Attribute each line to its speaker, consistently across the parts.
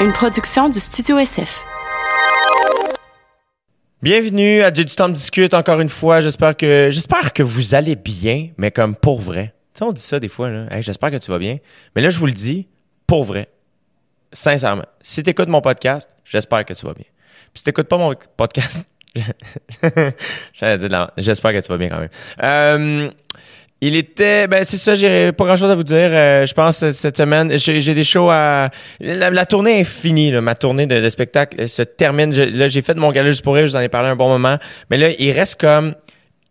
Speaker 1: une production du Studio SF.
Speaker 2: Bienvenue à J'ai du temps me discute encore une fois. J'espère que j'espère que vous allez bien, mais comme pour vrai. Tu sais, on dit ça des fois là. Hey, j'espère que tu vas bien. Mais là, je vous le dis pour vrai, sincèrement. Si tu écoutes mon podcast, j'espère que tu vas bien. Puis si t'écoutes pas mon podcast, j'allais dire de la merde. j'espère que tu vas bien quand même. Euh, il était, ben c'est ça, j'ai pas grand chose à vous dire. Euh, je pense euh, cette semaine, j'ai j'ai des shows à. La, la tournée est finie, là. ma tournée de, de spectacle euh, se termine. Je- là, j'ai fait mon gala juste pour rire, je vous en ai parlé un bon moment. Mais là, il reste comme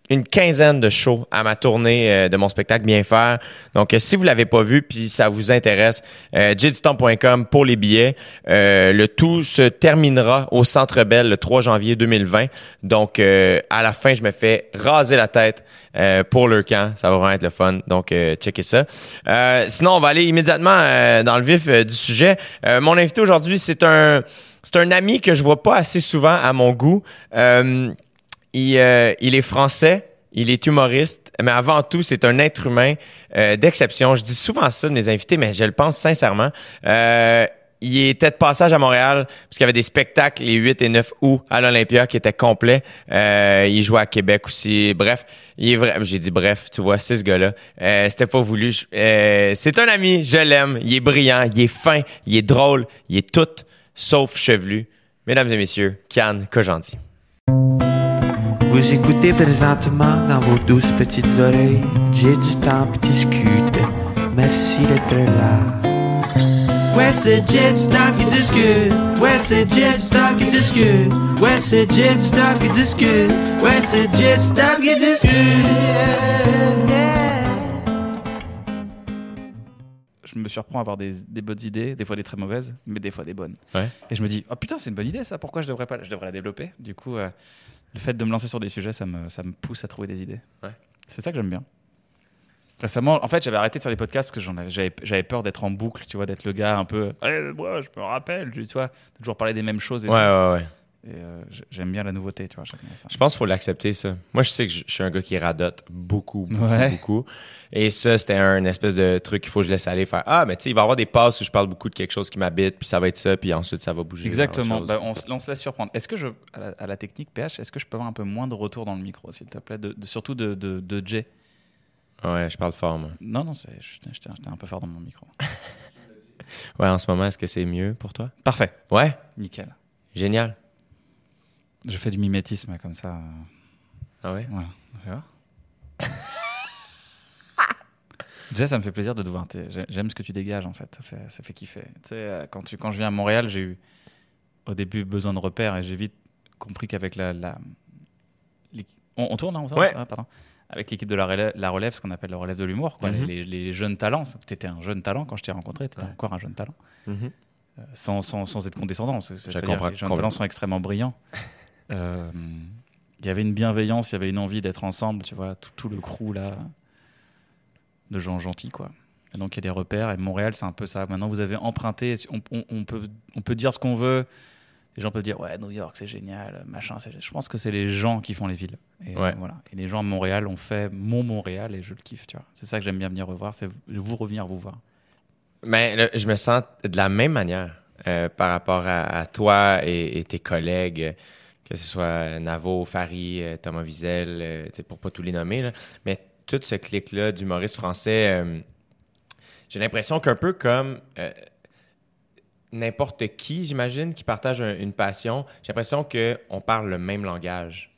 Speaker 2: une quinzaine de shows à ma tournée euh, de mon spectacle Bien faire. Donc, euh, si vous l'avez pas vu, puis ça vous intéresse, euh, jdutemps.com pour les billets. Euh, le tout se terminera au Centre Bell le 3 janvier 2020. Donc, euh, à la fin, je me fais raser la tête euh, pour le camp. Ça va vraiment être le fun. Donc, euh, checkez ça. Euh, sinon, on va aller immédiatement euh, dans le vif euh, du sujet. Euh, mon invité aujourd'hui, c'est un... C'est un ami que je vois pas assez souvent à mon goût. Euh, il, euh, il est français, il est humoriste, mais avant tout, c'est un être humain euh, d'exception. Je dis souvent ça de mes invités, mais je le pense sincèrement. Euh, il était de passage à Montréal parce qu'il y avait des spectacles les 8 et 9 août à l'Olympia qui étaient complets. Euh, il jouait à Québec aussi. Bref, il est vrai. J'ai dit bref, tu vois, c'est ce gars-là. Euh, C'était pas voulu. Je- euh, c'est un ami, je l'aime. Il est brillant, il est fin, il est drôle, il est tout sauf chevelu. Mesdames et messieurs, Kian Kojandi.
Speaker 3: Vous écoutez présentement dans vos douces petites oreilles. J'ai du temps pour discute. Merci d'être là. Ouais, c'est J'ai du temps qui discute. Ouais, c'est J'ai du temps qui discute. Ouais, c'est J'ai du temps qui discute. Ouais, c'est J'ai du temps qui discute.
Speaker 4: je me surprends à avoir des, des bonnes idées, des fois des très mauvaises, mais des fois des bonnes.
Speaker 2: Ouais.
Speaker 4: Et je me dis, oh putain, c'est une bonne idée ça, pourquoi je devrais pas, je devrais la développer. Du coup, euh, le fait de me lancer sur des sujets, ça me, ça me pousse à trouver des idées.
Speaker 2: Ouais.
Speaker 4: C'est ça que j'aime bien. Récemment, en fait, j'avais arrêté de faire les podcasts parce que j'en avais- j'avais j'avais peur d'être en boucle, tu vois, d'être le gars un peu, Eh, moi, je me rappelle, tu vois, de toujours parler des mêmes choses. Et,
Speaker 2: Ouais, ouais, ouais.
Speaker 4: tout. Et, euh, j- j'aime bien la nouveauté, tu vois. j'aime bien ça.
Speaker 2: Je pense qu'il faut l'accepter, ça. Moi, je sais que je je suis un gars qui radote beaucoup, beaucoup,
Speaker 4: Ouais.
Speaker 2: beaucoup. Et ça, c'était un espèce de truc qu'il faut que je laisse aller faire. Ah, mais tu sais, il va y avoir des passes où je parle beaucoup de quelque chose qui m'habite, puis ça va être ça, puis ensuite, ça va bouger. vers
Speaker 4: Exactement.
Speaker 2: autre chose.
Speaker 4: Bah, on, se- on se laisse surprendre. Est-ce que je, à la, à la technique PH, est-ce que je peux avoir un peu moins de retour dans le micro, s'il te plaît, de, de- surtout de, de, de Jay
Speaker 2: Ouais, je parle fort, moi.
Speaker 4: Non, non, c'est- j'étais j'étais- j'étais un peu fort dans mon micro.
Speaker 2: Ouais, en ce moment, est-ce que c'est mieux pour toi?
Speaker 4: Parfait.
Speaker 2: Ouais,
Speaker 4: Nickel.
Speaker 2: génial.
Speaker 4: Je fais du mimétisme comme ça. euh,
Speaker 2: Ah ouais?
Speaker 4: Voilà. On fait voir. Déjà, ça me fait plaisir de te voir. T'es- j'ai- J'aime ce que tu dégages, en fait. Ça fait, ça fait kiffer. Tu sais, euh, quand, tu, quand je viens à Montréal, j'ai eu au début besoin de repères et j'ai vite compris qu'avec la. la- l'équi- on, on tourne, hein, on tourne
Speaker 2: Ouais.
Speaker 4: Ah, pardon. Avec l'équipe de la relève, la relève, ce qu'on appelle la relève de l'humour, quoi.
Speaker 2: Mhm.
Speaker 4: les, les- les jeunes talents. Tu étais un jeune talent quand je t'ai rencontré, tu étais
Speaker 2: Ouais.
Speaker 4: encore un jeune talent.
Speaker 2: Mhm.
Speaker 4: Euh, sans, sans, sans être condescendant. c'est- c'est-
Speaker 2: Je
Speaker 4: c'est-à-dire
Speaker 2: comprends
Speaker 4: que Les gens de talent
Speaker 2: complètement.
Speaker 4: sont extrêmement brillants. Euh, Il y avait une bienveillance, il y avait une envie d'être ensemble, tu vois, tout, tout le crew là, de gens gentils, quoi. Et donc il y a des repères, et Montréal, c'est un peu ça. Maintenant, vous avez emprunté, on, on- on peut, on peut dire ce qu'on veut. Les gens peuvent dire, ouais, New York, c'est génial, machin. c'est- Je pense que c'est les gens qui font les villes. Et,
Speaker 2: Ouais.
Speaker 4: euh, voilà. et les gens à Montréal ont fait mon Montréal, et je le kiffe, tu vois. C'est ça que j'aime bien venir revoir, c'est vous revenir vous voir.
Speaker 2: Mais Ben, là, je me sens de la même manière euh, par rapport à, à toi et, et tes collègues, euh, que ce soit euh, Navo, Fari, euh, Thomas Wiesel, euh, tu sais, pour pas tous les nommer, là. mais tout ce clic-là d'humoristes français, euh, j'ai l'impression qu'un peu comme euh, n'importe qui, j'imagine, qui partage un- une passion, j'ai l'impression qu'on parle le même langage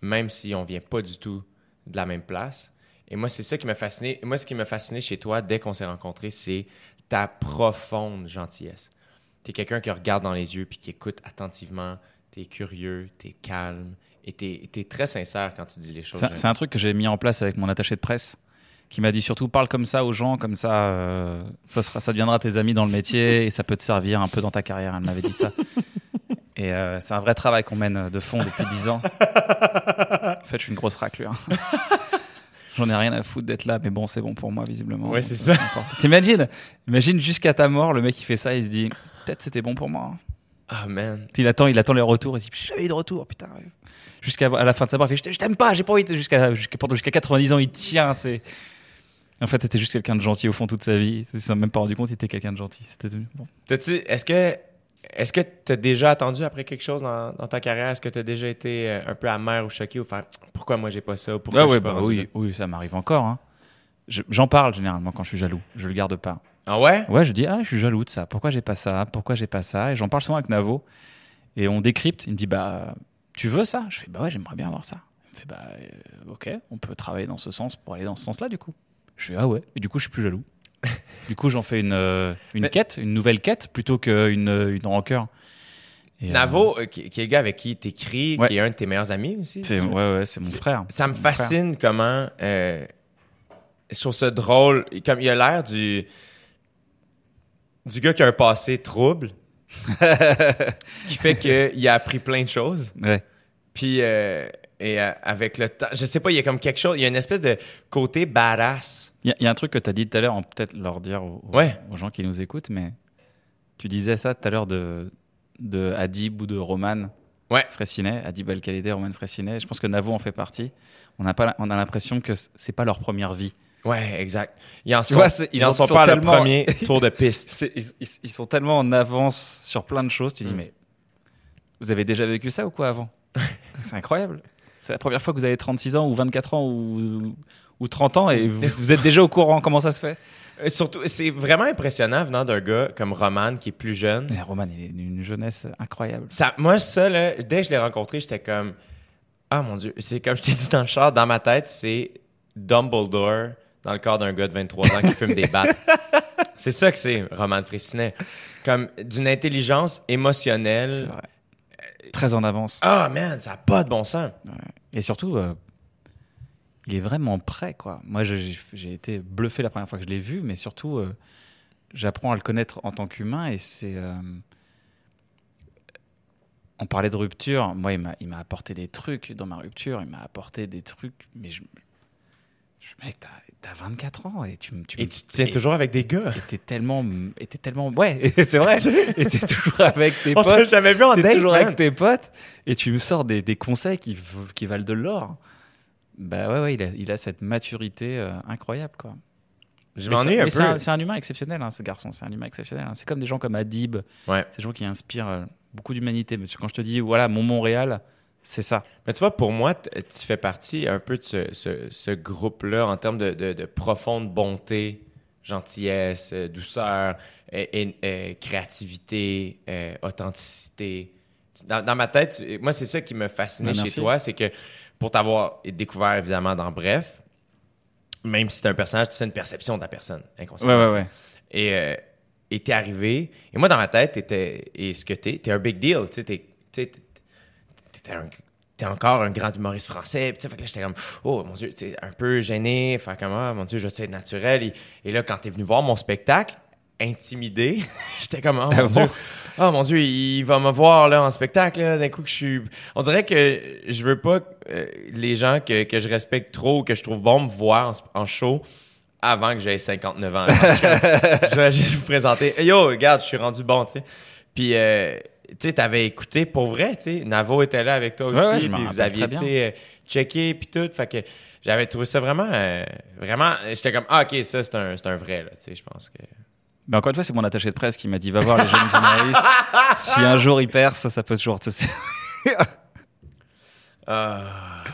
Speaker 2: même si on vient pas du tout de la même place. Et moi, c'est ça qui m'a fasciné. Moi, ce qui m'a fasciné chez toi dès qu'on s'est rencontrés, c'est ta profonde gentillesse. Tu es quelqu'un qui regarde dans les yeux puis qui écoute attentivement. Tu es curieux, tu es calme et tu es, très sincère quand tu dis les choses.
Speaker 4: C'est c'est un truc que j'ai mis en place avec mon attaché de presse qui m'a dit surtout parle comme ça aux gens, comme ça, euh, ça, sera, ça deviendra tes amis dans le métier et ça peut te servir un peu dans ta carrière. Elle m'avait dit ça. Et euh, c'est un vrai travail qu'on mène de fond depuis 10 ans. En fait, je suis une grosse raclure. J'en ai rien à foutre d'être là, mais bon, c'est bon pour moi, visiblement.
Speaker 2: Ouais,
Speaker 4: Donc,
Speaker 2: c'est ça.
Speaker 4: euh, peu importe. T'imagines Imagine jusqu'à ta mort, le mec il fait ça, il se dit peut-être c'était bon pour moi. hein.
Speaker 2: Ah, man.
Speaker 4: Il attend, il attend les retours. Il dit J'ai jamais eu de retour, putain. Jusqu'à à la fin de sa mort, il fait Je t'- je t'aime pas, j'ai pas envie. de- Jusqu'à jusqu'à- pendant- jusqu'à 90 ans, il tient. C'est. En fait, c'était juste quelqu'un de gentil au fond toute sa vie. Il s'en est même pas rendu compte, il était quelqu'un de gentil. C'était devenu- bon.
Speaker 2: T'as-tu- Est-ce que Est-ce que tu as déjà attendu après quelque chose dans, dans ta carrière? Est-ce que tu as déjà été euh, un peu amer ou choqué ou faire pourquoi moi j'ai pas ça? ou Pourquoi
Speaker 4: Ah
Speaker 2: je
Speaker 4: ouais,
Speaker 2: suis pas
Speaker 4: bah
Speaker 2: rendu là?
Speaker 4: oui, oui, ça m'arrive encore. hein. Je- J'en parle généralement quand je suis jaloux. Je le garde pas. hein.
Speaker 2: Ah ouais?
Speaker 4: Ouais, je dis ah, je suis jaloux de ça. Pourquoi j'ai pas ça Pourquoi j'ai pas ça Et j'en parle souvent avec Navo. Et on décrypte. Il me dit bah tu veux ça Je fais bah ouais, j'aimerais bien avoir ça. Il me fait bah euh, ok, on peut travailler dans ce sens pour aller dans ce sens-là du coup. Je fais ah ouais. Et du coup, je suis plus jaloux. du coup, j'en fais une euh, une
Speaker 2: Mais-
Speaker 4: quête, une nouvelle quête plutôt qu'une euh, une rancœur. Et, euh,
Speaker 2: Navo, euh, qui, qui est le gars avec qui t'écris,
Speaker 4: Ouais.
Speaker 2: qui est un de tes meilleurs amis aussi.
Speaker 4: c'est-
Speaker 2: tu-
Speaker 4: ouais ouais, c'est mon
Speaker 2: C'est-
Speaker 4: frère.
Speaker 2: Ça me
Speaker 4: C'est mon frère.
Speaker 2: fascine comment. euh, je trouve ça drôle. Et Comme il a l'air du. du gars qui a un passé trouble. qui fait qu'il a appris plein de choses.
Speaker 4: Ouais.
Speaker 2: Puis. euh, et euh, avec le temps. Je sais pas, il y a comme quelque chose. Il y a une espèce de côté badass.
Speaker 4: Il y a- il y, a un truc que tu as dit tout à l'heure, on peut peut-être leur dire aux, aux-
Speaker 2: Ouais.
Speaker 4: aux gens qui nous écoutent, mais tu disais ça tout à l'heure de, de Adib ou de Roman
Speaker 2: Ouais.
Speaker 4: Fressinet, Adib Al-Khalidé, Roman Fressinet. Je pense que Navo en fait partie. On a, pas, la- on a l'impression que c- c'est pas leur première vie.
Speaker 2: Ouais, exact. Ils en sont,
Speaker 4: vois, c'est-
Speaker 2: ils
Speaker 4: ils
Speaker 2: en
Speaker 4: en
Speaker 2: sont
Speaker 4: sont
Speaker 2: pas à
Speaker 4: tellement-
Speaker 2: le premier tour de piste.
Speaker 4: C'est- ils, ils- ils sont tellement en avance sur plein de choses, tu dis,
Speaker 2: Mm.
Speaker 4: mais vous avez déjà vécu ça ou quoi avant C'est incroyable. C'est la première fois que vous avez 36 ans ou 24 ans ou, ou 30 ans et vous, vous êtes déjà au courant comment ça se fait.
Speaker 2: Euh, Surtout, c'est vraiment impressionnant venant d'un gars comme Roman qui est plus jeune.
Speaker 4: Mais Roman, il est d'une jeunesse incroyable.
Speaker 2: Ça, moi, ça, là, dès que je l'ai rencontré, j'étais comme Ah mon Dieu, c'est comme je t'ai dit dans le char, dans ma tête, c'est Dumbledore dans le corps d'un gars de 23 ans qui fume des battes. C'est ça que c'est, Roman Frissinet. Comme d'une intelligence
Speaker 4: C'est
Speaker 2: émotionnelle.
Speaker 4: vrai. Très en avance.
Speaker 2: Ah man, ça n'a pas de bon sens.
Speaker 4: Et surtout, euh, il est vraiment prêt, quoi. Moi, je- j'ai j'ai été bluffé la première fois que je l'ai vu, mais surtout, euh, j'apprends à le connaître en tant qu'humain et c'est. euh, On parlait de rupture. Moi, il m'a- il m'a apporté des trucs dans ma rupture. Il m'a apporté des trucs, mais je. je- Mec, t'as t'as 24 ans et tu, me- tu me-
Speaker 2: Et tu te tiens
Speaker 4: et-
Speaker 2: toujours avec des gars.
Speaker 4: et t'es tellement, et t'es tellement, ouais, c'est vrai. et t'es toujours avec tes
Speaker 2: On
Speaker 4: potes.
Speaker 2: t'a jamais vu en
Speaker 4: T'es
Speaker 2: date,
Speaker 4: toujours
Speaker 2: man.
Speaker 4: avec tes potes et tu me sors des, des conseils qui, v- qui valent de l'or. Bah ouais, ouais, il a, il a cette maturité euh, incroyable, quoi.
Speaker 2: Je
Speaker 4: Mais c'est-
Speaker 2: m'ennuie un
Speaker 4: mais C'est un,
Speaker 2: peu.
Speaker 4: c'est un humain exceptionnel, hein, ce garçon. C'est un humain exceptionnel. hein. C'est comme des gens comme Adib.
Speaker 2: Ouais.
Speaker 4: C'est des gens qui inspirent euh, beaucoup d'humanité. Parce que quand je te dis, voilà, mon Montréal, c'est ça.
Speaker 2: Mais tu vois, pour moi, t- euh, tu fais partie un peu de ce, ce- ce groupe-là en termes de, de- de profonde bonté, gentillesse, euh, douceur, euh, et, et- et créativité, euh, authenticité. Tu- Dans, dans ma tête, tu- moi, c'est ça qui me fascinait
Speaker 4: Ben,
Speaker 2: chez
Speaker 4: merci.
Speaker 2: toi, c'est que pour t'avoir découvert évidemment dans Bref, même si t'es un personnage, tu fais une perception de la personne inconsciemment. tu sais. Et euh, et t'es arrivé. Et moi, dans ma tête, t'étais. Et ce que t'es, t'es un big deal. Tu sais, t'es. tu sais, t'es- t'es un- T'es encore un grand humoriste français. Puis, tu sais, fait que là, j'étais comme, oh mon Dieu, t'es un peu gêné. Faire comme, ah mon Dieu, je veux être naturel. Et, et là, quand t'es venu voir mon spectacle, intimidé, j'étais comme, oh mon,
Speaker 4: Ah bon?
Speaker 2: Dieu, oh mon Dieu, il va me voir là, en spectacle. là, D'un coup, que je suis. On dirait que je veux pas que euh, les gens que, que je respecte trop ou que je trouve bon me voir en, sp- en show avant que j'aie 59 ans. je vais juste vous présenter. Hey, yo, regarde, je suis rendu bon, tu sais. Puis, euh, tu sais, t'avais écouté pour vrai, tu sais. Navo était là avec toi
Speaker 4: Ouais,
Speaker 2: aussi.
Speaker 4: ouais, je m'en
Speaker 2: puis vous
Speaker 4: rappelle
Speaker 2: aviez,
Speaker 4: très
Speaker 2: tu
Speaker 4: bien.
Speaker 2: sais, euh, checké, puis tout. Fait que j'avais trouvé ça vraiment, euh, vraiment, j'étais comme, ah, OK, ça, c'est un, c'est un vrai, là, tu sais, je pense que...
Speaker 4: Mais encore une fois, c'est mon attaché de presse qui m'a dit va voir les jeunes humoristes. si un jour il perce, ça peut toujours. tu sais.
Speaker 2: Ah.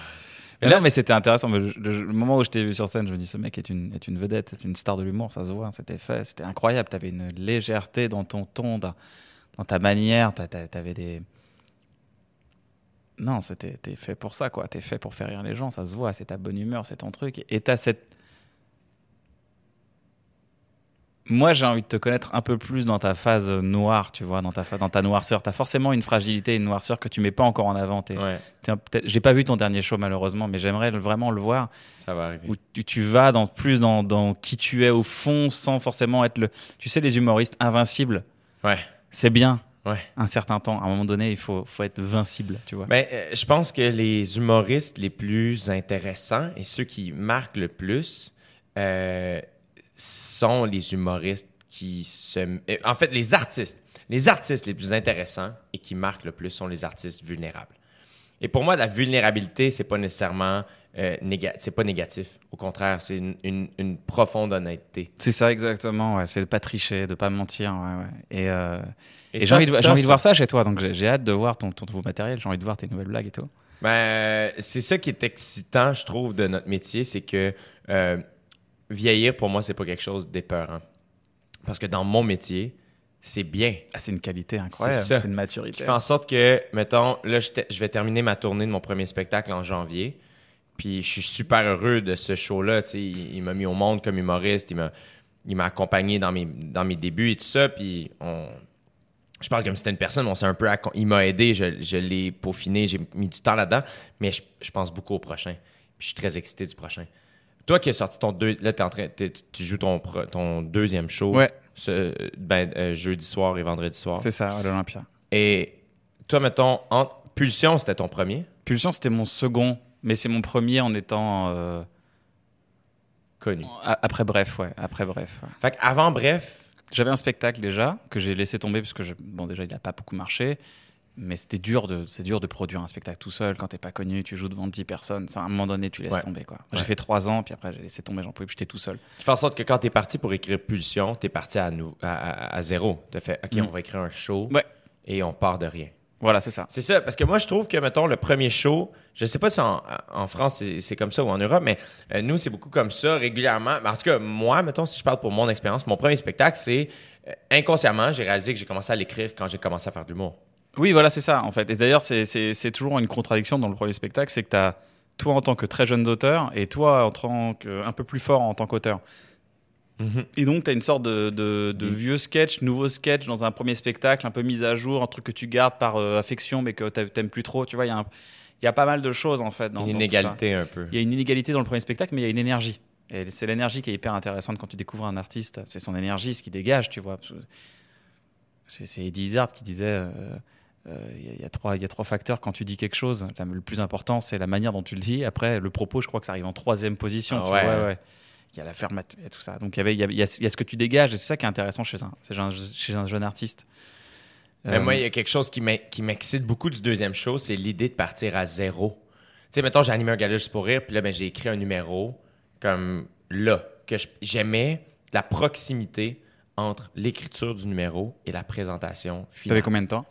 Speaker 4: Mais non, mais c'était intéressant. Mais je- le, le moment où je t'ai vu sur scène, je me dis ce mec est une, est une vedette, c'est une star de l'humour, ça se voit, hein, c'était fait, c'était incroyable. T'avais une légèreté dans ton ton, dans, dans ta manière, t'a- t'a- t'avais des. Non, c'était t'es fait pour ça, quoi. T'es fait pour faire rire les gens, ça se voit, c'est ta bonne humeur, c'est ton truc. Et t'as cette. Moi, j'ai envie de te connaître un peu plus dans ta phase noire, tu vois, dans ta, fa- dans ta noirceur. T'as forcément une fragilité, une noirceur que tu mets pas encore en avant. T'es-
Speaker 2: ouais,
Speaker 4: Tiens, peut-être- J'ai pas vu ton dernier show malheureusement, mais j'aimerais le- vraiment le voir
Speaker 2: ça va arriver.
Speaker 4: où tu, tu vas dans plus dans, dans qui tu es au fond sans forcément être le. Tu sais, les humoristes invincibles,
Speaker 2: Ouais.
Speaker 4: c'est bien.
Speaker 2: Ouais.
Speaker 4: Un certain temps, à un moment donné, il faut, faut être vincible, tu vois.
Speaker 2: Ben, euh, je pense que les humoristes les plus intéressants et ceux qui marquent le plus euh, sont les humoristes qui se... euh, En fait, les artistes. Les artistes les plus intéressants et qui marquent le plus sont les artistes vulnérables. Et pour moi, la vulnérabilité, c'est pas nécessairement euh, néga- c'est pas négatif. Au contraire, c'est une, une- une profonde honnêteté.
Speaker 4: C'est ça exactement, ouais. c'est de pas tricher, de pas mentir. ouais, ouais. Et, euh, et
Speaker 2: ça,
Speaker 4: j'ai envie, de,
Speaker 2: t'as
Speaker 4: j'ai envie de voir ça chez toi, donc j'ai j'ai hâte de voir ton, ton nouveau matériel, j'ai envie de voir tes nouvelles blagues et tout.
Speaker 2: Ben, euh, c'est ça qui est excitant, je trouve, de notre métier, c'est que euh, vieillir, pour moi, c'est pas quelque chose d'épeurant. Parce que dans mon métier, c'est bien.
Speaker 4: Ah, c'est une qualité incroyable,
Speaker 2: C'est ça.
Speaker 4: c'est une
Speaker 2: qui
Speaker 4: maturité.
Speaker 2: fait en sorte que, mettons, là, je, te- je vais terminer ma tournée de mon premier spectacle en janvier. Puis je suis super heureux de ce show-là. tu sais. Il, il m'a mis au monde comme humoriste. Il m'a, il m'a accompagné dans mes, dans mes débuts et tout ça. Puis on, je parle comme si c'était une personne, mais on s'est un peu. acco- Il m'a aidé, je, je l'ai peaufiné, j'ai mis du temps là-dedans. Mais je, je pense beaucoup au prochain. Puis je suis très excité du prochain. Toi qui as sorti ton deux, là t'es en train, t'es- tu- tu joues ton, pro- ton deuxième show
Speaker 4: Ouais.
Speaker 2: ce, ben, euh, jeudi soir et vendredi soir.
Speaker 4: C'est ça, à l'Olympia.
Speaker 2: Et toi, mettons, en... Pulsion, c'était ton premier.
Speaker 4: Pulsion, c'était mon second, mais c'est mon premier en étant euh,
Speaker 2: Connu.
Speaker 4: a- après bref, ouais, après bref. ouais.
Speaker 2: Fait avant, bref,
Speaker 4: J'avais un spectacle déjà que j'ai laissé tomber parce que je- bon déjà il n'a pas beaucoup marché, mais c'était dur de c'est dur de produire un spectacle tout seul quand t'es pas connu, tu joues devant 10 personnes, ça, à un moment donné tu laisses
Speaker 2: Ouais.
Speaker 4: tomber quoi. Moi,
Speaker 2: Ouais.
Speaker 4: J'ai fait trois ans puis après j'ai laissé tomber, j'en pouvais plus, j'étais tout seul.
Speaker 2: qui fait en sorte que quand t'es parti pour écrire Pulsion, t'es parti à, nou- à, à- à zéro. T'as fait, OK,
Speaker 4: Mm.
Speaker 2: on va écrire un show
Speaker 4: Ouais.
Speaker 2: et on part de rien.
Speaker 4: Voilà c'est ça.
Speaker 2: C'est ça, parce que moi, je trouve que, mettons, le premier show, je sais pas si en, en France c'est c'est comme ça ou en Europe, mais euh, nous, c'est beaucoup comme ça régulièrement. Mais En tout cas, moi, mettons, si je parle pour mon expérience, mon premier spectacle, c'est euh, inconsciemment, j'ai réalisé que j'ai commencé à l'écrire quand j'ai commencé à faire de l'humour.
Speaker 4: Oui voilà c'est ça en fait. Et d'ailleurs c'est c'est c'est toujours une contradiction dans le premier spectacle, c'est que t'as toi en tant que très jeune auteur et toi en tant que un peu plus fort en tant qu'auteur. Et donc, tu as une sorte de, de- de vieux sketch, nouveau sketch dans un premier spectacle, un peu mis à jour, un truc que tu gardes par euh, affection, mais que t'a- t'aimes plus trop. Tu vois, il y, a un- il y a pas mal de choses, en fait. Dans,
Speaker 2: Une
Speaker 4: dans tout
Speaker 2: inégalité un peu.
Speaker 4: ça. Il y a une inégalité dans le premier spectacle, mais il y a une énergie. Et c'est l'énergie qui est hyper intéressante quand tu découvres un artiste. C'est son énergie, ce qui dégage, tu vois. Parce que C'est c'est Eddie Izzard qui disait... euh, euh, Il y, a- il y a trois- il y a trois facteurs quand tu dis quelque chose. La- le plus important, c'est la manière dont tu le dis. Après, le propos, je crois que ça arrive en troisième position.
Speaker 2: Ah
Speaker 4: tu
Speaker 2: ouais.
Speaker 4: vois, Il y a la ferme, il y a tout ça. Donc il y, avait, il, y a, il y a- il y a ce que tu dégages et c'est ça qui est intéressant chez un, chez un, chez un jeune artiste.
Speaker 2: Mais
Speaker 4: Euh,
Speaker 2: Ben, moi, il y a quelque chose qui m'in- qui m'excite beaucoup du deuxième show, c'est l'idée de partir à zéro. Tu sais, mettons, j'ai animé un gala juste pour rire, puis là, ben, j'ai écrit un numéro comme là, que je- j'aimais la proximité entre l'écriture du numéro et la présentation finale.
Speaker 4: T'avais combien de temps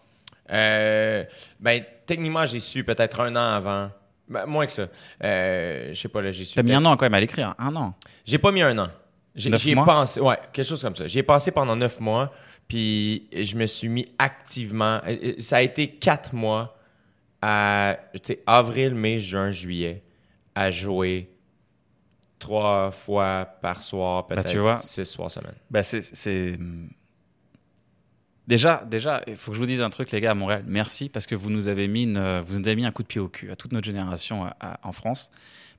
Speaker 2: Euh, ben, techniquement, j'ai su peut-être un an avant. Ben, moins que ça. Euh, je sais pas, là, j'ai su.
Speaker 4: T'as mis
Speaker 2: peut-être-
Speaker 4: un an quand même à l'écrire, un an.
Speaker 2: J'ai pas mis un an. J'ai
Speaker 4: Neuf
Speaker 2: j'y ai
Speaker 4: mois?
Speaker 2: pensé, ouais, quelque chose comme ça. J'ai pensé pendant neuf mois, puis je me suis mis activement. euh, euh, Ça a été quatre mois à, tu sais, avril, mai, juin, juillet, à jouer trois fois par soir,
Speaker 4: Bah,
Speaker 2: peut-être
Speaker 4: tu vois.
Speaker 2: six soirs semaine.
Speaker 4: Bah c'est- c'est hmm. déjà déjà il faut que je vous dise un truc les gars à Montréal. Merci parce que vous nous avez mis une, euh, vous nous avez mis un coup de pied au cul à toute notre génération à- à- en France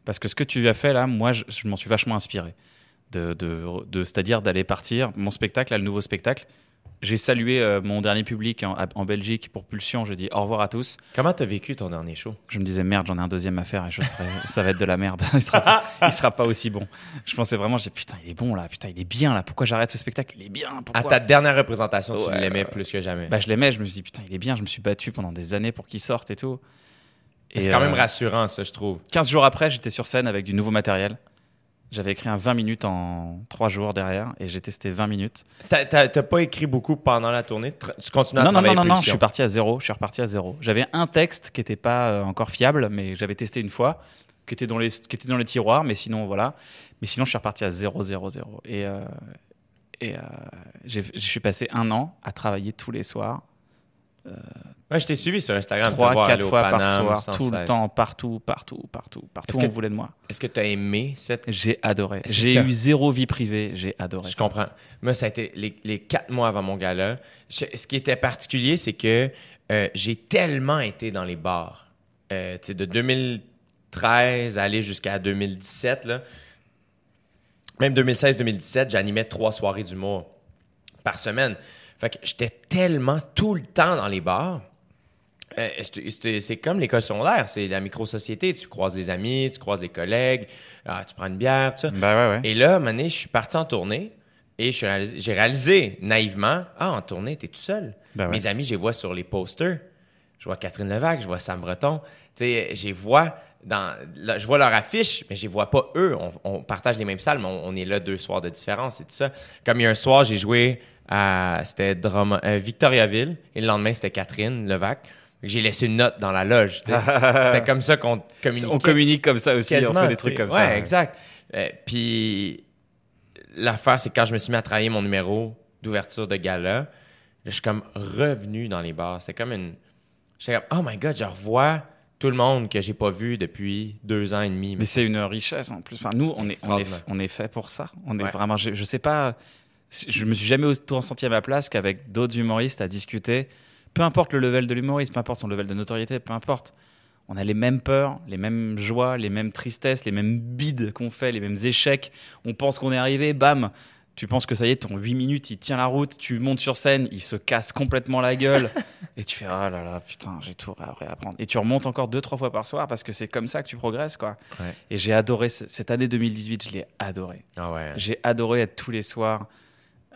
Speaker 4: parce que ce que tu as fait là, moi je, je m'en suis vachement inspiré de, de- de- c'est-à-dire d'aller partir mon spectacle là, le nouveau spectacle. J'ai salué euh, mon dernier public en, à- en Belgique pour Pulsion. J'ai dit au revoir à tous.
Speaker 2: Comment t'as vécu ton dernier show?
Speaker 4: Je me disais merde, j'en ai un deuxième à faire et je serai- ça va être de la merde. il sera pas, il sera pas aussi bon. Je pensais vraiment, j'ai putain, il est bon là, putain, il est bien là. Pourquoi j'arrête ce spectacle Il est bien. Pourquoi
Speaker 2: À ta dernière représentation, tu
Speaker 4: Ouais,
Speaker 2: l'aimais
Speaker 4: ouais.
Speaker 2: plus que jamais.
Speaker 4: bah, je l'aimais, je me suis dit, putain, il est bien, je me suis battu pendant des années pour qu'il sorte et tout. Et
Speaker 2: c'est quand même
Speaker 4: euh,
Speaker 2: rassurant, ça, je trouve.
Speaker 4: 15 jours après, j'étais sur scène avec du nouveau matériel. J'avais écrit un 20 minutes en 3 jours derrière et j'ai testé 20 minutes.
Speaker 2: T'as- T'as t'as pas écrit beaucoup pendant la tournée? Tra- Tu continues à
Speaker 4: Non, non,
Speaker 2: travailler
Speaker 4: non, non, non, je
Speaker 2: Pulsion?
Speaker 4: suis parti à zéro. Je suis reparti à zéro. J'avais un texte qui n'était pas euh, encore fiable, mais j'avais testé une fois, qui était dans les, qui était dans les tiroirs, mais sinon, voilà. Mais sinon, je suis reparti à zéro, zéro, zéro. Et, euh, et euh, j'ai- je suis passé un an à travailler tous les soirs,
Speaker 2: Ouais, je t'ai suivi sur Instagram. te
Speaker 4: trois,
Speaker 2: voir aller
Speaker 4: quatre
Speaker 2: au
Speaker 4: fois
Speaker 2: Paname
Speaker 4: par
Speaker 2: sans
Speaker 4: soir, tout le
Speaker 2: cesse.
Speaker 4: temps, partout, partout, partout, partout.
Speaker 2: Est-ce
Speaker 4: On
Speaker 2: que-
Speaker 4: voulait de moi.
Speaker 2: Est-ce que tu as aimé cette.
Speaker 4: J'ai adoré.
Speaker 2: C'est
Speaker 4: J'ai
Speaker 2: ça.
Speaker 4: eu zéro vie privée. J'ai adoré.
Speaker 2: Je
Speaker 4: ça.
Speaker 2: comprends. Moi, ça a été les, les quatre mois avant mon gala. Je- ce qui était particulier, c'est que euh, j'ai tellement été dans les bars. Euh, tu sais, de 2013 à aller jusqu'à 2017, là. même 2016-2017, j'animais trois soirées d'humour par semaine. Fait que j'étais tellement tout le temps dans les bars. Euh, c'est- c'est c'est comme l'école secondaire, c'est la micro-société. Tu croises les amis, tu croises les collègues, ah, tu prends une bière, tout ça.
Speaker 4: Bah ouais, ouais.
Speaker 2: Et là, à un moment donné, je suis parti en tournée et je suis réalisé- j'ai réalisé naïvement Ah, en tournée, t'es tout seul.
Speaker 4: Ben ouais.
Speaker 2: Mes amis, je les vois sur les posters. Je vois Catherine Levac, je vois Sam Breton. Tu sais, je les vois dans, là, je vois leur affiche, mais je les vois pas eux. On, on partage les mêmes salles, mais on, on est là deux soirs de différence et tout ça. Comme il y a un soir, j'ai joué à c'était Drummond- euh, Victoriaville et le lendemain, c'était Catherine Levac. J'ai laissé une note dans la loge. tu sais. c'était comme ça qu'on communiquait.
Speaker 4: On communique comme ça aussi, on
Speaker 2: Quasiment,
Speaker 4: fait des
Speaker 2: tu
Speaker 4: trucs
Speaker 2: sais.
Speaker 4: comme
Speaker 2: ouais,
Speaker 4: ça.
Speaker 2: exact. Euh, puis l'affaire, c'est que quand je me suis mis à travailler mon numéro d'ouverture de gala, là, je suis comme revenu dans les bars. C'était comme une. J'étais comme, oh my god, je revois tout le monde que j'ai pas vu depuis deux ans et demi.
Speaker 4: Mais c'est une richesse en plus. Enfin, nous, on est, on est,
Speaker 2: extraordinaire.
Speaker 4: on est fait pour ça. On est
Speaker 2: Ouais.
Speaker 4: vraiment. Je, je sais pas. Je me suis jamais autant senti à ma place qu'avec d'autres humoristes à discuter. Peu importe le level de l'humoriste, peu importe son level de notoriété, peu importe. On a les mêmes peurs, les mêmes joies, les mêmes tristesses, les mêmes bides qu'on fait, les mêmes échecs. On pense qu'on est arrivé, bam. Tu penses que ça y est, ton 8 minutes, il tient la route, tu montes sur scène, il se casse complètement la gueule. et tu fais, ah là là, putain, j'ai tout à réapprendre. Et tu remontes encore deux, trois fois par soir parce que c'est comme ça que tu progresses, quoi.
Speaker 2: Ouais.
Speaker 4: Et j'ai adoré, ce- cette année 2018, je l'ai adoré.
Speaker 2: Ah ouais.
Speaker 4: J'ai adoré être tous les soirs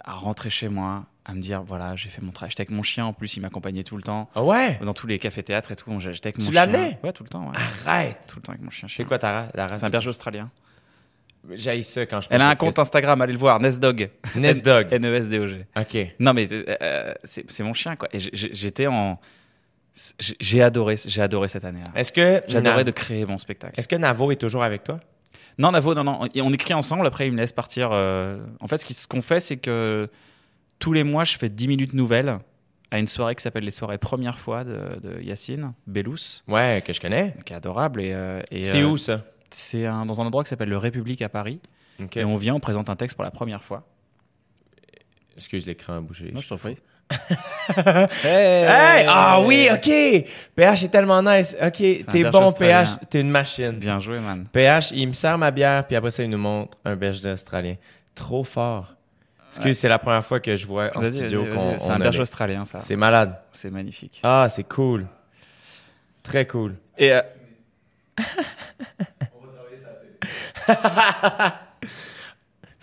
Speaker 4: à rentrer chez moi, à me dire, voilà, j'ai fait mon travail. J'étais avec mon chien, en plus, il m'accompagnait tout le temps.
Speaker 2: Ah ouais?
Speaker 4: Dans tous les cafés-théâtres et tout, on- j'étais avec mon
Speaker 2: Tu
Speaker 4: chien.
Speaker 2: l'amenais
Speaker 4: Ouais, tout le temps, ouais.
Speaker 2: Arrête!
Speaker 4: Tout le temps avec mon chien.
Speaker 2: C'est quoi ta, ra- la race?
Speaker 4: C'est un berger australien.
Speaker 2: J'haïs ça quand je
Speaker 4: Elle a
Speaker 2: pense
Speaker 4: un
Speaker 2: que-
Speaker 4: compte Instagram, allez le voir, Nesdog. E
Speaker 2: Nest Dog.
Speaker 4: N-E-S-D-O-G.
Speaker 2: OK.
Speaker 4: Non, mais euh, euh, c'est c'est mon chien, quoi. Et j'ai- j'ai- j'étais en. j'ai- J'ai adoré, j'ai adoré cette année-là.
Speaker 2: Est-ce que,
Speaker 4: J'adorais
Speaker 2: Nav-
Speaker 4: de créer mon spectacle.
Speaker 2: Est-ce que Navo est toujours avec toi?
Speaker 4: Non, Navo, non, non. Et On écrit ensemble. Après, il me laisse partir. euh, En fait, ce qui- ce qu'on fait, c'est que tous les mois, je fais 10 minutes nouvelles à une soirée qui s'appelle les soirées première fois de, de Yacine Bellous,
Speaker 2: Ouais, que je connais.
Speaker 4: qui est adorable. Et, euh, et,
Speaker 2: C'est
Speaker 4: euh,
Speaker 2: où ça?
Speaker 4: C'est un- dans un endroit qui s'appelle le République à Paris.
Speaker 2: OK.
Speaker 4: Et on vient, on présente un texte pour la première fois.
Speaker 2: Excuse l'écran à bouger.
Speaker 4: t'en prie. hey,
Speaker 2: Hey! Ah oui, OK! PH est tellement nice. OK, t'es
Speaker 4: Euh, berger
Speaker 2: bon,
Speaker 4: australien.
Speaker 2: PH. T'es une machine.
Speaker 4: Bien joué, man.
Speaker 2: PH, il me sert ma bière, puis après ça, il nous montre un berger australien. Trop fort. Excuse, c'est la première fois que je vois en
Speaker 4: Vas-y,
Speaker 2: studio
Speaker 4: vas-y,
Speaker 2: qu'on
Speaker 4: vas-y. C'est
Speaker 2: on
Speaker 4: un
Speaker 2: a
Speaker 4: berger
Speaker 2: les-
Speaker 4: australien, ça.
Speaker 2: C'est malade.
Speaker 4: C'est magnifique.
Speaker 2: Ah, c'est cool. Très cool.
Speaker 4: Et euh,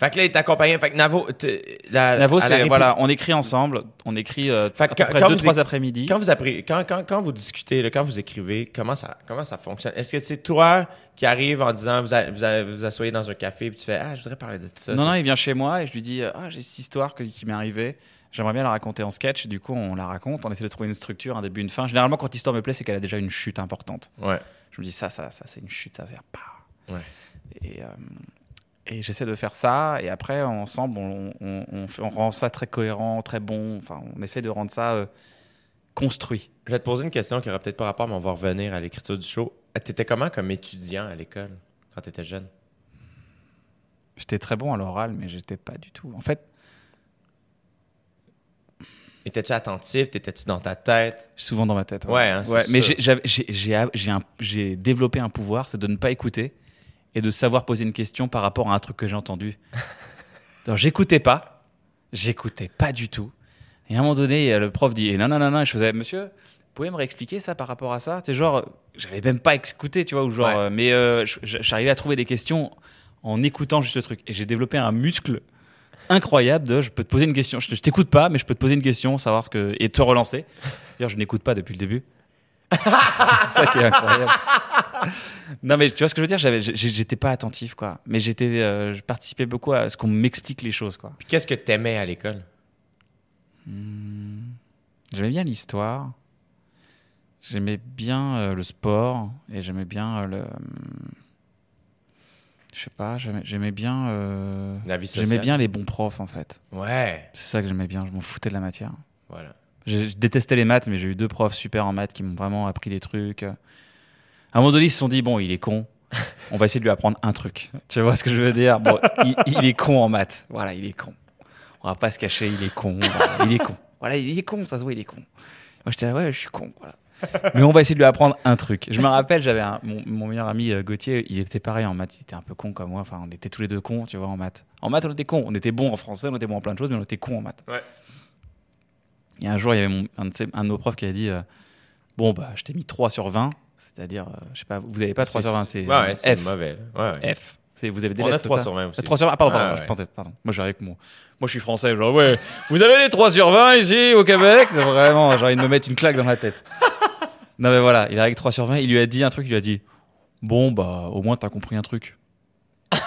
Speaker 2: Fait que là, il t'accompagnait. Fait que Navo... t'es- la-
Speaker 4: Navo,
Speaker 2: à la
Speaker 4: c'est
Speaker 2: République-
Speaker 4: voilà, on écrit ensemble. On écrit euh,
Speaker 2: Fait
Speaker 4: à
Speaker 2: que
Speaker 4: peu
Speaker 2: quand-
Speaker 4: près
Speaker 2: quand
Speaker 4: deux,
Speaker 2: vous
Speaker 4: trois
Speaker 2: é-
Speaker 4: après-midi.
Speaker 2: Quand vous, apprenez- quand, quand, quand vous discutez, là, quand vous écrivez, comment ça, comment ça fonctionne? Est-ce que c'est toi qui arrive en disant, vous allez vous, allez vous asseyez dans un café, puis tu fais, ah, je voudrais parler de ça.
Speaker 4: Non,
Speaker 2: ça,
Speaker 4: non,
Speaker 2: ça.
Speaker 4: il vient chez moi et je lui dis euh, Ah, j'ai cette histoire que- qui m'est arrivée. J'aimerais bien la raconter en sketch. Du coup, on la raconte. On essaie de trouver une structure, un début, une fin. Généralement, quand l'histoire me plaît, c'est qu'elle a déjà une chute importante.
Speaker 2: Ouais.
Speaker 4: Je me dis Ça, ça, ça, c'est une chute, ça va faire pas.
Speaker 2: Ouais.
Speaker 4: Et, euh, et j'essaie de faire ça. Et après, ensemble, on, on- on fait- on rend ça très cohérent, très bon. Enfin, on essaie de rendre ça euh, construit.
Speaker 2: Je vais te poser une question qui aura peut-être pas rapport, mais on va revenir à l'écriture du show. Euh, T'étais comment comme étudiant à l'école quand t'étais jeune?
Speaker 4: J'étais très bon à l'oral, mais j'étais pas du tout. En fait,
Speaker 2: Étais-tu attentif? T'étais-tu dans ta tête?
Speaker 4: Souvent dans ma tête.
Speaker 2: Ouais, hein, c'est sûr.
Speaker 4: mais j'ai- j'avais- j'ai- j'ai a- j'ai un- j'ai développé un pouvoir, c'est de ne pas écouter et de savoir poser une question par rapport à un truc que j'ai entendu. Alors, j'écoutais pas, j'écoutais pas du tout. Et à un moment donné, le prof dit eh, non, non, non, non, Et je faisais monsieur, vous pouvez me réexpliquer ça par rapport à ça C'est genre, j'avais même pas écouté, tu vois, ou genre,
Speaker 2: Ouais.
Speaker 4: euh, mais euh, je- je- j'arrivais à trouver des questions en écoutant juste le truc. Et j'ai développé un muscle incroyable de je peux te poser une question, je, te- je t'écoute pas, mais je peux te poser une question, savoir ce que. et te relancer. D'ailleurs, je n'écoute pas depuis le début. C'est ça qui est incroyable. Non, mais tu vois ce que je veux dire J'avais- j'ai- J'étais pas attentif, quoi. Mais j'étais, euh, je participais beaucoup à ce qu'on m'explique les choses, quoi.
Speaker 2: Puis qu'est-ce que t'aimais à l'école?
Speaker 4: J'aimais bien l'histoire. J'aimais bien euh, le sport et j'aimais bien euh, le. Je sais pas, j'aimais j'aimais bien. euh,
Speaker 2: La vie sociale?
Speaker 4: J'aimais bien les bons profs en fait.
Speaker 2: Ouais.
Speaker 4: C'est ça que j'aimais bien, je m'en foutais de la matière.
Speaker 2: Voilà.
Speaker 4: Je, je détestais les maths, mais j'ai eu deux profs super en maths qui m'ont vraiment appris des trucs. À un moment donné, ils se sont dit bon, il est con. On va essayer de lui apprendre un truc. Tu vois ce que je veux dire Bon, il, il est con en maths. Voilà, il est con. On va pas se cacher, il est con. Voilà, il est con. Voilà, il est con. Ça se voit, il est con. Moi, j'étais là, ouais, je suis con. Voilà. Mais on va essayer de lui apprendre un truc. Je me rappelle, j'avais un- mon, mon meilleur ami euh, Gauthier, il était pareil en maths, il était un peu con comme moi. Enfin, on était tous les deux cons, tu vois, en maths. En maths, on était cons. On était bons en français, on était bons en plein de choses, mais on était cons en maths.
Speaker 2: Ouais.
Speaker 4: Et un jour, il y avait mon- un, de ses- un de nos profs qui a dit euh, Bon, bah, je t'ai mis 3 sur 20, c'est-à-dire, euh, je sais pas, vous avez pas 3 sur 20, c'est
Speaker 2: Ouais, ouais, c'est
Speaker 4: euh, F.
Speaker 2: mauvais. là. Ouais,
Speaker 4: C'est
Speaker 2: ouais.
Speaker 4: F. C'est- Vous avez des
Speaker 2: On a
Speaker 4: lettres,
Speaker 2: 3
Speaker 4: c'est ça
Speaker 2: sur 20 aussi.
Speaker 4: 3 sur 20, ah, pardon,
Speaker 2: Ah,
Speaker 4: pardon,
Speaker 2: ouais.
Speaker 4: je pensais- pardon. Moi, j'arrive avec mon. Moi, je suis français, genre, ouais, vous avez les 3 sur 20 ici, au Québec C'est Vraiment, j'ai envie de me mettre une claque dans la tête. non, mais voilà, il arrive avec 3 sur 20, il lui a dit un truc, il lui a dit bon, bah, au moins, t'as compris un truc.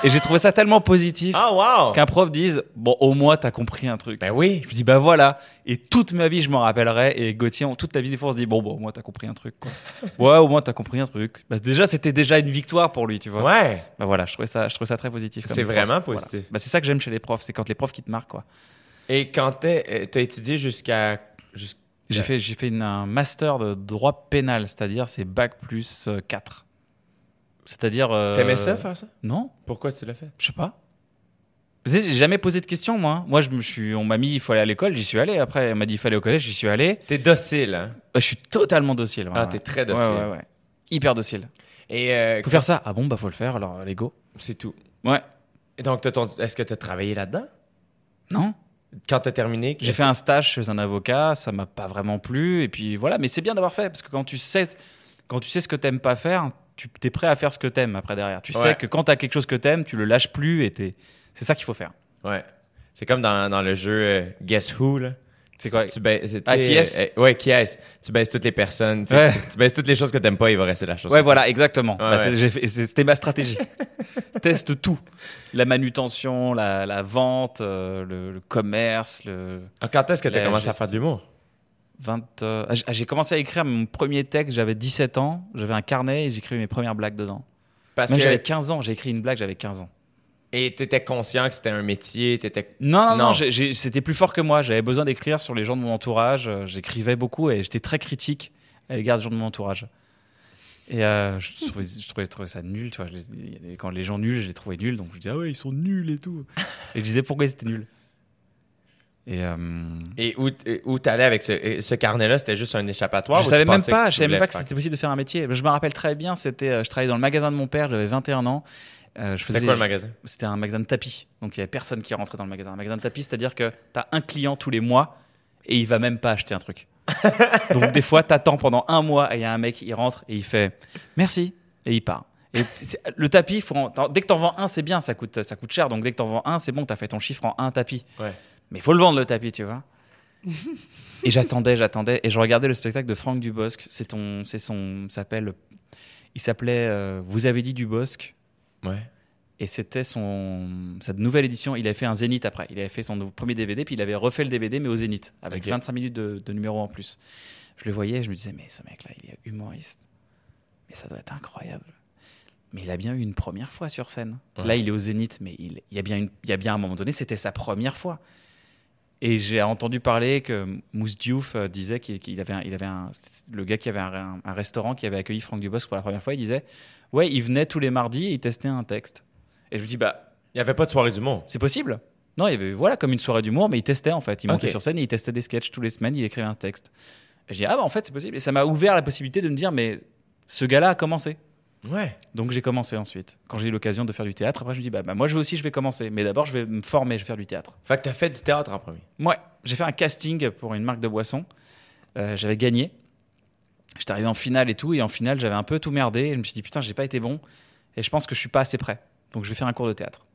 Speaker 4: Et j'ai trouvé ça tellement positif
Speaker 2: Ah, wow!
Speaker 4: qu'un prof dise, bon, au moins, t'as compris un truc.
Speaker 2: Ben oui.
Speaker 4: Je me dis, bah voilà. Et toute ma vie, je m'en rappellerai. Et Gauthier, en toute la vie, des fois, on se dit, bon, bon, au moins, t'as compris un truc, quoi. ouais, au moins, t'as compris un truc. Bah, déjà, c'était déjà une victoire pour lui, tu vois.
Speaker 2: Ouais.
Speaker 4: Bah voilà, je trouvais ça, je trouvais ça très positif. comme
Speaker 2: C'est
Speaker 4: prof.
Speaker 2: vraiment
Speaker 4: Voilà.
Speaker 2: positif.
Speaker 4: Bah, c'est ça que j'aime chez les profs, c'est quand les profs qui te marquent, quoi.
Speaker 2: Et quand t'es- euh, t'as étudié jusqu'à. jusqu'-
Speaker 4: J'ai
Speaker 2: Ouais.
Speaker 4: fait, j'ai fait une- un master de droit pénal, c'est-à-dire c'est bac plus euh, 4. C'est-à-dire. euh,
Speaker 2: T'aimais ça, faire ça?
Speaker 4: Non,
Speaker 2: Pourquoi tu l'as fait?
Speaker 4: je sais pas. Tu sais, J'ai jamais posé de questions, moi. Moi, je me suis, on m'a mis, il faut aller à l'école, j'y suis allé. Après, on m'a dit, il faut aller au collège, j'y suis allé.
Speaker 2: T'es docile, hein?
Speaker 4: Bah, je suis totalement docile. ouais,
Speaker 2: Ah,
Speaker 4: ouais.
Speaker 2: t'es très
Speaker 4: Ouais,
Speaker 2: docile.
Speaker 4: ouais, ouais. Hyper docile.
Speaker 2: Et euh,
Speaker 4: Faut faire ça. Ah bon, bah faut le faire, alors allez go.
Speaker 2: c'est tout.
Speaker 4: Ouais.
Speaker 2: Et donc, t'as ton- est-ce que t'as travaillé là-dedans?
Speaker 4: Non
Speaker 2: Quand t'as terminé?
Speaker 4: J'ai fait un stage chez un avocat, ça m'a pas vraiment plu. Et puis voilà, mais c'est bien d'avoir fait, parce que quand tu sais, quand tu sais ce que t'aimes pas faire, tu es prêt à faire ce que t'aimes après derrière. Tu
Speaker 2: Ouais.
Speaker 4: sais que quand t'as quelque chose que t'aimes, tu le lâches plus et t'es- c'est ça qu'il faut faire.
Speaker 2: Ouais. C'est comme dans, dans le jeu euh, Guess Who, là.
Speaker 4: C'est quoi
Speaker 2: Tu baisses- tu sais,
Speaker 4: Ah, qui est-ce?
Speaker 2: euh, euh, ouais, qui est-ce? Tu baisses toutes les personnes. tu sais.
Speaker 4: Ouais.
Speaker 2: Tu baisses toutes les choses que t'aimes pas, il va rester la chose.
Speaker 4: Ouais, voilà, exactement.
Speaker 2: Ouais,
Speaker 4: Bah,
Speaker 2: ouais.
Speaker 4: c'est- j'ai fait- c'est- C'était ma stratégie. Teste tout. La manutention, la, la vente, euh, le, le commerce, le
Speaker 2: Ah, Quand est-ce que t'as
Speaker 4: La
Speaker 2: commencé à
Speaker 4: geste-
Speaker 2: faire de l'humour?
Speaker 4: 20... euh, ah, j- ah, J'ai commencé à écrire mon premier texte, j'avais 17 ans, j'avais un carnet et j'écrivais mes premières blagues dedans.
Speaker 2: Parce
Speaker 4: Même
Speaker 2: que.
Speaker 4: j'avais 15 ans, j'ai écrit une blague, j'avais 15 ans.
Speaker 2: Et t'étais conscient que c'était un métier, t'étais.
Speaker 4: Non, non, non,
Speaker 2: Non.
Speaker 4: j'ai- j'ai- c'était plus fort que moi. J'avais besoin d'écrire sur les gens de mon entourage. Euh, J'écrivais beaucoup et j'étais très critique à l'égard des gens de mon entourage. Et euh, je, trouvais, je, trouvais, je trouvais ça nul. Tu vois, je les- il y a des- quand les gens nuls, je les trouvais nuls. Donc je disais, ah ouais, ils sont nuls et tout. Et je disais pourquoi ils étaient nuls. Et euh,
Speaker 2: Et où, t- où t'allais avec ce, et ce carnet-là, c'était juste un échappatoire? ou
Speaker 4: je
Speaker 2: tu
Speaker 4: savais même
Speaker 2: pensais
Speaker 4: pas,
Speaker 2: tu
Speaker 4: je savais même
Speaker 2: voulais
Speaker 4: pas que
Speaker 2: faire-
Speaker 4: c'était possible de faire un métier. Je me rappelle très bien, c'était, euh, je travaillais dans le magasin de mon père, j'avais 21 ans. Euh, je faisais
Speaker 2: C'était quoi
Speaker 4: les-
Speaker 2: le magasin?
Speaker 4: c'était un magasin de tapis. Donc il y avait personne qui rentrait dans le magasin. Un magasin de tapis, c'est-à-dire que tu as un client tous les mois et il va même pas acheter un truc. Donc des fois, tu attends pendant un mois et il y a un mec, il rentre et il fait merci et il part. Et c'est- le tapis, faut en- t'en- dès que t'en vends un, c'est bien, ça coûte, ça coûte cher. Donc dès que t'en vends un, c'est bon, t'as fait ton chiffre en un tapis.
Speaker 2: Ouais.
Speaker 4: Mais il faut le vendre le tapis, tu vois. et j'attendais, j'attendais, et je regardais le spectacle de Franck Dubosc. C'est ton, c'est son, s'appelle, il s'appelait euh, Vous avez dit Dubosc.
Speaker 2: Ouais.
Speaker 4: Et c'était son sa nouvelle édition. Il avait fait un Zénith après. Il avait fait son nou- premier DVD, puis il avait refait le DVD, mais au Zénith, avec
Speaker 2: Ok.
Speaker 4: 25 minutes de, de numéro en plus. Je le voyais, je me disais, mais ce mec-là, il est humoriste. Mais ça doit être incroyable. Mais il a bien eu une première fois sur scène.
Speaker 2: Ouais.
Speaker 4: Là, il est au Zénith, mais il, il, y a bien une, il y a bien un moment donné, c'était sa première fois. Et j'ai entendu parler que Mousse Diouf euh, disait qu'il qu'il avait, un- il avait un, le gars qui avait un, un- un restaurant qui avait accueilli Franck Dubosc pour la première fois, il disait, ouais, il venait tous les mardis et il testait un texte. Et je me dis, bah,
Speaker 2: Il n'y avait pas de soirée du monde.
Speaker 4: c'est possible. Non, il y avait, voilà, comme une soirée d'humour, mais il testait en fait. Il montait
Speaker 2: Ok.
Speaker 4: sur scène et il testait des sketchs tous les semaines, il écrivait un texte. Et je dis, ah bah en fait, c'est possible. Et ça m'a ouvert la possibilité de me dire, mais ce gars-là a commencé.
Speaker 2: Ouais.
Speaker 4: Donc j'ai commencé ensuite. Quand j'ai eu l'occasion de faire du théâtre, après je me dis, bah, bah, moi je vais aussi, je vais commencer. Mais d'abord, je vais me former, je vais faire du théâtre.
Speaker 2: Fait que t'as fait du théâtre en premier.
Speaker 4: Moi, j'ai fait un casting pour une marque de boissons. Euh, j'avais gagné. J'étais arrivé en finale et tout. Et en finale, j'avais un peu tout merdé. Et je me suis dit, putain, j'ai pas été bon. Et je pense que je suis pas assez prêt. Donc je vais faire un cours de théâtre.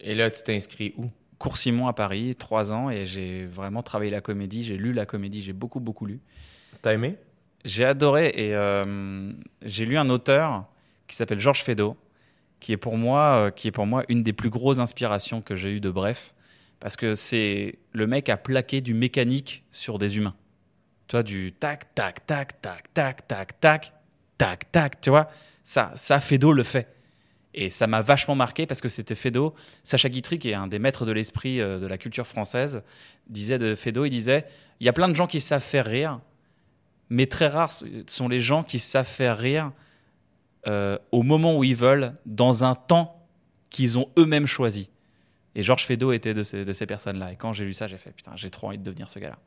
Speaker 2: Et là, tu t'es inscrit où?
Speaker 4: Cours Simon à Paris, trois ans, et j'ai vraiment travaillé la comédie, j'ai lu la comédie, j'ai beaucoup, beaucoup lu.
Speaker 2: T'as aimé?
Speaker 4: J'ai adoré, et euh, j'ai lu un auteur qui s'appelle Georges Feydeau, qui est, pour moi, euh, qui est pour moi une des plus grosses inspirations que j'ai eues de Bref, parce que c'est le mec a plaqué du mécanique sur des humains. Tu vois, du tac, tac, tac, tac, tac, tac, tac, tac, tac, tu vois, ça, ça, Feydeau le fait. Et ça m'a vachement marqué parce que c'était Feydeau. Sacha Guitry, qui est un des maîtres de l'esprit euh, de la culture française, disait de Feydeau, il disait, il y a plein de gens qui savent faire rire, mais très rares sont les gens qui savent faire rire euh, au moment où ils veulent, dans un temps qu'ils ont eux-mêmes choisi. Et Georges Feydeau était de ces, de ces personnes-là. Et quand j'ai lu ça, j'ai fait, putain, j'ai trop envie de devenir ce gars-là.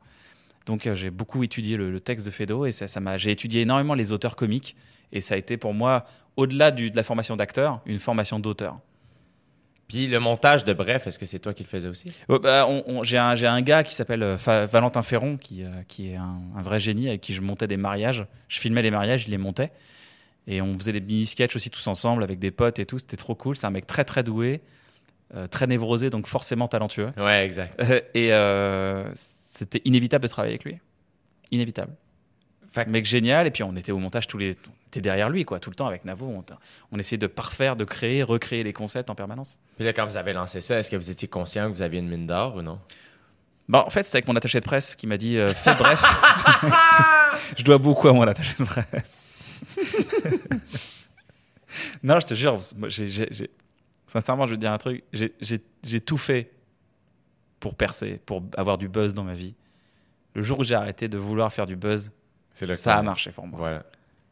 Speaker 4: Donc euh, j'ai beaucoup étudié le, le texte de Feydeau et ça, ça m'a, j'ai étudié énormément les auteurs comiques. Et ça a été pour moi, au-delà du- de la formation d'acteur, une formation d'auteur.
Speaker 2: Puis le montage de Bref, est-ce que c'est toi qui le faisais aussi?
Speaker 4: Ouais, bah, on- on- j'ai un, j'ai un gars qui s'appelle euh, Fa- Valentin Ferron, qui, euh, qui est un, un vrai génie, avec qui je montais des mariages. Je filmais les mariages, il les montait. Et on faisait des mini-sketchs aussi tous ensemble, avec des potes et tout. C'était trop cool. C'est un mec très, très doué, euh, très névrosé, donc forcément talentueux.
Speaker 2: Ouais, exact.
Speaker 4: Euh, et euh, c'était inévitable de travailler avec lui. Inévitable.
Speaker 2: Fact.
Speaker 4: Mec génial. Et puis on était au montage tous les. on était derrière lui, quoi, tout le temps avec Navo. On, t- on essayait de parfaire, de créer, recréer les concepts en permanence.
Speaker 2: Puis là, quand vous avez lancé ça, est-ce que vous étiez conscient que vous aviez une mine d'or ou non?
Speaker 4: Bah, en fait, c'était avec mon attaché de presse qui m'a dit euh, fais bref. je dois beaucoup à mon attaché de presse. non, je te jure, moi, j'ai- j'ai- j'ai- sincèrement, je vais te dire un truc. J'ai- J'ai j'ai tout fait pour percer, pour avoir du buzz dans ma vie. Le jour où j'ai arrêté de vouloir faire du buzz,
Speaker 2: C'est le
Speaker 4: ça
Speaker 2: cas.
Speaker 4: a marché pour moi.
Speaker 2: Voilà.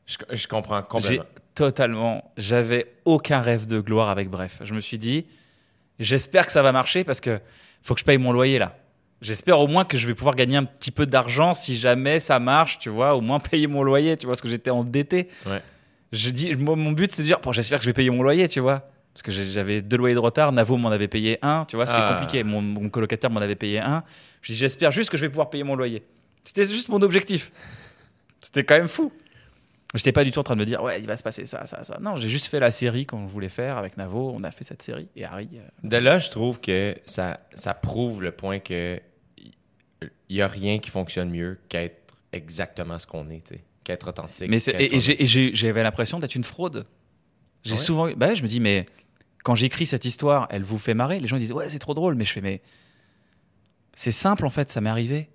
Speaker 2: Je, je comprends
Speaker 4: J'ai
Speaker 2: complètement.
Speaker 4: totalement, j'avais aucun rêve de gloire avec Bref. Je me suis dit, j'espère que ça va marcher parce que faut que je paye mon loyer là. J'espère au moins que je vais pouvoir gagner un petit peu d'argent si jamais ça marche, tu vois, au moins payer mon loyer, tu vois, parce que j'étais endetté.
Speaker 2: Ouais.
Speaker 4: Je dis, moi, mon but c'est de dire, bon, j'espère que je vais payer mon loyer, tu vois. Parce que j'ai- j'avais deux loyers de retard, Navo m'en avait payé un, tu vois, c'était
Speaker 2: Ah.
Speaker 4: compliqué. Mon, mon colocataire m'en avait payé un. Je dis, j'espère juste que je vais pouvoir payer mon loyer. C'était juste mon objectif. C'était quand même fou. J'étais pas du tout en train de me dire, ouais, il va se passer ça, ça, ça. Non, j'ai juste fait la série qu'on voulait faire avec Navo. On a fait cette série et Harry. euh,
Speaker 2: De là, je trouve que ça, ça prouve le point que il y a rien qui fonctionne mieux qu'être exactement ce qu'on est, tu sais, qu'être authentique.
Speaker 4: Mais c'est-
Speaker 2: qu'être
Speaker 4: et, et
Speaker 2: soi-même.
Speaker 4: j'ai- et j'ai- j'avais l'impression d'être une fraude. J'ai
Speaker 2: Ah ouais
Speaker 4: souvent, bah ouais, je me dis mais quand j'écris cette histoire, elle vous fait marrer. Les gens ils disent ouais c'est trop drôle, mais je fais mais c'est simple en fait, ça m'est arrivé.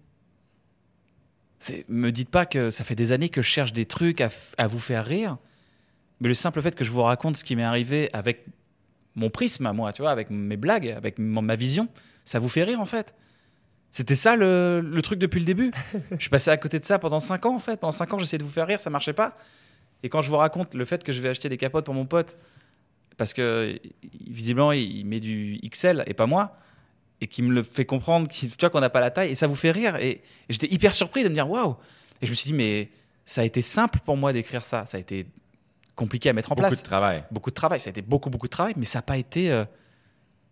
Speaker 4: C'est- Me dites pas que ça fait des années que je cherche des trucs à, f- à vous faire rire, mais le simple fait que je vous raconte ce qui m'est arrivé avec mon prisme à moi, tu vois, avec mes blagues, avec mon- ma vision, ça vous fait rire en fait. C'était ça le, le truc depuis le début. je suis passé à côté de ça pendant 5 ans en fait. Pendant 5 ans, j'essayais de vous faire rire, ça marchait pas. Et quand je vous raconte le fait que je vais acheter des capotes pour mon pote, parce que il- visiblement il il met du XL et pas moi, et qui me le fait comprendre qu'il- tu vois, qu'on n'a pas la taille, et ça vous fait rire. Et, et j'étais hyper surpris de me dire waouh. Et je me suis dit mais ça a été simple pour moi d'écrire ça, ça a été compliqué à mettre en
Speaker 2: beaucoup
Speaker 4: place
Speaker 2: de travail.
Speaker 4: beaucoup de travail. Ça a été beaucoup, beaucoup de travail, mais ça n'a pas été, euh,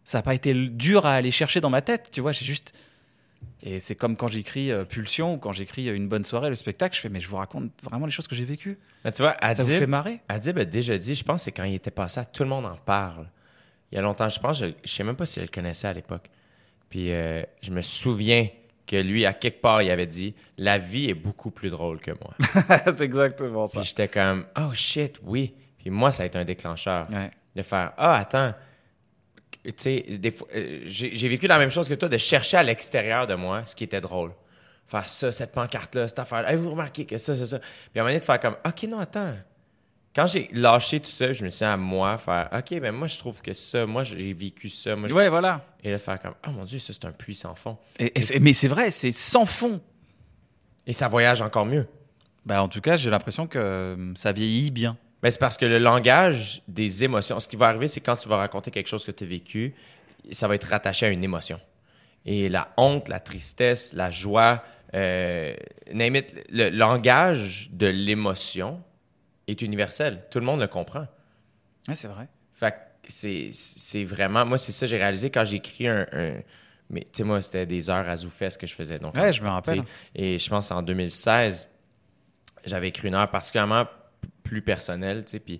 Speaker 4: ça a pas été l- dur à aller chercher dans ma tête. Tu vois, j'ai juste. Et c'est comme quand j'écris euh, Pulsion ou quand j'écris euh, Une bonne soirée, le spectacle, je fais, mais je vous raconte vraiment les choses que j'ai vécues.
Speaker 2: Mais tu vois,
Speaker 4: Ça vous fait
Speaker 2: Adib,
Speaker 4: marrer.
Speaker 2: Adib a déjà dit, je pense que c'est quand il était passé, à tout le monde en parle. Il y a longtemps, je pense, je, je sais même pas si je le connaissais à l'époque. Puis euh, je me souviens que lui, à quelque part, il avait dit, la vie est beaucoup plus drôle que moi.
Speaker 4: c'est exactement
Speaker 2: Puis j'étais comme, oh shit, oui. Puis moi, ça a été un déclencheur.
Speaker 4: Ouais.
Speaker 2: de faire Ah, attends. Tu sais, des fois, euh, j'ai j'ai vécu la même chose que toi, de chercher à l'extérieur de moi ce qui était drôle. Faire ça, cette pancarte-là, cette affaire-là. Hey, vous remarquez que ça, ça, ça. Puis à un moment donné, de faire comme Ok, non, attends. Quand j'ai lâché tout ça, je me suis dit à moi faire Ok, ben moi, je trouve que ça, moi, j'ai vécu ça. Moi, je-
Speaker 4: Ouais, voilà.
Speaker 2: Et là, faire comme Oh mon Dieu, ça, c'est un puits sans fond.
Speaker 4: Et- et c'est- mais c'est vrai, c'est sans fond.
Speaker 2: Et ça voyage encore mieux.
Speaker 4: Bah, en tout cas, j'ai l'impression que euh, ça vieillit bien.
Speaker 2: Mais Ben, c'est parce que le langage des émotions, ce qui va arriver, c'est quand tu vas raconter quelque chose que tu as vécu, ça va être rattaché à une émotion. Et la honte, la tristesse, la joie, euh, name it, le langage de l'émotion est universel. Tout le monde le comprend.
Speaker 4: Ouais, c'est vrai.
Speaker 2: Fait que c'est- c'est vraiment. Moi, c'est ça que j'ai réalisé quand j'ai écrit un. un- mais tu sais, moi, c'était des heures à Zoufès que je faisais. Donc,
Speaker 4: Ouais,
Speaker 2: en-
Speaker 4: je me rappelle.
Speaker 2: tu sais, Et je pense en 2016, j'avais écrit une heure particulièrement p- plus personnelle, tu sais. Puis.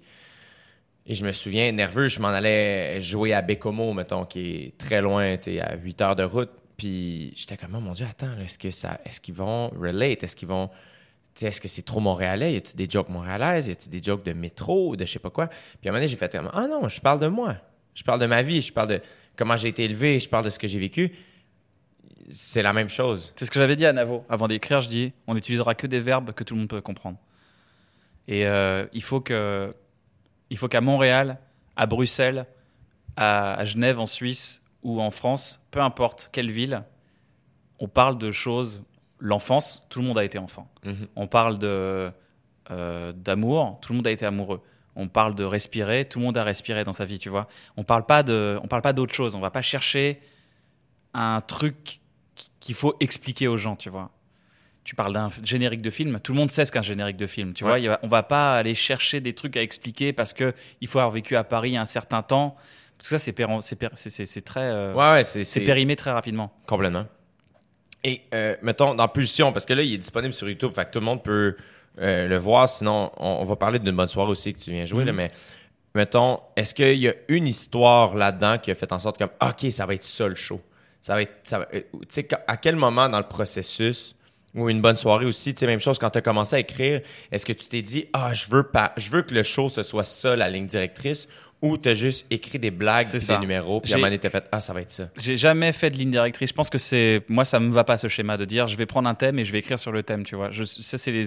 Speaker 2: Et je me souviens, nerveux, je m'en allais jouer à Bécomo, mettons, qui est très loin, tu sais, à 8 heures de route. Puis j'étais comme, oh mon Dieu, attends, là, est-ce que ça, est-ce qu'ils vont relate? Est-ce qu'ils vont. tu sais, Est-ce que c'est trop montréalais? Y a-tu des jokes montréalaises? Y a-tu des jokes de métro? De je sais pas quoi? Puis à un moment donné, j'ai fait comme, ah non, je parle de moi. Je parle de ma vie. Je parle de comment j'ai été élevé. Je parle de ce que j'ai vécu. C'est la même chose.
Speaker 4: C'est ce que j'avais dit à Navo. Avant d'écrire, je dis on n'utilisera que des verbes que tout le monde peut comprendre. Et euh, il faut que, il faut qu'à Montréal, à Bruxelles, à, à Genève en Suisse ou en France, peu importe quelle ville, on parle de choses. L'enfance, tout le monde a été enfant.
Speaker 2: Mhm.
Speaker 4: On parle de euh, d'amour, tout le monde a été amoureux. On parle de respirer, tout le monde a respiré dans sa vie, tu vois. On parle pas de, on parle pas d'autre chose. On va pas chercher un truc qui- qu'il faut expliquer aux gens, tu vois. Tu parles d'un f- générique de film, tout le monde sait ce qu'est un générique de film, tu
Speaker 2: Ouais.
Speaker 4: vois. Il y a- on va pas aller chercher des trucs à expliquer parce que il faut avoir vécu à Paris un certain temps. Parce que ça, c'est péren- c'est pér- c'est- c'est- c'est très, euh,
Speaker 2: Ouais, ouais, c'est.
Speaker 4: c'est
Speaker 2: c'est-
Speaker 4: périmé très rapidement.
Speaker 2: Complètement. Et euh, mettons, dans Pulsion, parce que là, il est disponible sur YouTube, fait que tout le monde peut euh, le voir. Sinon, on, on va parler d'une bonne soirée aussi que tu viens jouer, là,
Speaker 4: Mhm.
Speaker 2: mais mettons, est-ce qu'il y a une histoire là-dedans qui a fait en sorte comme OK, ça va être ça le show? Ça va être. ça va- euh, Tu sais, quand- à quel moment dans le processus Ou une bonne soirée aussi. Tu sais, même chose quand tu as commencé à écrire, est-ce que tu t'es dit, ah, je veux pas, je veux que le show, ce soit ça, la ligne directrice, ou t'as juste écrit des blagues,
Speaker 4: C'est
Speaker 2: puis
Speaker 4: ça.
Speaker 2: des numéros, puis à un
Speaker 4: J'ai-
Speaker 2: moment donné, t'as fait, ah, ça va être ça.
Speaker 4: J'ai jamais fait de ligne directrice. Je pense que c'est moi ça me va pas ce schéma de dire je vais prendre un thème et je vais écrire sur le thème, tu vois. Je ça c'est les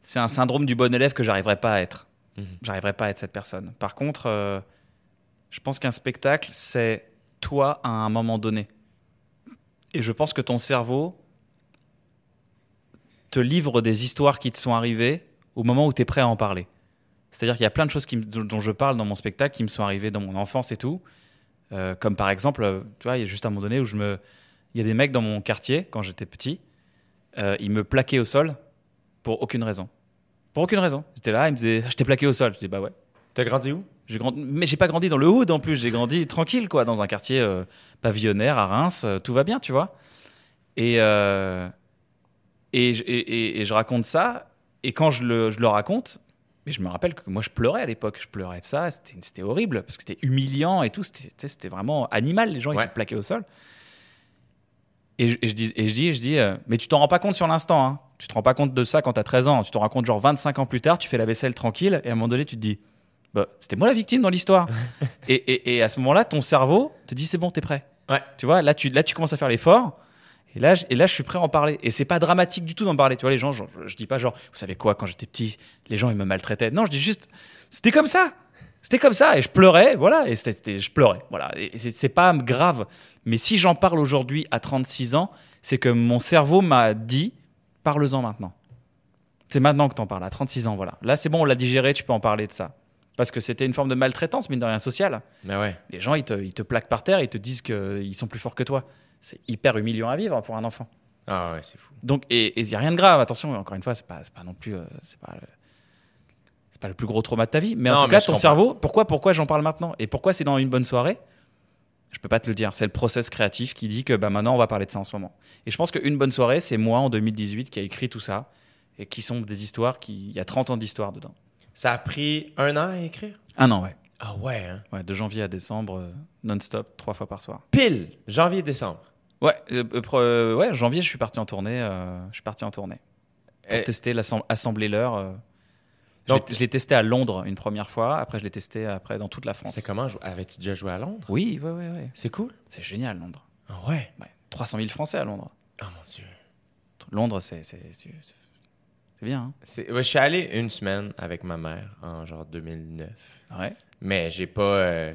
Speaker 4: c'est un syndrome du bon élève que j'arriverai pas à être.
Speaker 2: Mhm.
Speaker 4: J'arriverai pas à être cette personne. Par contre, euh, je pense qu'un spectacle c'est toi à un moment donné. Et je pense que ton cerveau te livre des histoires qui te sont arrivées au moment où tu es prêt à en parler. C'est-à-dire qu'il y a plein de choses qui me- dont dont je parle dans mon spectacle qui me sont arrivées dans mon enfance et tout. Euh, comme par exemple, euh, tu vois, il y a juste un moment donné où je me. Il y a des mecs dans mon quartier, quand j'étais petit, euh, ils me plaquaient au sol pour aucune raison. Pour aucune raison. J'étais là, ils me disaient Ah, Je t'ai plaqué au sol. Je dis Bah ouais.
Speaker 2: T'as grandi où?
Speaker 4: J'ai grand- Mais j'ai pas grandi dans le hood en plus, j'ai grandi tranquille, quoi, dans un quartier euh, pavillonnaire à Reims, euh, tout va bien, tu vois. Et, euh, et, je- et- et- et je raconte ça, et quand je le, je le raconte, mais je me rappelle que moi je pleurais à l'époque, je pleurais de ça, c'était c'était horrible, parce que c'était humiliant et tout, c'était tu sais, c'était vraiment animal, les gens
Speaker 2: Ouais.
Speaker 4: ils te plaquaient au sol. Et je, et je dis, et je dis, je dis euh, mais tu t'en rends pas compte sur l'instant, hein. tu te rends pas compte de ça quand t'as 13 ans, tu t'en rends compte genre 25 ans plus tard, tu fais la vaisselle tranquille, et à un moment donné tu te dis, bah, c'était moi la victime dans l'histoire. et, et- et à ce moment-là, ton cerveau te dit, c'est bon, t'es prêt.
Speaker 2: Ouais.
Speaker 4: Tu vois, là tu, là, tu commences à faire l'effort. Et là, je- et là, je suis prêt à en parler. Et c'est pas dramatique du tout d'en parler. Tu vois, les gens, genre, je, je dis pas genre, vous savez quoi, quand j'étais petit, les gens, ils me maltraitaient. Non, je dis juste, c'était comme ça. C'était comme ça. Et je pleurais, voilà. Et c'était, c'était- je pleurais, voilà. Et c'est, c'est pas grave. Mais si j'en parle aujourd'hui à 36 ans, c'est que mon cerveau m'a dit, parle-en maintenant. C'est maintenant que t'en parles, à 36 ans, voilà. Là, c'est bon, on l'a digéré, tu peux en parler de ça. Parce que c'était une forme de maltraitance, mine de rien, sociale.
Speaker 2: Mais Ben ouais.
Speaker 4: Les gens, ils te, ils te plaquent par terre, ils te disent qu'ils sont plus forts que toi. C'est hyper humiliant à vivre pour un enfant.
Speaker 2: Ah ouais, c'est fou.
Speaker 4: Donc, et il n'y a rien de grave, attention, encore une fois, c'est pas, c'est pas non plus. euh, c'est pas, le- c'est pas le plus gros trauma de ta vie. Mais en
Speaker 2: Non,
Speaker 4: tout
Speaker 2: mais
Speaker 4: cas,
Speaker 2: je
Speaker 4: ton
Speaker 2: comprends.
Speaker 4: cerveau, pourquoi, pourquoi j'en parle maintenant Et pourquoi c'est dans une bonne soirée Je peux pas te le dire. C'est le process créatif qui dit que bah, maintenant, on va parler de ça en ce moment. Et je pense qu'une bonne soirée, c'est moi en 2018 qui a écrit tout ça et qui sont des histoires qui. Il y a 30 ans d'histoire dedans.
Speaker 2: Ça a pris un an à écrire?
Speaker 4: Un an, ouais.
Speaker 2: Ah ouais, hein?
Speaker 4: Ouais, de janvier à décembre, euh, non-stop, trois fois par soir.
Speaker 2: Pile! Janvier, décembre.
Speaker 4: Ouais, euh, euh, pro- euh, ouais, janvier, je suis parti en tournée. euh, je suis parti en tournée pour
Speaker 2: Eh.
Speaker 4: tester l'assembler l'heure. euh. Je
Speaker 2: Donc-
Speaker 4: l'ai- je l'ai testé à Londres une première fois. Après, je l'ai testé après dans toute la France.
Speaker 2: C'était comment? jou- Avais-tu déjà joué à Londres?
Speaker 4: Oui, ouais, ouais, ouais.
Speaker 2: C'est cool?
Speaker 4: C'est génial Londres.
Speaker 2: Ah ouais.
Speaker 4: Ouais, 300 000 Français à Londres.
Speaker 2: Ah mon Dieu.
Speaker 4: Londres, c'est c'est c'est c'est bien.
Speaker 2: C'est- ouais, je suis allé une semaine avec ma mère en genre 2009.
Speaker 4: Hein ouais.
Speaker 2: Mais j'ai pas. euh,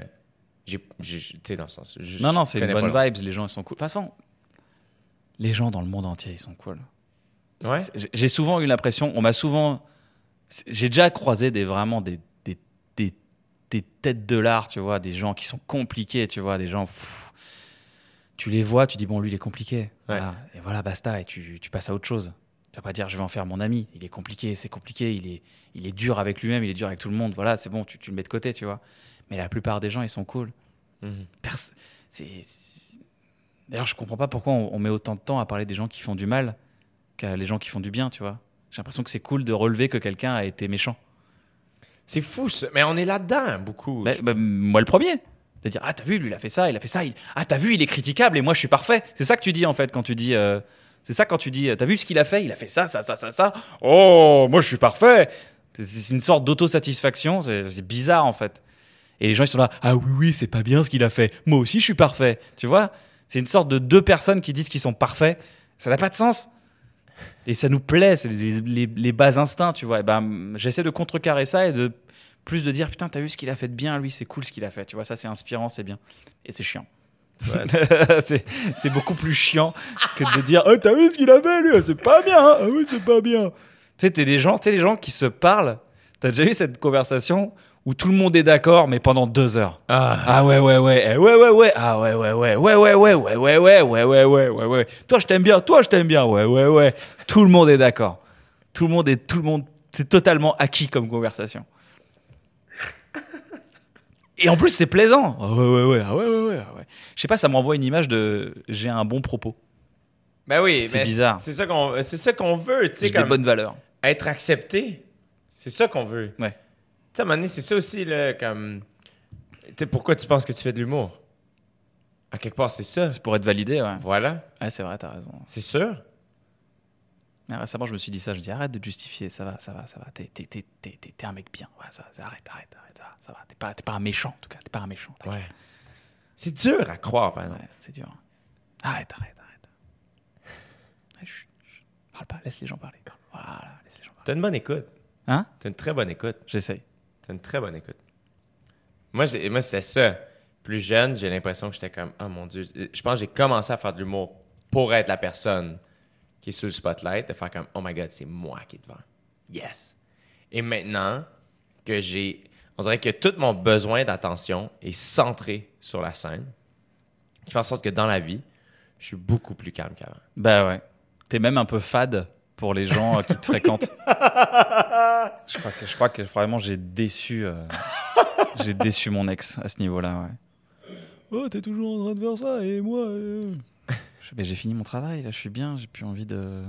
Speaker 2: j'ai. j'ai- Tu sais, dans le sens. je-
Speaker 4: Non,
Speaker 2: je
Speaker 4: non, c'est une
Speaker 2: connais
Speaker 4: bonne
Speaker 2: pas
Speaker 4: vibe. Les gens, ils sont cool. De toute façon, les gens dans le monde entier, ils sont cool.
Speaker 2: le- Ouais.
Speaker 4: C'est- j'ai- J'ai souvent eu l'impression, on m'a souvent, c'est- j'ai déjà croisé des vraiment des des, des des têtes de l'art, tu vois, des gens qui sont compliqués, tu vois, des gens. pff, tu les vois, tu dis bon, lui, il est compliqué. Voilà. et voilà, basta, et tu, tu passes à autre chose. Tu vas pas dire je vais en faire mon ami. Il est compliqué, c'est compliqué. Il est il est dur avec lui-même, il est dur avec tout le monde. Voilà, c'est bon, tu, tu le mets de côté, tu vois. Mais la plupart des gens, ils sont cool.
Speaker 2: Mhm.
Speaker 4: Perso- c'est- c'est- D'ailleurs, je comprends pas pourquoi on, on met autant de temps à parler des gens qui font du mal qu'à les gens qui font du bien, tu vois. J'ai l'impression que c'est cool de relever que quelqu'un a été méchant.
Speaker 2: C'est fou, ça. Mais on est là-dedans, hein, beaucoup.
Speaker 4: Bah, bah, moi le premier. De dire, ah, t'as vu, lui, il a fait ça, il a fait ça. il- Ah, t'as vu, il est critiquable et moi, je suis parfait. C'est ça que tu dis, en fait, quand tu dis. euh, C'est ça quand tu dis, euh, t'as vu ce qu'il a fait Il a fait ça, ça, ça, ça, ça. Oh, moi, je suis parfait. C'est- C'est une sorte d'autosatisfaction. C'est c'est bizarre, en fait. Et les gens, ils sont là, ah oui, oui, c'est pas bien ce qu'il a fait. Moi aussi, je suis parfait. Tu vois C'est une sorte de deux personnes qui disent qu'ils sont parfaits. Ça n'a pas de sens. Et ça nous plaît, c'est les, les- les bas instincts, tu vois. Et ben, j'essaie de contrecarrer ça et de plus de dire putain t'as vu ce qu'il a fait de bien lui c'est cool ce qu'il a fait tu vois ça c'est inspirant c'est bien et c'est chiant
Speaker 2: Ouais,
Speaker 4: c'est c'est beaucoup plus chiant que de dire oh t'as vu ce qu'il a fait lui Ah, c'est pas bien hein. ah oui c'est pas bien tu sais t'es des gens tu sais les gens qui se parlent t'as déjà eu cette conversation où tout le monde est d'accord mais pendant deux heures
Speaker 2: Ah.
Speaker 4: ah ouais ouais ouais eh, ouais ouais ouais ah ouais ouais ouais ouais ouais ouais ouais ouais ouais ouais ouais ouais ouais ouais toi je t'aime bien toi je t'aime bien ouais ouais ouais tout le monde est d'accord tout le monde est tout le monde c'est totalement acquis comme conversation et en plus c'est plaisant Ah ouais ouais ouais ah ouais ouais ouais ah ouais je sais pas ça me renvoie une image de j'ai un bon propos
Speaker 2: Ben oui,
Speaker 4: C'est
Speaker 2: mais
Speaker 4: bizarre.
Speaker 2: C'est ça qu'on c'est ça qu'on veut, tu sais,
Speaker 4: j'ai
Speaker 2: comme
Speaker 4: des bonnes valeurs
Speaker 2: être accepté. C'est ça qu'on veut.
Speaker 4: Ouais.
Speaker 2: Tu sais, à un moment donné, c'est ça aussi, là, comme. Tu sais, pourquoi tu penses que tu fais de l'humour? À quelque part, c'est ça.
Speaker 4: pour être validé ouais
Speaker 2: Voilà.
Speaker 4: ouais c'est vrai t'as raison
Speaker 2: C'est sûr.
Speaker 4: Mais récemment, je me suis dit ça. Je me dis, arrête de te justifier. Ça va, ça va, ça va. T'es, t'es, t'es, t'es, t'es- t'es un mec bien. Ouais, ça, ça- arrête, arrête, arrête. Ça, va, ça va. T'es pas, t'es pas un méchant, en tout cas. T'es pas un méchant. t'inquiète.
Speaker 2: Ouais. C'est dur à croire, par exemple.
Speaker 4: Ouais, c'est dur. hein. Arrête, arrête, arrête. Ouais, chut, chut. Parle pas, laisse les gens parler. Voilà, laisse les gens parler.
Speaker 2: T'as une bonne écoute.
Speaker 4: Hein
Speaker 2: T'as une très bonne écoute.
Speaker 4: J'essaye.
Speaker 2: T'as une très bonne écoute. Moi, j'ai- moi c'était ça. Plus jeune, j'ai l'impression que j'étais comme, oh mon Dieu. Je pense que j'ai commencé à faire de l'humour pour être la personne qui est sous le spotlight, de faire comme, oh my God, c'est moi qui est devant. Yes. Et maintenant que j'ai. On dirait que tout mon besoin d'attention est centré sur la scène, qui fait en sorte que dans la vie, je suis beaucoup plus calme qu'avant.
Speaker 4: Bah ouais. T'es même un peu fade pour les gens euh, qui te fréquentent. je, crois que, je crois que vraiment j'ai déçu, euh, j'ai déçu mon ex à ce niveau-là. Ouais. Oh, t'es toujours en train de faire ça et moi. euh. Mais j'ai fini mon travail, là je suis bien, j'ai plus envie de.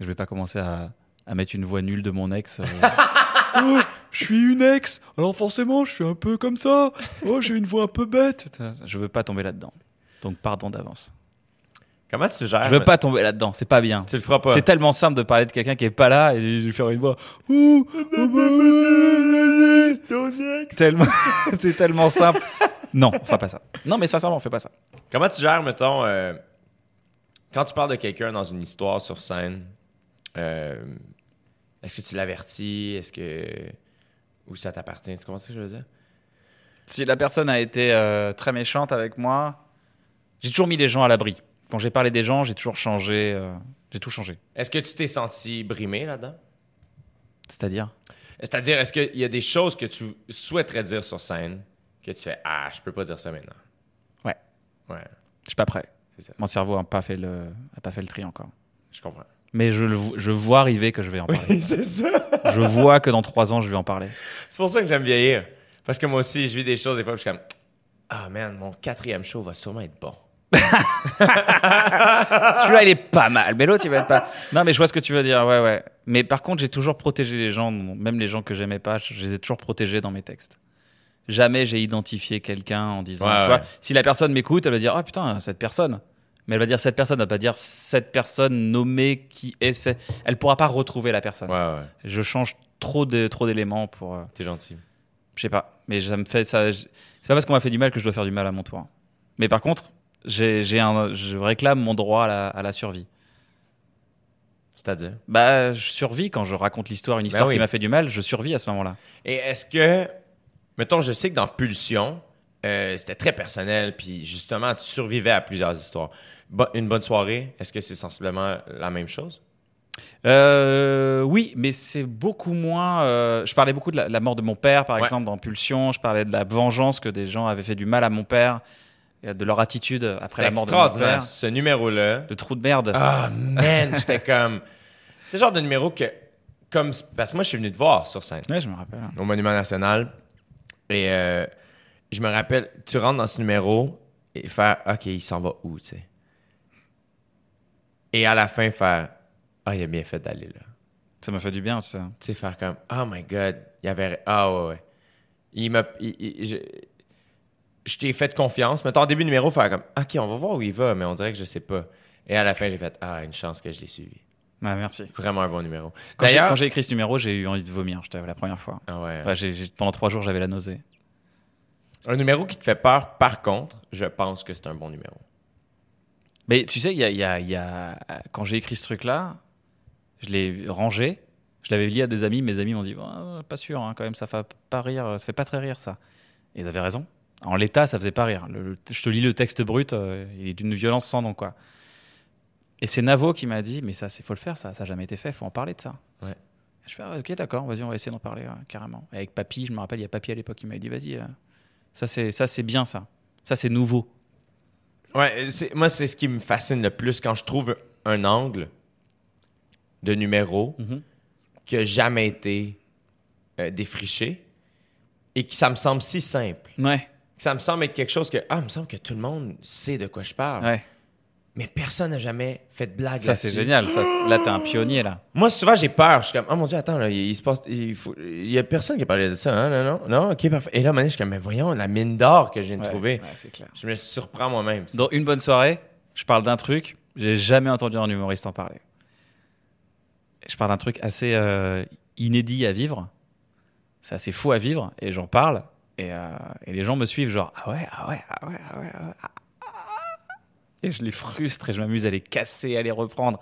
Speaker 4: Je vais pas commencer à, à mettre une voix nulle de mon ex. euh. Oh, je suis une ex, alors forcément je suis un peu comme ça. Oh, j'ai une voix un peu bête. Je veux pas tomber là-dedans. Donc pardon d'avance.
Speaker 2: Comment tu gères?
Speaker 4: Je veux
Speaker 2: Ah, mais-
Speaker 4: pas tomber là-dedans, c'est pas bien.
Speaker 2: Tu le feras pas.
Speaker 4: C'est tellement simple de parler de quelqu'un qui est pas là et de lui faire une voix. Ouh, oh, bah, tellement, c'est tellement simple. Non, on fait pas ça. Non, mais sincèrement, on fait pas ça.
Speaker 2: Comment tu gères, mettons, euh, quand tu parles de quelqu'un dans une histoire sur scène, euh, est-ce que tu l'avertis? Est-ce que. Ou ça t'appartient? Tu comprends ce que je veux dire?
Speaker 4: Si la personne a été euh, très méchante avec moi, j'ai toujours mis les gens à l'abri. Quand j'ai parlé des gens, j'ai toujours changé, euh, j'ai tout changé.
Speaker 2: Est-ce que tu t'es senti brimé là-dedans?
Speaker 4: C'est-à-dire
Speaker 2: C'est-à-dire, est-ce qu'il y a des choses que tu souhaiterais dire sur scène que tu fais Ah, je peux pas dire ça maintenant?
Speaker 4: Ouais.
Speaker 2: Ouais,
Speaker 4: Je suis pas prêt.
Speaker 2: C'est ça.
Speaker 4: Mon cerveau a pas fait le, a pas fait le tri encore.
Speaker 2: je comprends.
Speaker 4: Mais je, le vo- je vois arriver que je vais en parler.
Speaker 2: c'est ça!
Speaker 4: je vois que dans trois ans, je vais en parler.
Speaker 2: C'est pour ça que j'aime vieillir. Parce que moi aussi, je vis des choses des fois, puis je suis comme Ah, man, mon quatrième show va sûrement être bon.
Speaker 4: Celui-là, il est pas mal, mais l'autre, il va être pas. Non, mais je vois ce que tu veux dire, ouais, ouais. Mais par contre, j'ai toujours protégé les gens, même les gens que j'aimais pas, je les ai toujours protégés dans mes textes. Jamais j'ai identifié quelqu'un en disant,
Speaker 2: Ouais,
Speaker 4: tu
Speaker 2: ouais.
Speaker 4: vois, si la personne m'écoute, elle va dire, ah putain, cette personne. Mais elle va dire cette personne, elle va pas dire cette personne nommée qui est. cette- Elle pourra pas retrouver la personne.
Speaker 2: Ouais, ouais,
Speaker 4: Je change trop de trop d'éléments pour. euh,
Speaker 2: t'es gentil.
Speaker 4: je sais pas. Mais ça me fait ça. je- C'est pas parce qu'on m'a fait du mal que je dois faire du mal à mon tour. Mais par contre, j'ai, j'ai un, je réclame mon droit à la, à la survie.
Speaker 2: C'est-à-dire?
Speaker 4: Bah, je survis quand je raconte l'histoire, une histoire
Speaker 2: oui.
Speaker 4: qui m'a fait du mal, je survis à ce moment-là.
Speaker 2: Et est-ce que, mettons, je sais que dans Pulsion, euh, c'était très personnel, puis justement, tu survivais à plusieurs histoires. Bo- une bonne soirée, est-ce que c'est sensiblement la même chose?
Speaker 4: Euh, oui, mais c'est beaucoup moins. euh, je parlais beaucoup de la, la mort de mon père, par
Speaker 2: Ouais.
Speaker 4: exemple, dans Pulsion. Je parlais de la vengeance que des gens avaient fait du mal à mon père, et de leur attitude après
Speaker 2: C'était
Speaker 4: la mort de mon
Speaker 2: extraordinaire,
Speaker 4: père.
Speaker 2: ce numéro-là.
Speaker 4: Le trou de merde.
Speaker 2: Ah, man, j'étais comme... C'est le genre de numéro que... Comme, parce que moi, je suis venu te voir sur scène.
Speaker 4: Ouais, je me rappelle.
Speaker 2: au Monument National. Et euh, je me rappelle, tu rentres dans ce numéro et faire OK, il s'en va où, tu sais. Et à la fin, faire Ah, il a bien fait d'aller là.
Speaker 4: Ça m'a fait du bien, tu sais.
Speaker 2: Tu sais, faire comme Oh my God, il y avait. Ah ouais, ouais. Il m'a. il- il- je je t'ai fait confiance. Mais en début numéro, faire comme OK, on va voir où il va, mais on dirait que je sais pas. Et à la fin, j'ai fait Ah, une chance que je l'ai suivi.
Speaker 4: Ouais, merci.
Speaker 2: Vraiment un bon numéro.
Speaker 4: Quand j'ai-
Speaker 2: D'ailleurs-
Speaker 4: quand j'ai écrit ce numéro, j'ai eu envie de vomir, je t'avoue, la première fois.
Speaker 2: Ah ouais.
Speaker 4: Enfin, j'ai- j'ai- pendant trois jours, j'avais la nausée.
Speaker 2: Un numéro qui te fait peur, par contre, je pense que c'est un bon numéro.
Speaker 4: Mais tu sais, il y a, il y a- il y a- quand j'ai écrit ce truc-là, je l'ai rangé, je l'avais lié à des amis, mes amis m'ont dit, Ouais, pas sûr, hein, quand même, ça fait pas rire, ça fait pas très rire ça. Et ils avaient raison. En l'état, ça faisait pas rire. Le- le- je te lis le texte brut, euh, il est d'une violence sans nom, quoi. Et c'est Navo qui m'a dit, mais ça, c'est faut le faire, ça, ça n'a jamais été fait, faut en parler de ça.
Speaker 2: Ouais.
Speaker 4: Je fais, Ah, ok, d'accord, vas-y, on va essayer d'en parler, ouais, carrément. Et avec Papy, je me rappelle, il y a Papy à l'époque qui m'avait dit, vas-y, euh, ça, c'est, ça, c'est bien, ça. Ça, c'est nouveau.
Speaker 2: Ouais, c'est- moi, c'est ce qui me fascine le plus quand je trouve un angle de numéro
Speaker 4: Mhm.
Speaker 2: qui n'a jamais été euh, défriché et que ça me semble si simple.
Speaker 4: Ouais,
Speaker 2: Que ça me semble être quelque chose que, ah, il me semble que tout le monde sait de quoi je parle,
Speaker 4: ouais.
Speaker 2: mais personne n'a jamais fait de blague
Speaker 4: Ça, c'est
Speaker 2: là-dessus.
Speaker 4: génial. Ça, là, t'es un pionnier, là.
Speaker 2: Moi, souvent, j'ai peur. Je suis comme, oh mon Dieu, attends, là, il, il se passe. Il, faut- il y a personne qui a parlé de ça, hein? Non, non, non, ok, parfait. Et là, à un moment donné, je suis comme, mais voyons, la mine d'or que je viens de trouver.
Speaker 4: c'est clair.
Speaker 2: Je me surprends moi-même.
Speaker 4: Dans une bonne soirée, je parle d'un truc, j'ai jamais entendu un humoriste en parler. je parle d'un truc assez euh, inédit à vivre. C'est assez fou à vivre et j'en parle. Et, euh, et les gens me suivent, genre, ah ouais, ah ouais, ah ouais, ah ouais. ah ouais, ah, ah. Et je les frustre et je m'amuse à les casser, à les reprendre.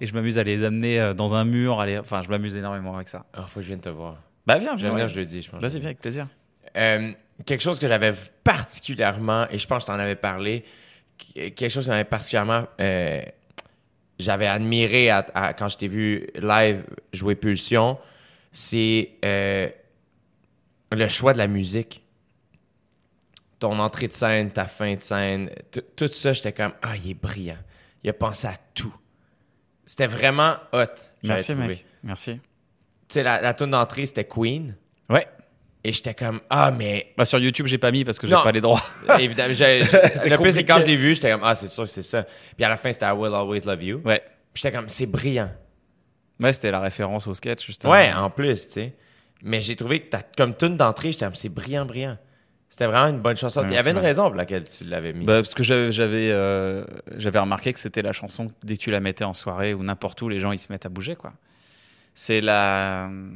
Speaker 4: Et je m'amuse à les amener euh, dans un mur. À les... Enfin, je m'amuse énormément avec ça.
Speaker 2: Ah, faut que je vienne te voir.
Speaker 4: Bah, viens,
Speaker 2: J'aime
Speaker 4: viens.
Speaker 2: bien
Speaker 4: ouais.
Speaker 2: jeudi, je pense.
Speaker 4: Vas-y, viens avec plaisir.
Speaker 2: Euh, quelque chose que j'avais particulièrement, et je pense que je t'en avais parlé, qui- quelque chose que j'avais particulièrement, euh, j'avais admiré à- à- quand je t'ai vu live jouer Pulsion, c'est euh, le choix de la musique. Ton entrée de scène, ta fin de scène, t- tout ça, j'étais comme, ah, il est brillant. Il a pensé à tout. C'était vraiment hot. j'avais
Speaker 4: Merci,
Speaker 2: trouvé.
Speaker 4: mec. Merci.
Speaker 2: Tu sais, la, la tune d'entrée, c'était Queen.
Speaker 4: Ouais.
Speaker 2: Et j'étais comme, ah, mais
Speaker 4: Bah, sur YouTube, j'ai pas mis parce que j'ai
Speaker 2: Non.
Speaker 4: pas les droits.
Speaker 2: Évidemment, j'ai- j'ai- le plus
Speaker 4: compliqué.
Speaker 2: c'est quand je l'ai vu, j'étais comme ah c'est sûr que c'est ça. Puis à la fin c'était I will always love you.
Speaker 4: ouais.
Speaker 2: J'étais comme c'est brillant.
Speaker 4: Ouais, c'était la référence au sketch, justement.
Speaker 2: Ouais, en plus tu sais. Mais j'ai trouvé que t'as comme tune d'entrée, j'étais comme c'est brillant brillant. C'était vraiment une bonne chanson.
Speaker 4: Ouais,
Speaker 2: Il y avait une
Speaker 4: merci,
Speaker 2: raison pour laquelle tu l'avais mis.
Speaker 4: Bah, parce que j'avais j'avais euh, j'avais remarqué que c'était la chanson que dès que tu la mettais en soirée ou n'importe où les gens ils se mettent à bouger quoi. C'est la euh,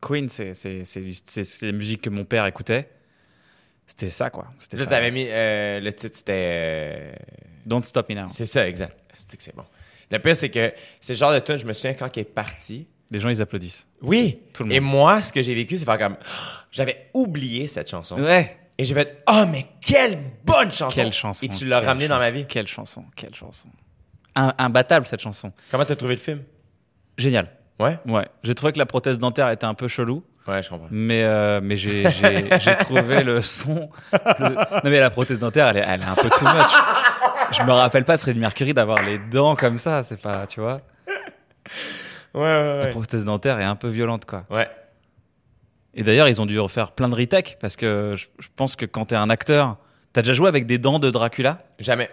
Speaker 4: Queen c'est c'est c'est c'est- c'est la musique que mon père écoutait. C'était ça quoi. C'était
Speaker 2: tu sais,
Speaker 4: ça.
Speaker 2: t'avais mis euh, le titre c'était euh,
Speaker 4: Don't stop me now.
Speaker 2: c'est ça exact. C'est que c'est bon. Le pire c'est que c'est le genre de tune je me souviens quand il est parti.
Speaker 4: Les gens ils applaudissent.
Speaker 2: Oui.
Speaker 4: Tout le
Speaker 2: Et
Speaker 4: monde.
Speaker 2: moi ce que j'ai vécu c'est faire comme Ah, j'avais oublié cette chanson.
Speaker 4: Ouais.
Speaker 2: Et j'ai fait oh mais quelle bonne chanson.
Speaker 4: Quelle chanson.
Speaker 2: Et tu l'as
Speaker 4: quelle
Speaker 2: ramené dans
Speaker 4: chanson,
Speaker 2: ma vie.
Speaker 4: Quelle chanson. Quelle chanson. Un- Imbattable cette chanson.
Speaker 2: Comment t'as trouvé le film?
Speaker 4: Génial.
Speaker 2: Ouais?
Speaker 4: Ouais. J'ai trouvé que la prothèse dentaire était un peu chelou.
Speaker 2: Ouais, je comprends.
Speaker 4: Mais, euh, mais j'ai, j'ai, j'ai trouvé le son. le- Non, mais la prothèse dentaire, elle est, elle est un peu too much. Je me rappelle pas de Freddie Mercury d'avoir les dents comme ça, c'est pas, tu vois.
Speaker 2: Ouais, ouais,
Speaker 4: La prothèse dentaire est un peu violente, quoi.
Speaker 2: Ouais.
Speaker 4: Et d'ailleurs, ils ont dû refaire plein de retakes parce que je, je pense que quand t'es un acteur, t'as déjà joué avec des dents de Dracula?
Speaker 2: Jamais.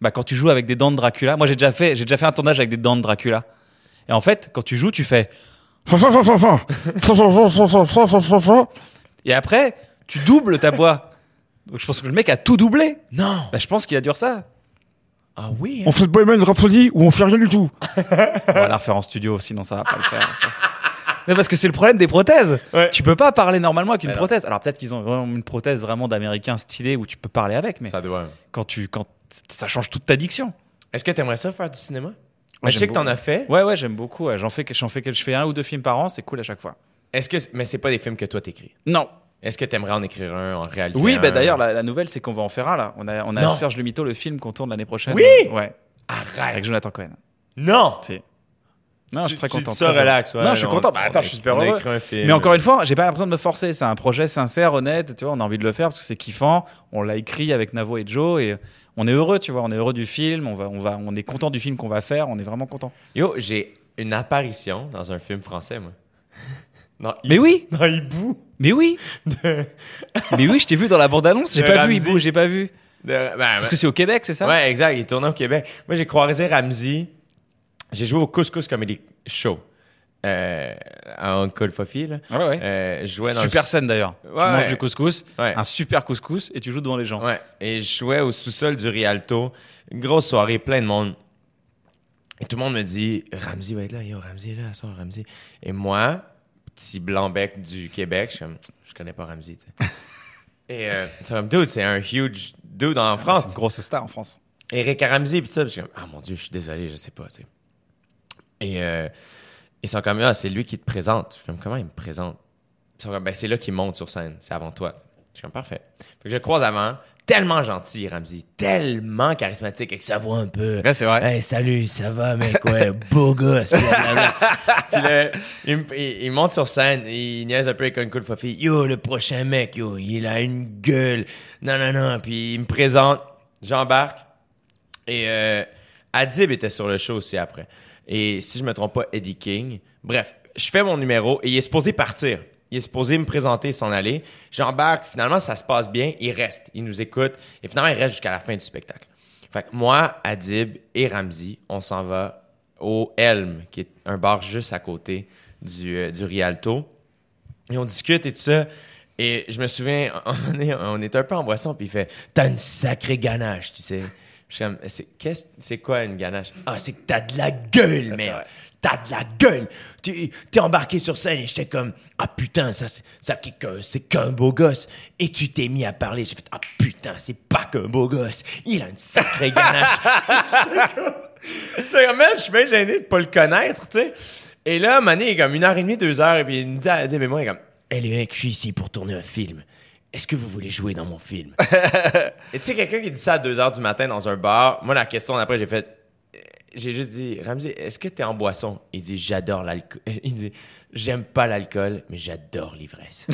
Speaker 4: bah, quand tu joues avec des dents de Dracula, moi j'ai déjà fait, j'ai déjà fait un tournage avec des dents de Dracula. Et en fait, quand tu joues, tu fais. Et après, tu doubles ta voix. Donc je pense que le mec a tout doublé.
Speaker 2: Non.
Speaker 4: Bah, je pense qu'il a dû faire ça.
Speaker 2: Ah oui.
Speaker 5: On fait le bohemian rhapsody ou on fait rien du tout.
Speaker 4: On va la refaire en studio, sinon ça va pas le faire. ça. Mais parce que c'est le problème des prothèses.
Speaker 2: Ouais.
Speaker 4: Tu peux pas parler normalement avec une
Speaker 2: Mais non.
Speaker 4: prothèse. Alors peut-être qu'ils ont vraiment une prothèse vraiment d'américain stylé où tu peux parler avec, mais
Speaker 2: Ça doit.
Speaker 4: quand tu, quand ça change toute ta diction.
Speaker 2: Est-ce que t'aimerais ça faire du cinéma? je
Speaker 4: Moi, j'aime
Speaker 2: sais que t'en
Speaker 4: beaucoup.
Speaker 2: as fait.
Speaker 4: Ouais, ouais, j'aime beaucoup. ouais. J'en fais, que- j'en fais, que- je fais un ou deux films par an, c'est cool à chaque fois.
Speaker 2: Est-ce que mais c'est pas des films que toi t'écris?
Speaker 4: Non,
Speaker 2: Est-ce que t'aimerais en écrire un, en réaliser
Speaker 4: Oui,
Speaker 2: un?
Speaker 4: bah d'ailleurs, la, la nouvelle, c'est qu'on va en faire un, là. On a, on a
Speaker 2: Non.
Speaker 4: Serge Le Mito, le film qu'on tourne l'année prochaine.
Speaker 2: Oui
Speaker 4: Ouais, avec
Speaker 2: Arrête.
Speaker 4: Jonathan Cohen.
Speaker 2: Non.
Speaker 4: Si. Non, je suis très
Speaker 2: Tu- tu
Speaker 4: content.
Speaker 2: dis ça
Speaker 4: très
Speaker 2: relax. ouais,
Speaker 4: heureux. non, je suis
Speaker 2: on-
Speaker 4: content. Bah
Speaker 2: on-
Speaker 4: attends, je suis super
Speaker 2: on a
Speaker 4: heureux.
Speaker 2: écrit un film.
Speaker 4: Mais encore une fois, j'ai pas l'impression de me forcer. C'est un projet sincère, honnête. Tu vois, on a envie de le faire parce que c'est kiffant. On l'a écrit avec Navo et Joe et on est heureux, tu vois. On est heureux du film. On va, on va, on est content du film qu'on va faire. On est vraiment content.
Speaker 2: Yo, j'ai une apparition dans un film français, moi. Non, il-
Speaker 4: Mais oui,
Speaker 2: Non, Hibou.
Speaker 4: mais oui, mais oui. Je t'ai vu dans la bande annonce. J'ai
Speaker 2: De
Speaker 4: pas vu
Speaker 2: Ramsey.
Speaker 4: Hibou. J'ai pas vu.
Speaker 2: De-
Speaker 4: Euh,
Speaker 2: ben, ben-
Speaker 4: Parce que c'est au Québec, c'est ça
Speaker 2: Ouais, exact. Il tournait au Québec. Moi, j'ai croisé Ramsey. J'ai joué au Couscous Comedy Show euh, à Uncle Fofi. Là.
Speaker 4: Ah Ouais, ouais.
Speaker 2: Euh, je jouais dans
Speaker 4: Super
Speaker 2: le...
Speaker 4: scène d'ailleurs.
Speaker 2: Ouais,
Speaker 4: tu manges
Speaker 2: ouais.
Speaker 4: du couscous,
Speaker 2: Ouais.
Speaker 4: un super couscous, et tu joues devant les gens.
Speaker 2: Ouais. Et je jouais au sous-sol du Rialto. Une grosse soirée, plein de monde. Et tout le monde me dit Ramsey va être là, yo, Ramsey est là, soir, Ramsey. Et moi, petit blanc bec du Québec, je suis comme, je connais pas Ramsey. tu sais. Et euh, c'est comme, dude, c'est un huge dude en France.
Speaker 4: Ah, C'est une grosse star en France.
Speaker 2: Eric Ramsey, pis ça, pis je suis comme, ah mon dieu, je suis désolé, je sais pas, tu sais. Et euh, ils sont comme, ah, c'est lui qui te présente. Je suis comme, comment il me présente? Ils sont comme, ben c'est là qu'il monte sur scène, c'est avant toi. tu sais. Je suis comme, parfait. Fait que je le croise avant, tellement gentil, Ramsey, tellement charismatique avec sa voix un peu.
Speaker 4: Ouais, c'est vrai.
Speaker 2: Hey, salut, ça va, mec, ouais, beau gosse, blablabla. Puis là, il, me- il- il monte sur scène, il niaise un peu avec un coup de fofi. Yo, le prochain mec, yo, il a une gueule. Non, non, non. Puis il me présente, j'embarque. Et euh, Adib était sur le show aussi après. Et si je me trompe pas, Eddie King. Bref, je fais mon numéro et il est supposé partir. Il est supposé me présenter et s'en aller. J'embarque. Finalement, ça se passe bien. Il reste. Il nous écoute. Et finalement, il reste jusqu'à la fin du spectacle. Fait que moi, Adib et Ramzi, on s'en va au Helm, qui est un bar juste à côté du, euh, du Rialto. Et on discute et tout ça. Et je me souviens, un moment donné, on était un peu en boisson, puis il fait T'as une sacrée ganache, tu sais. Je suis comme, C'est qu'est-ce- c'est quoi une ganache Ah, c'est que t'as de la gueule, merde. t'as de la gueule. T'es t'es embarqué sur scène et j'étais comme, ah putain, ça, c'est- ça qui- que- c'est qu'un beau gosse. Et tu t'es mis à parler. J'ai fait, ah putain, c'est pas qu'un beau gosse. Il a une sacrée ganache. J'étais comme, man, je suis bien gêné de pas le connaître, tu sais. Et là, Mané, comme une heure et demie, deux heures, et puis il me dit, elle dit, mais moi, il est comme, hey les mecs, je suis ici pour tourner un film. Est-ce que vous voulez jouer dans mon film? Et tu sais, quelqu'un qui dit ça à 2 h du matin dans un bar, moi, la question après, j'ai fait. euh, J'ai juste dit, Ramsey, est-ce que t'es en boisson? Il dit, j'adore l'alcool. Il dit, j'aime pas l'alcool, mais j'adore l'ivresse.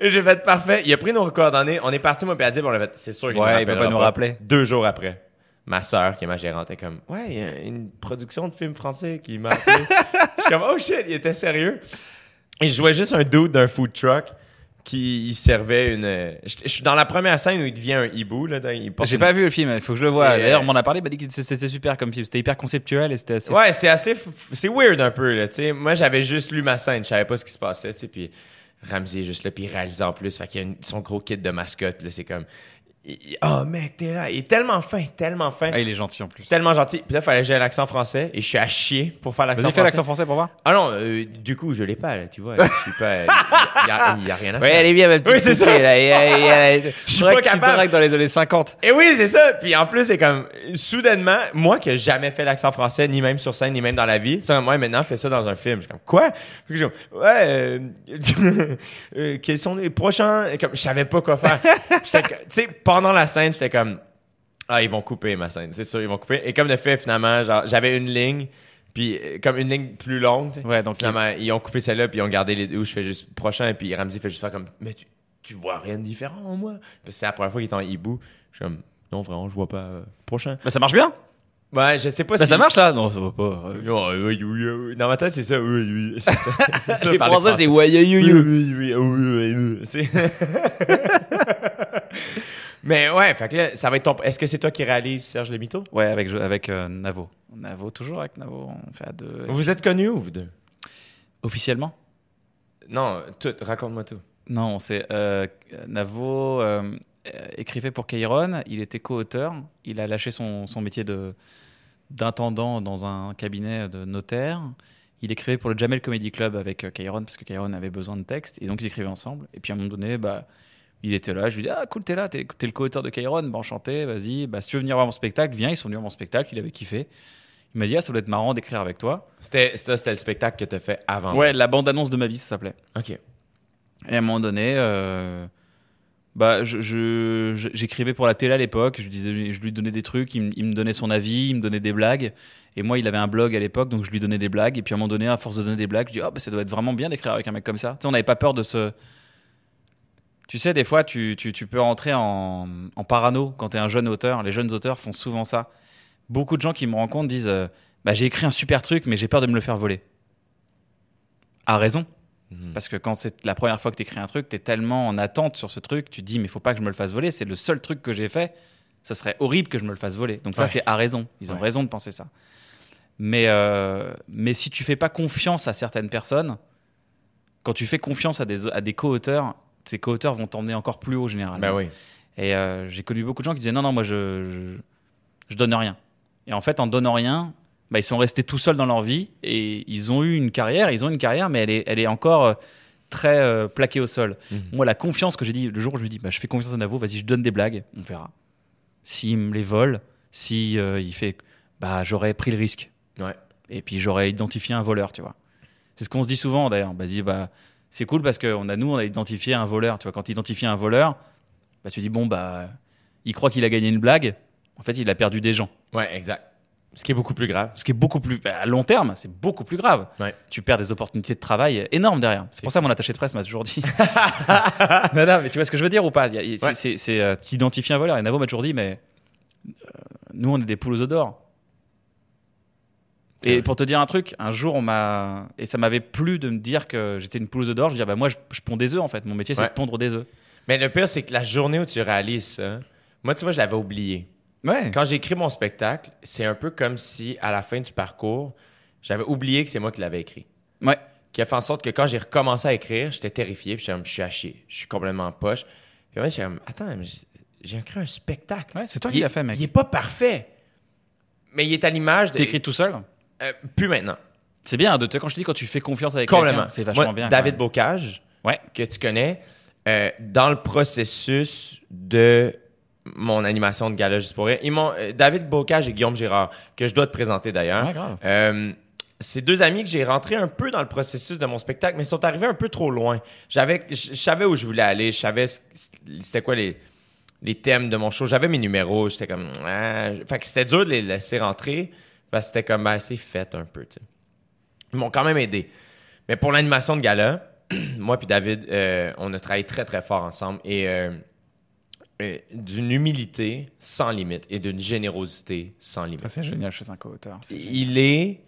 Speaker 2: Et j'ai fait parfait. Il a pris nos coordonnées. On est parti, moi, puis Adib, on l'a fait. C'est sûr qu'il
Speaker 4: Ouais,
Speaker 2: nous
Speaker 4: il va pas
Speaker 2: rappellera
Speaker 4: nous rappeler.
Speaker 2: Deux jours après, ma sœur, qui est ma gérante, est comme, ouais, il y a une production de film français qui m'a appelé. Je suis comme, oh shit, il était sérieux. Et je jouais juste un dude d'un food truck qui il servait une. Je, je suis dans la première scène où il devient un hibou. Là, dans- il porte
Speaker 4: J'ai
Speaker 2: une-
Speaker 4: pas vu le film, il faut que je le voie.
Speaker 2: Et, euh,
Speaker 4: D'ailleurs, on m'en a parlé, il m'a dit que c'était super comme film. C'était hyper conceptuel et c'était assez.
Speaker 2: Ouais, c'est assez. f- f- C'est weird un peu. Là, tu sais. Moi, j'avais juste lu ma scène. Je savais pas ce qui se passait. tu sais, Puis Ramsey est juste là. Puis il réalise en plus. Fait qu'il y a une- son gros kit de mascotte. Là, c'est comme. il- il- Oh mec, t'es là. Il est tellement fin, tellement fin.
Speaker 4: Ah, il est gentil en plus.
Speaker 2: Tellement gentil. Puis là, fallait que j'aie l'accent français. Et je suis à chier pour faire l'accent
Speaker 4: Vas-y,
Speaker 2: français.
Speaker 4: fais l'accent français pour voir.
Speaker 2: Ah non, euh, du coup, je l'ai pas, là, tu vois. Je suis pas. Il y, a- y a rien à faire.
Speaker 4: bien, ma
Speaker 2: petite poupée, là,
Speaker 4: Je suis pas capable.
Speaker 2: braque
Speaker 4: dans les années 50.
Speaker 2: Et oui, c'est ça. Puis en plus, c'est comme euh, soudainement, moi qui n'ai jamais fait l'accent français, ni même sur scène, ni même dans la vie, ça, moi maintenant, fais ça dans un film. Je suis comme quoi Fait que je- Ouais. Euh, euh, quels sont les prochains Et Comme je savais pas quoi faire. J'étais comme- tu sais, pendant la scène, j'étais comme ah ils vont couper ma scène, c'est sûr ils vont couper. Et comme de fait, finalement, genre j'avais une ligne. Puis, euh, comme une ligne plus longue. tu sais.
Speaker 4: Ouais, donc
Speaker 2: Finalement, ils ont coupé celle-là, puis ils ont gardé les deux où je fais juste prochain, et puis Ramsey fait juste faire comme, mais tu, tu vois rien de différent en moi. Parce que c'est la première fois qu'il est en hibou. Je suis comme, non, vraiment, je vois pas euh, prochain.
Speaker 4: Bah, ça marche bien.
Speaker 2: Ouais, je sais pas
Speaker 4: Bah,
Speaker 2: si.
Speaker 4: ça marche là. Non, ça va pas. euh,
Speaker 2: Non, euh, oui, oui, oui. Dans ma tête, c'est ça. Oui, oui. C'est ça. C'est ça,
Speaker 4: Les
Speaker 2: parler
Speaker 4: Français, c'est
Speaker 2: oui,
Speaker 4: Wayayouyou.
Speaker 2: oui, oui, oui, oui, oui, oui. C'est- Mais ouais, fait que là, ça va être ton. Est-ce que c'est toi qui réalise Serge Le Mito?
Speaker 4: Ouais, avec, avec euh, Navo. Navo, toujours avec Navo, on fait à deux.
Speaker 2: Vous êtes connus ou vous deux?
Speaker 4: Officiellement
Speaker 2: Non, tout, raconte-moi tout.
Speaker 4: Non, c'est euh, Navo euh, euh, écrivait pour Kairon, il était co-auteur, il a lâché son, son métier de d'intendant dans un cabinet de notaire. Il écrivait pour le Jamel Comedy Club avec euh, Kairon parce que Kairon avait besoin de texte et donc ils écrivaient ensemble. Et puis à un moment donné, bah il était là, je lui dis ah cool t'es là, t'es t'es le co-auteur de Kairon, bah enchanté, vas-y, bah si tu veux venir voir mon spectacle, viens. Ils sont venus voir mon spectacle, il avait kiffé. Il m'a dit ah ça doit être marrant d'écrire avec toi.
Speaker 2: C'était, ça, c'était le spectacle que t'as fait avant.
Speaker 4: Ouais, la bande annonce de ma vie ça s'appelait.
Speaker 2: OK.
Speaker 4: Et à un moment donné, euh, bah, je- je- je- j'écrivais pour la télé à l'époque. Je, disais- je lui donnais des trucs, il, me- il me donnait son avis, il me donnait des blagues. Et moi, il avait un blog à l'époque, donc je lui donnais des blagues. Et puis à un moment donné, à force de donner des blagues, je dis oh, bah, ça doit être vraiment bien d'écrire avec un mec comme ça. Tu sais, on n'avait pas peur de se. Tu sais, des fois, tu, tu- tu peux rentrer en, en parano quand t'es un jeune auteur. Les jeunes auteurs font souvent ça. Beaucoup de gens qui me rencontrent disent euh, bah, J'ai écrit un super truc, mais j'ai peur de me le faire voler. À raison.
Speaker 2: Mhm.
Speaker 4: Parce que quand c'est la première fois que tu écris un truc, tu es tellement en attente sur ce truc, tu te dis, mais faut pas que je me le fasse voler, c'est le seul truc que j'ai fait, ça serait horrible que je me le fasse voler. Donc ça,
Speaker 2: Ouais.
Speaker 4: c'est à raison. Ils ont
Speaker 2: Ouais.
Speaker 4: raison de penser ça. Mais, euh, mais si tu fais pas confiance à certaines personnes, quand tu fais confiance à des, à des co-auteurs, tes co-auteurs vont t'emmener encore plus haut généralement.
Speaker 2: Ben oui.
Speaker 4: Et euh, j'ai connu beaucoup de gens qui disaient non, non, moi je, je, je donne rien. Et en fait, en donnant rien, bah, ils sont restés tout seuls dans leur vie et ils ont eu une carrière, ils ont une carrière, mais elle est, elle est encore euh, très euh, plaquée au sol.
Speaker 2: Mhm.
Speaker 4: Moi, la confiance que j'ai dit, le jour où je lui dis, bah, je fais confiance à Navo, vas-y, je donne des blagues, on verra. S'il me les vole, si euh, il fait, bah, j'aurais pris le risque.
Speaker 2: Ouais.
Speaker 4: Et puis j'aurais identifié un voleur, tu vois. C'est ce qu'on se dit souvent d'ailleurs. Bah, dis, bah, c'est cool parce que on a, nous, on a identifié un voleur. Tu vois, quand tu identifies un voleur, bah, tu dis, bon, bah, il croit qu'il a gagné une blague. En fait, il a perdu des gens.
Speaker 2: Ouais, exact. Ce qui est beaucoup plus grave.
Speaker 4: Ce qui est beaucoup plus. bah, à long terme, c'est beaucoup plus grave.
Speaker 2: Ouais.
Speaker 4: Tu perds des opportunités de travail énormes derrière. C'est pour ça que mon attaché de presse m'a toujours dit. non, non, mais tu vois ce que je veux dire ou pas Il y a- il- c'est-
Speaker 2: Ouais.
Speaker 4: c'est- c'est, euh, Tu identifies un voleur. Et Navo m'a toujours dit, mais euh, nous, on est des poules aux œufs d'or.
Speaker 2: C'est
Speaker 4: Et
Speaker 2: vrai.
Speaker 4: pour te dire un truc, un jour, on m'a. Et ça m'avait plu de me dire que j'étais une poule aux œufs d'or. Je me disais, bah, moi, je, je ponds des œufs en fait. Mon métier, c'est
Speaker 2: Ouais.
Speaker 4: de pondre des œufs.
Speaker 2: Mais le pire, c'est que la journée où tu réalises ça, moi, tu vois, je l'avais oublié.
Speaker 4: Ouais.
Speaker 2: Quand j'ai écrit mon spectacle, c'est un peu comme si, à la fin du parcours, j'avais oublié que c'est moi qui l'avais écrit.
Speaker 4: Ouais.
Speaker 2: Qui a fait en sorte que quand j'ai recommencé à écrire, j'étais terrifié, puis j'étais comme, je suis à chier, je suis complètement en poche. Puis moi, j'étais comme, attends, mais j'ai- j'ai écrit un spectacle.
Speaker 4: Ouais, c'est toi
Speaker 2: Il-
Speaker 4: qui l'as fait, mec.
Speaker 2: Il est pas parfait, mais il est à l'image de.
Speaker 4: T'écris tout seul
Speaker 2: Euh, plus maintenant.
Speaker 4: C'est bien, hein, de te, quand je te dis quand tu fais confiance avec
Speaker 2: Complètement.
Speaker 4: quelqu'un, c'est vachement
Speaker 2: Moi,
Speaker 4: bien.
Speaker 2: David
Speaker 4: quand
Speaker 2: Bocage,
Speaker 4: Ouais.
Speaker 2: que tu connais, euh, dans le processus de mon animation de gala Juste pour rire, ils m'ont- euh, David Bocage et Guillaume Gérard, que je dois te présenter d'ailleurs.
Speaker 4: même. Ouais, grave.
Speaker 2: Euh, c'est deux amis que j'ai rentrés un peu dans le processus de mon spectacle, mais ils sont arrivés un peu trop loin. J'avais, je je savais où je voulais aller, je savais ce- c'était quoi les, les thèmes de mon show, j'avais mes numéros, j'étais comme, ah. fait que c'était dur de les laisser rentrer, parce que c'était comme assez fait un peu. tu sais. Ils m'ont quand même aidé. Mais pour l'animation de gala, moi puis David, euh, on a travaillé très très fort ensemble et euh, et d'une humilité sans limite et d'une générosité sans limite.
Speaker 4: Ça, c'est génial chez un co-auteur. C'est-
Speaker 2: Il est.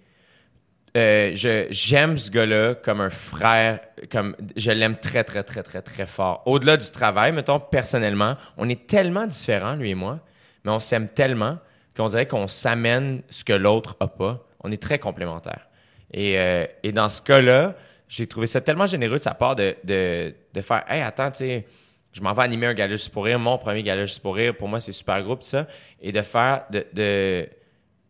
Speaker 2: euh, je- j'aime ce gars-là comme un frère, comme je l'aime très très très très très fort. Au-delà du travail, mettons personnellement, on est tellement différents lui et moi, mais on s'aime tellement qu'on dirait qu'on s'amène ce que l'autre a pas. On est très complémentaires. Et, euh, et dans ce cas-là, j'ai trouvé ça tellement généreux de sa part de, de, de faire Hey, attends, tu sais, je m'en vais animer un gala juste pour rire, mon premier gala juste pour rire, pour moi c'est super groupe, tout ça. Et de faire, de, de-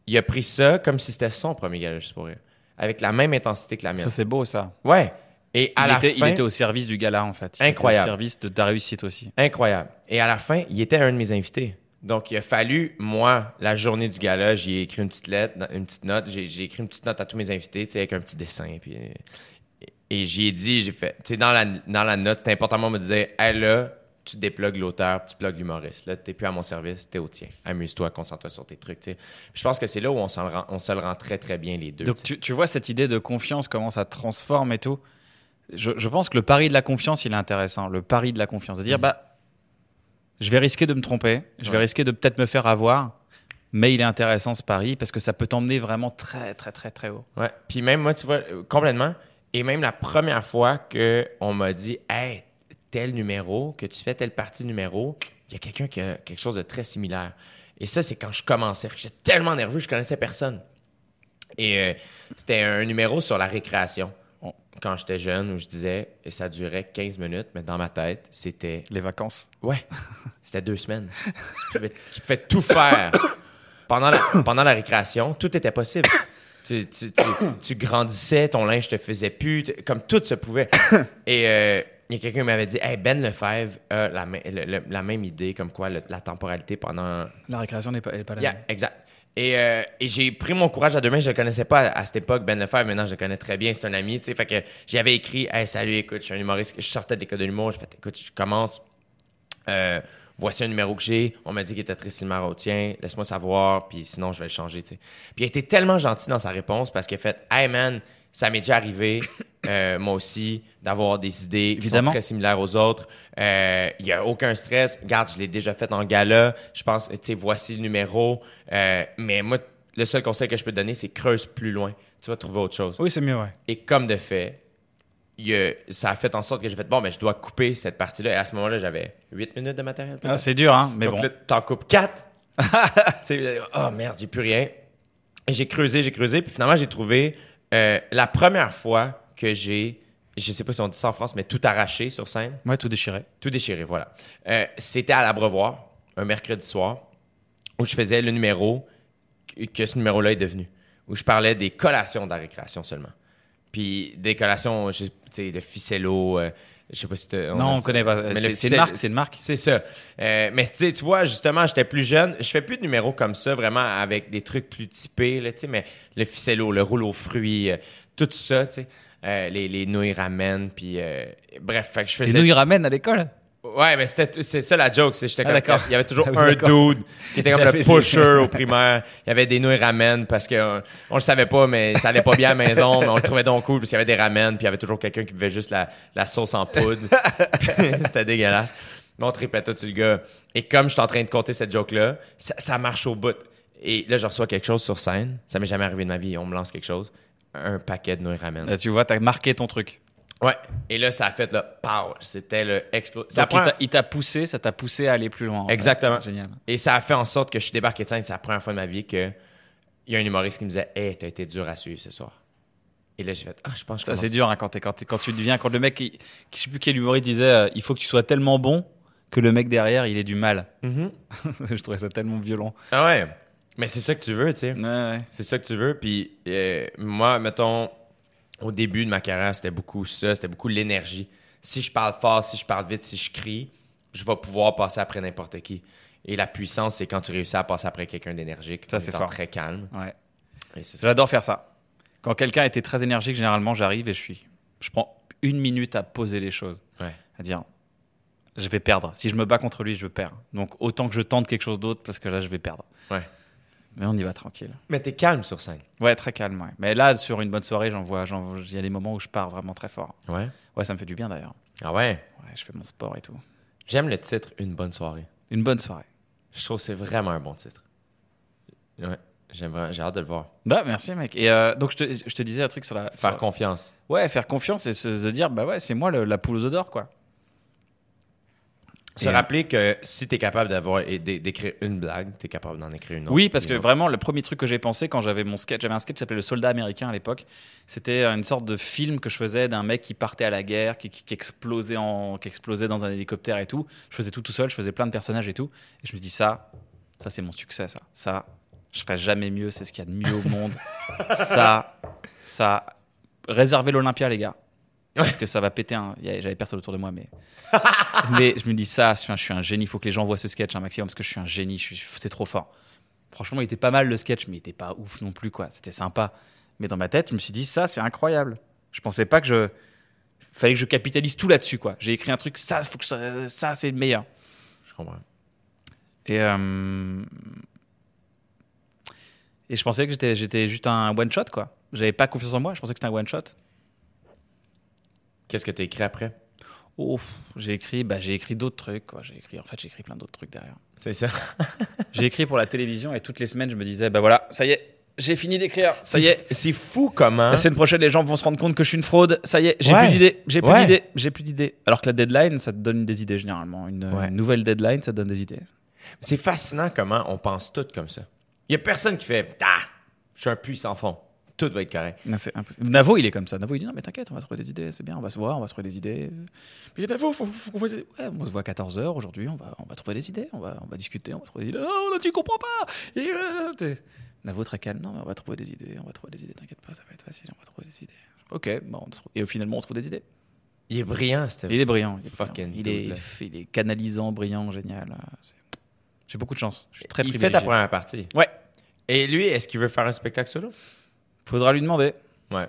Speaker 2: il a pris ça comme si c'était son premier gala juste pour rire, avec la même intensité que la mienne.
Speaker 4: Ça, c'est beau, ça.
Speaker 2: ouais. Et à
Speaker 4: il,
Speaker 2: la
Speaker 4: était, il
Speaker 2: fin,
Speaker 4: était au service du gala, en fait. Il
Speaker 2: Incroyable.
Speaker 4: était au service de ta réussite aussi.
Speaker 2: Incroyable. Et à la fin, il était un de mes invités. Donc, il a fallu, moi, la journée du gala, j'ai écrit une petite lettre, une petite note. J'ai j'ai écrit une petite note à tous mes invités, tu sais, avec un petit dessin. Puis, et j'ai dit, j'ai fait, tu sais, dans la, dans la note, c'était important, moi, on me disait, hey, là, tu déplugues l'auteur, tu plugues l'humoriste. Là, t'es plus à mon service, t'es au tien. Amuse-toi, concentre-toi sur tes trucs, tu sais. Puis Je pense que c'est là où on, s'en le rend- on se le rend très, très bien, les deux.
Speaker 4: Donc
Speaker 2: tu sais.
Speaker 4: tu, tu vois cette idée de confiance, comment ça transforme et tout. Je, je pense que le pari de la confiance, il est intéressant. Le pari de la confiance, de dire bah, je vais risquer de me tromper, je vais
Speaker 2: Mm. Ouais.
Speaker 4: risquer de peut-être me faire avoir, mais il est intéressant ce pari parce que ça peut t'emmener vraiment très très très très haut.
Speaker 2: Ouais. Puis même moi, tu vois, euh, complètement. Et même la première fois que on m'a dit, hey, tel numéro, que tu fais telle partie de numéro, il y a quelqu'un qui a quelque chose de très similaire. Et ça, c'est quand je commençais. Fait que J'étais tellement nerveux, je connaissais personne. Et euh, c'était un numéro sur la récréation.
Speaker 4: Bon.
Speaker 2: Quand j'étais jeune, où je disais, et ça durait 15 minutes, mais dans ma tête, c'était
Speaker 4: Les vacances.
Speaker 2: Ouais. C'était deux semaines. tu, pouvais, tu pouvais tout faire. Pendant la, pendant la récréation, tout était possible. Tu, tu- tu- tu grandissais, ton linge te faisait plus, t- comme tout se pouvait. Et euh, il y a quelqu'un qui m'avait dit Hey, Ben Lefebvre a la, mê- le- le- la même idée, comme quoi le- la temporalité pendant
Speaker 4: La récréation n'est pas, elle est pas la
Speaker 2: Yeah,
Speaker 4: même.
Speaker 2: exact. Et, euh, et j'ai pris mon courage à deux mains. Je le connaissais pas à, à cette époque, Ben Lefebvre. Maintenant, je le connais très bien. C'est un ami, tu sais. Fait que j'avais écrit, hey, salut, écoute, je suis un humoriste. Je sortais des codes de l'humour. Je fait, écoute, je commence. Euh, voici un numéro que j'ai. On m'a dit qu'il était très similaire au tien. Laisse-moi savoir. Puis sinon, je vais le changer, tu sais. Puis il a été tellement gentil dans sa réponse parce qu'il a fait, hey man, ça m'est déjà arrivé. euh, moi aussi, d'avoir des idées qui
Speaker 4: Évidemment.
Speaker 2: sont très similaires aux autres. Euh, Il y n'y a aucun stress. Regarde, je l'ai déjà fait en gala. Je pense, tu sais, voici le numéro. Euh, mais moi, le seul conseil que je peux te donner, c'est creuse plus loin. Tu vas trouver autre chose.
Speaker 4: Oui, c'est mieux, ouais.
Speaker 2: Et comme de fait, il y a- ça a fait en sorte que j'ai fait, bon, mais je dois couper cette partie-là. Et à ce moment-là, j'avais 8 minutes de matériel. peut-être.
Speaker 4: Ah, c'est dur, hein, mais
Speaker 2: Donc
Speaker 4: bon.
Speaker 2: là, t'en coupes 4. oh merde, j'ai plus rien. Et J'ai creusé, j'ai creusé. Puis finalement, j'ai trouvé euh, la première fois que j'ai, je sais pas si on dit ça en France, mais tout arraché sur scène.
Speaker 4: Ouais, tout déchiré.
Speaker 2: Tout déchiré, voilà. Euh, C'était à l'Abreuvoir, un mercredi soir, où je faisais le numéro que- que ce numéro-là est devenu, où je parlais des collations de la récréation seulement. Puis des collations, je- tu sais, le ficello, euh, je sais pas si t'as-
Speaker 4: non,
Speaker 2: a-
Speaker 4: on connaît pas.
Speaker 2: mais le
Speaker 4: C'est c'est
Speaker 2: ficelle-
Speaker 4: une marque, c'est une marque.
Speaker 2: c'est ça. Euh, mais tu sais, tu vois, justement, j'étais plus jeune. Je fais plus de numéros comme ça, vraiment, avec des trucs plus typés. Là, tu sais, mais le ficello, le rouleau fruit, euh, tout ça, tu sais. Euh, les, les nouilles ramen, puis... euh, bref, fait que je
Speaker 4: Les
Speaker 2: faisais...
Speaker 4: nouilles ramènent à l'école.
Speaker 2: Ouais, mais c'était c'est ça la joke, c'est j'étais
Speaker 4: Ah,
Speaker 2: comme
Speaker 4: d'accord.
Speaker 2: il y avait toujours
Speaker 4: Ah oui,
Speaker 2: un
Speaker 4: d'accord.
Speaker 2: dude qui était comme
Speaker 4: Il y avait
Speaker 2: le
Speaker 4: des-
Speaker 2: pusher au primaire, il y avait des nouilles ramen parce que euh, on, le savait pas mais ça allait pas bien à la maison, mais on le trouvait donc cool parce qu'il y avait des ramen, puis il y avait toujours quelqu'un qui buvait juste la, la sauce en poudre. c'était dégueulasse. Mais on tripait tout sur le gars et comme je suis en train de compter cette joke là, ça, ça marche au bout. Et là je reçois quelque chose sur scène, ça m'est jamais arrivé de ma vie, on me lance quelque chose, un paquet de nouilles ramen.
Speaker 4: Là, Ah, tu vois, t'as marqué ton truc.
Speaker 2: Ouais, et là ça a fait là pow, c'était le explo... c'est la
Speaker 4: Donc, il
Speaker 2: première
Speaker 4: t'a- il t'a poussé, ça t'a poussé à aller plus loin. en fait.
Speaker 2: Exactement.
Speaker 4: Génial.
Speaker 2: Et ça a fait en sorte que je suis débarqué de scène. C'est la première fois de ma vie que il y a un humoriste qui me disait Hey, t'as été dur à suivre ce soir. Et là, j'ai fait Ah, je pense que
Speaker 4: Ça,
Speaker 2: je
Speaker 4: c'est
Speaker 2: commence-
Speaker 4: dur hein, quand, t'es- quand, t'es- quand tu deviens, quand le mec, qui, qui- je sais plus quel humoriste disait, euh, il faut que tu sois tellement bon que le mec derrière, il ait du mal.
Speaker 2: Mhm.
Speaker 4: je trouvais ça tellement violent.
Speaker 2: Ah ouais. Mais c'est ça que tu veux, tu sais.
Speaker 4: Ouais, ouais.
Speaker 2: C'est ça que tu veux. Puis euh, moi, mettons, au début de ma carrière, c'était beaucoup ça, c'était beaucoup l'énergie. Si je parle fort, si je parle vite, si je crie, je vais pouvoir passer après n'importe qui. Et la puissance, c'est quand tu réussis à passer après quelqu'un d'énergique.
Speaker 4: Ça,
Speaker 2: en
Speaker 4: c'est
Speaker 2: étant
Speaker 4: fort.
Speaker 2: Très calme.
Speaker 4: Ouais.
Speaker 2: Et c'est ça.
Speaker 4: J'adore faire ça. Quand quelqu'un était très énergique, généralement, j'arrive et je suis. Je prends une minute à poser les choses.
Speaker 2: Ouais.
Speaker 4: À dire, je vais perdre. Si je me bats contre lui, je perds. Donc autant que je tente quelque chose d'autre parce que là, je vais perdre.
Speaker 2: Ouais.
Speaker 4: Mais on y va tranquille.
Speaker 2: Mais t'es calme sur scène.
Speaker 4: Ouais, très calme. ouais. Mais là, sur une bonne soirée, j'en vois. j'en- Il y a des moments où je pars vraiment très fort.
Speaker 2: Ouais.
Speaker 4: Ouais, ça me fait du bien d'ailleurs.
Speaker 2: Ah ouais.
Speaker 4: Ouais, je fais mon sport et tout.
Speaker 2: J'aime le titre Une bonne soirée.
Speaker 4: Une bonne soirée.
Speaker 2: Je trouve que c'est vraiment un bon titre. Ouais. J'aime vraiment- J'ai hâte de le voir.
Speaker 4: Bah, merci, mec. Et euh, donc, je te, je te disais un truc sur la.
Speaker 2: Faire
Speaker 4: sur-
Speaker 2: confiance.
Speaker 4: Ouais, faire confiance et se, se dire, bah ouais, c'est moi le- la poule aux œufs d'or, quoi.
Speaker 2: Se
Speaker 4: Et-
Speaker 2: rappeler que si t'es capable d'avoir et d'é- d'écrire une blague, t'es capable d'en écrire une autre.
Speaker 4: Oui, parce
Speaker 2: une
Speaker 4: que
Speaker 2: autre.
Speaker 4: vraiment, le premier truc que j'ai pensé quand j'avais mon sketch, j'avais un sketch qui s'appelait Le Soldat américain à l'époque. C'était euh, une sorte de film que je faisais d'un mec qui partait à la guerre, qui, qui- qui explosait en, qui explosait dans un hélicoptère et tout. Je faisais tout tout seul, je faisais plein de personnages et tout. Et je me dis, ça, ça c'est mon succès, ça. Ça, je ferai jamais mieux, c'est ce qu'il y a de mieux au monde. ça, ça, réservez l'Olympia, les gars. Parce que ça va péter un. il y a- J'avais personne autour de moi, mais. mais je me dis ça, je suis un, je suis un génie. Il faut que les gens voient ce sketch un maximum parce que je suis un génie. je suis- C'est trop fort. Franchement, il était pas mal le sketch, mais il était pas ouf non plus, quoi. C'était sympa. Mais dans ma tête, je me suis dit, ça, c'est incroyable. Je pensais pas que je. Fallait que je capitalise tout là-dessus, quoi. J'ai écrit un truc, ça, faut que ça, ça, c'est le meilleur.
Speaker 2: Je comprends.
Speaker 4: Et, euh, et je pensais que j'étais, j'étais juste un one-shot, quoi. J'avais pas confiance en moi, je pensais que c'était un one-shot.
Speaker 2: Qu'est-ce que t'as écrit après?
Speaker 4: Oh, pff, j'ai écrit, bah, j'ai écrit d'autres trucs, quoi. J'ai écrit, en fait, j'ai écrit plein d'autres trucs derrière.
Speaker 2: C'est ça.
Speaker 4: J'ai écrit pour la télévision et toutes les semaines, je me disais, bah voilà, ça y est, j'ai fini d'écrire, ça y est.
Speaker 2: C'est fou comment.
Speaker 4: La semaine prochaine, les gens vont se rendre compte que je suis une fraude. Ça y est, j'ai
Speaker 2: Hein Ouais.
Speaker 4: plus d'idées. J'ai plus
Speaker 2: Ouais.
Speaker 4: d'idées. J'ai plus d'idées. Alors que la deadline, ça te donne des idées généralement. Une, euh,
Speaker 2: Ouais.
Speaker 4: une nouvelle deadline, ça te donne des idées.
Speaker 2: C'est fascinant comment on pense tout comme ça. Il y a personne qui fait Ah, je suis un puits sans fond. Tout va être correct.
Speaker 4: Non, c'est impossible. Navo, il est comme ça. Navo, il dit non, mais t'inquiète, on va trouver des idées. C'est bien, on va se voir, on va trouver des idées. Mais Navo, faut, faut qu'on voit des- Ouais, on se voit à 14h aujourd'hui, on va, on va trouver des idées. On va, on va discuter, on va trouver des idées. Non, non, tu comprends pas. Et, euh, t'es- Navo, très calme. Non, mais on va trouver des idées, on va trouver des idées. T'inquiète pas, ça va être facile, on va trouver des idées. Ok, bon, on trouve- et finalement, on trouve des idées.
Speaker 2: Il est brillant, ce
Speaker 4: Il est brillant. Il est,
Speaker 2: Fucking
Speaker 4: brillant. Il est-
Speaker 2: dude, là.
Speaker 4: il est- il est canalisant, brillant, génial. Euh, c'est- J'ai beaucoup de chance. Je suis très
Speaker 2: Il fait
Speaker 4: privilégié.
Speaker 2: ta première partie.
Speaker 4: Ouais.
Speaker 2: Et lui, est-ce qu'il veut faire un spectacle solo?
Speaker 4: Faudra lui demander.
Speaker 2: Ouais.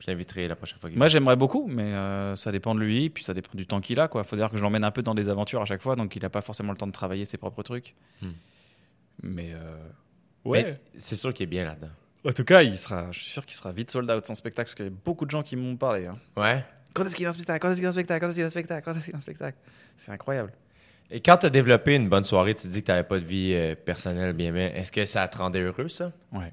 Speaker 2: Je l'inviterai la prochaine fois qu'il
Speaker 4: Moi, j'aimerais beaucoup, mais euh, ça dépend de lui, puis ça dépend du temps qu'il a. Quoi. Faut dire que je l'emmène un peu dans des aventures à chaque fois, donc il n'a pas forcément le temps de travailler ses propres trucs.
Speaker 2: Hmm.
Speaker 4: Mais euh,
Speaker 2: vient.
Speaker 4: ouais.
Speaker 2: Mais C'est sûr qu'il est bien là-dedans.
Speaker 4: en tout cas, il sera, je suis sûr qu'il sera vite sold out son spectacle, parce qu'il y a beaucoup de gens qui m'ont parlé. hein.
Speaker 2: Ouais.
Speaker 4: Quand est-ce qu'il a un spectacle Quand est-ce qu'il a un spectacle Quand est-ce qu'il a un spectacle Quand est-ce qu'il a un spectacle C'est incroyable.
Speaker 2: Et quand t'as développé une bonne soirée, tu dis que t'avais pas de vie euh, personnelle bien, mais est-ce que ça te rendait heureux, ça?
Speaker 4: Ouais.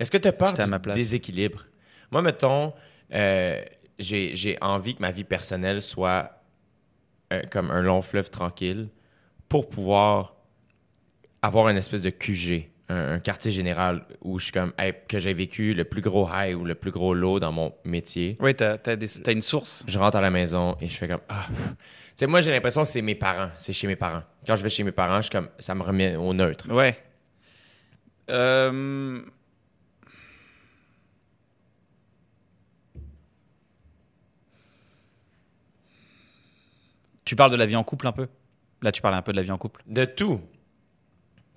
Speaker 2: Est-ce que tu as peur
Speaker 4: J'étais à
Speaker 2: du
Speaker 4: ma place.
Speaker 2: déséquilibre? Moi, mettons, euh, j'ai j'ai envie que ma vie personnelle soit euh, comme un long fleuve tranquille pour pouvoir avoir une espèce de QG, un, un quartier général où je suis comme, hey, que j'ai vécu le plus gros high ou le plus gros low dans mon métier.
Speaker 4: Oui, t'as t'as des- t'as une source.
Speaker 2: Je rentre à la maison et je fais comme, ah. pff. Tu sais, moi, j'ai l'impression que c'est mes parents, c'est chez mes parents. Quand je vais chez mes parents, je suis comme, ça me remet au neutre.
Speaker 4: Ouais. Euh, Tu parles de la vie en couple un peu Là, tu parles un peu de la vie en couple.
Speaker 2: De tout.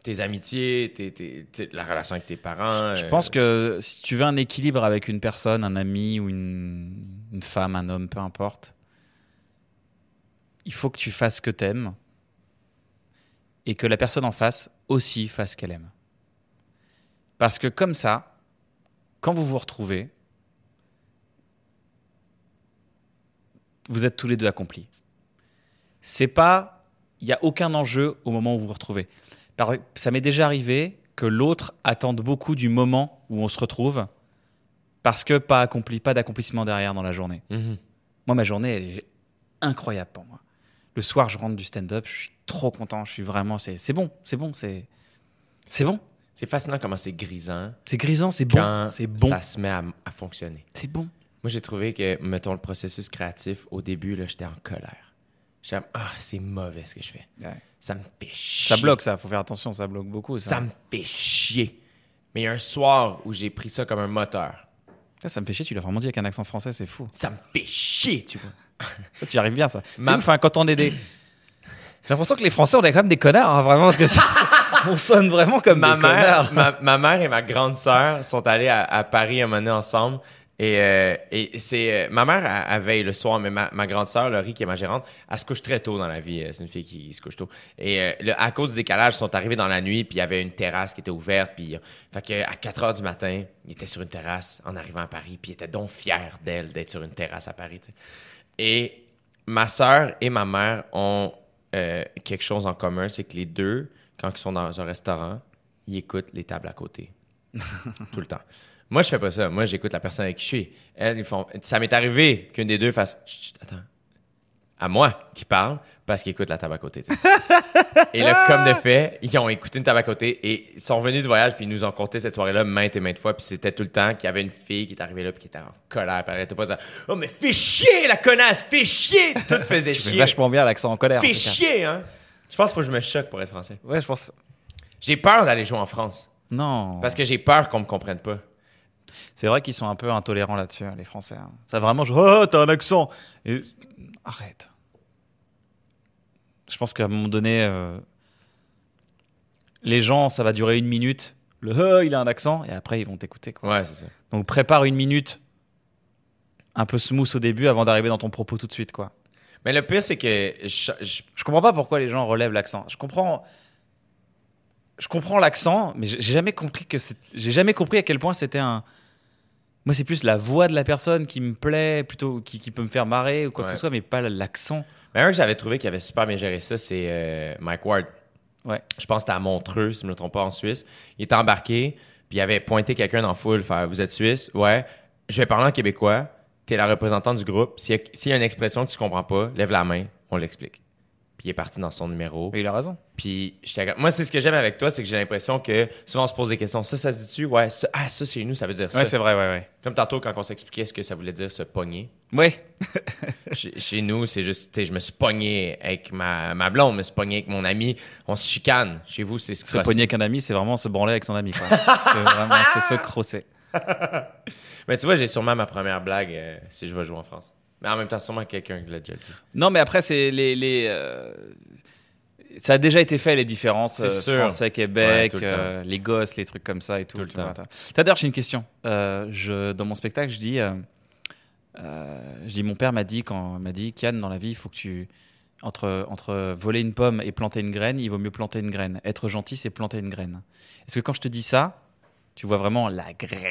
Speaker 2: Tes amitiés, tes, tes- tes- la relation avec tes parents.
Speaker 4: Je
Speaker 2: euh,
Speaker 4: pense que si tu veux un équilibre avec une personne, un ami ou une, une femme, un homme, peu importe, il faut que tu fasses ce que t'aimes et que la personne en face aussi fasse ce qu'elle aime. Parce que comme ça, quand vous vous retrouvez, vous êtes tous les deux accomplis. C'est pas, il y a aucun enjeu au moment où vous vous retrouvez. Par- ça m'est déjà arrivé que l'autre attende beaucoup du moment où on se retrouve parce que pas accompli, pas d'accomplissement derrière dans la journée.
Speaker 2: Mhm.
Speaker 4: Moi, ma journée, elle est incroyable pour moi. Le soir, je rentre du stand-up, je suis trop content, je suis vraiment, c'est c'est bon, c'est bon, c'est c'est bon,
Speaker 2: C'est fascinant comment c'est grisant
Speaker 4: c'est grisant, c'est bon,
Speaker 2: quand
Speaker 4: c'est bon,
Speaker 2: ça se met à, à fonctionner.
Speaker 4: c'est bon.
Speaker 2: Moi, j'ai trouvé que, mettons, le processus créatif, au début, là, j'étais en colère. J'étais comme, ah, c'est mauvais ce que je fais.
Speaker 4: Ouais.
Speaker 2: Ça me fait chier.
Speaker 4: Ça bloque, ça, faut faire attention, ça bloque beaucoup.
Speaker 2: Ça
Speaker 4: Ça.
Speaker 2: me fait chier. Mais il y a un soir où j'ai pris ça comme un moteur.
Speaker 4: Ça, ça me fait chier, tu l'as vraiment dit avec un accent français, c'est fou.
Speaker 2: Ça me fait chier, tu vois.
Speaker 4: Toi, tu y arrives bien, ça. C'est
Speaker 2: Ma-
Speaker 4: ouf, hein, quand on est des. J'ai l'impression que les Français, on est quand même des connards, hein, vraiment, parce que ça- on sonne vraiment comme
Speaker 2: ma
Speaker 4: des
Speaker 2: mère,
Speaker 4: connards.
Speaker 2: ma, ma mère et ma grande sœur sont allées à, à Paris un moment donné ensemble. Et, euh, et c'est euh, ma mère elle, elle veille le soir, mais ma, ma grande sœur Laurie qui est ma gérante, elle se couche très tôt dans la vie. euh, C'est une fille qui, qui se couche tôt. Et euh, le- à cause du décalage, ils sont arrivés dans la nuit, puis il y avait une terrasse qui était ouverte, puis euh, fait que à 4 heures du matin, ils étaient sur une terrasse en arrivant à Paris, puis ils étaient donc fiers d'elle d'être sur une terrasse à Paris. tu sais. Et ma sœur et ma mère ont euh, quelque chose en commun, c'est que les deux, quand ils sont dans un restaurant, ils écoutent les tables à côté. Tout le temps. Moi, je fais pas ça. Moi, j'écoute la personne avec qui je suis. Elles, ils font... Ça m'est arrivé qu'une des deux fasse... Chut, chut, attends. À moi qui parle parce qu'ils écoutent la table à côté. tu sais. et là, comme de fait, ils ont écouté une table à côté et ils sont venus du voyage puis ils nous ont compté cette soirée-là maintes et maintes fois. Puis c'était tout le temps qu'il y avait une fille qui est arrivée là puis qui était en colère. Puis elle arrêtait pas de dire « Oh, mais fais chier, la connasse! Fais chier! » Tout faisait
Speaker 4: Tu fais
Speaker 2: chier.
Speaker 4: vachement bien l'accent en colère. en
Speaker 2: Fais
Speaker 4: tout cas.
Speaker 2: chier, hein! Je pense qu'il faut que je me choque pour être français.
Speaker 4: Ouais, je pense.
Speaker 2: J'ai peur d'aller jouer en France.
Speaker 4: Non.
Speaker 2: Parce que j'ai peur qu'on me comprenne pas.
Speaker 4: C'est vrai qu'ils sont un peu intolérants là-dessus, hein, les Français. hein. Ça vraiment, genre, oh, t'as un accent. Et... Arrête. Je pense qu'à un moment donné, euh, les gens, ça va durer une minute. Le oh, il a un accent, et après, ils vont t'écouter. quoi.
Speaker 2: Ouais, c'est ça.
Speaker 4: Donc prépare une minute un peu smooth au début avant d'arriver dans ton propos tout de suite, quoi.
Speaker 2: Mais le pire, c'est que je, je-
Speaker 4: Je comprends pas pourquoi les gens relèvent l'accent. Je comprends. Je comprends l'accent, mais j'ai j'ai jamais compris que c'est. J'ai jamais compris à quel point c'était un. Moi, c'est plus la voix de la personne qui me plaît, plutôt qui, qui peut me faire marrer ou quoi que
Speaker 2: Ouais.
Speaker 4: ce soit, mais pas l'accent.
Speaker 2: Mais un que j'avais trouvé qui avait super bien géré ça, c'est euh, Mike Ward.
Speaker 4: Ouais.
Speaker 2: Je pense que c'était à Montreux, si je ne me trompe pas, en Suisse. Il était embarqué, puis il avait pointé quelqu'un dans la foule. Faire, vous êtes Suisse? Ouais. Je vais parler en québécois. T'es la représentante du groupe. S'il y, a- s'il y a une expression que tu comprends pas, lève la main, on l'explique. Puis il est parti dans son numéro.
Speaker 4: Mais il a raison.
Speaker 2: Puis j'étais comme- moi, c'est ce que j'aime avec toi, c'est que j'ai l'impression que souvent on se pose des questions. Ça, ça se dit-tu? Ouais, ça, ah, ça, c'est nous, ça veut dire ça.
Speaker 4: vrai, ouais, ouais.
Speaker 2: Comme tantôt, quand on s'expliquait ce que ça voulait dire se pogner.
Speaker 4: Ouais.
Speaker 2: chez, chez nous, c'est juste, tu sais, je me suis pogné avec ma, ma blonde, je me suis pogné avec mon ami, on se chicane. Chez vous, c'est ce que
Speaker 4: Se pogner avec un ami, c'est vraiment se branler avec son ami, quoi. c'est vraiment, c'est se crosser.
Speaker 2: Mais tu vois, j'ai sûrement ma première blague euh, si je vais jouer en France. Mais en même temps, sûrement quelqu'un qui l'a déjà dit.
Speaker 4: Non, mais après, c'est les. les euh, Ça a déjà été fait, les différences
Speaker 2: C'est
Speaker 4: euh,
Speaker 2: sûr. Ouais,
Speaker 4: français-Québec,
Speaker 2: tout le
Speaker 4: euh, les gosses, les trucs comme ça et tout.
Speaker 2: Tout le
Speaker 4: tu vois,
Speaker 2: temps.
Speaker 4: t'as- t'as- D'ailleurs, j'ai une question. Euh, je, dans mon spectacle, je dis, euh, euh, je dis mon père m'a dit, quand m'a dit, Kian, dans la vie, il faut que tu. Entre, entre voler une pomme et planter une graine, il vaut mieux planter une graine. Être gentil, c'est planter une graine. Est-ce que quand je te dis ça, tu vois vraiment la graine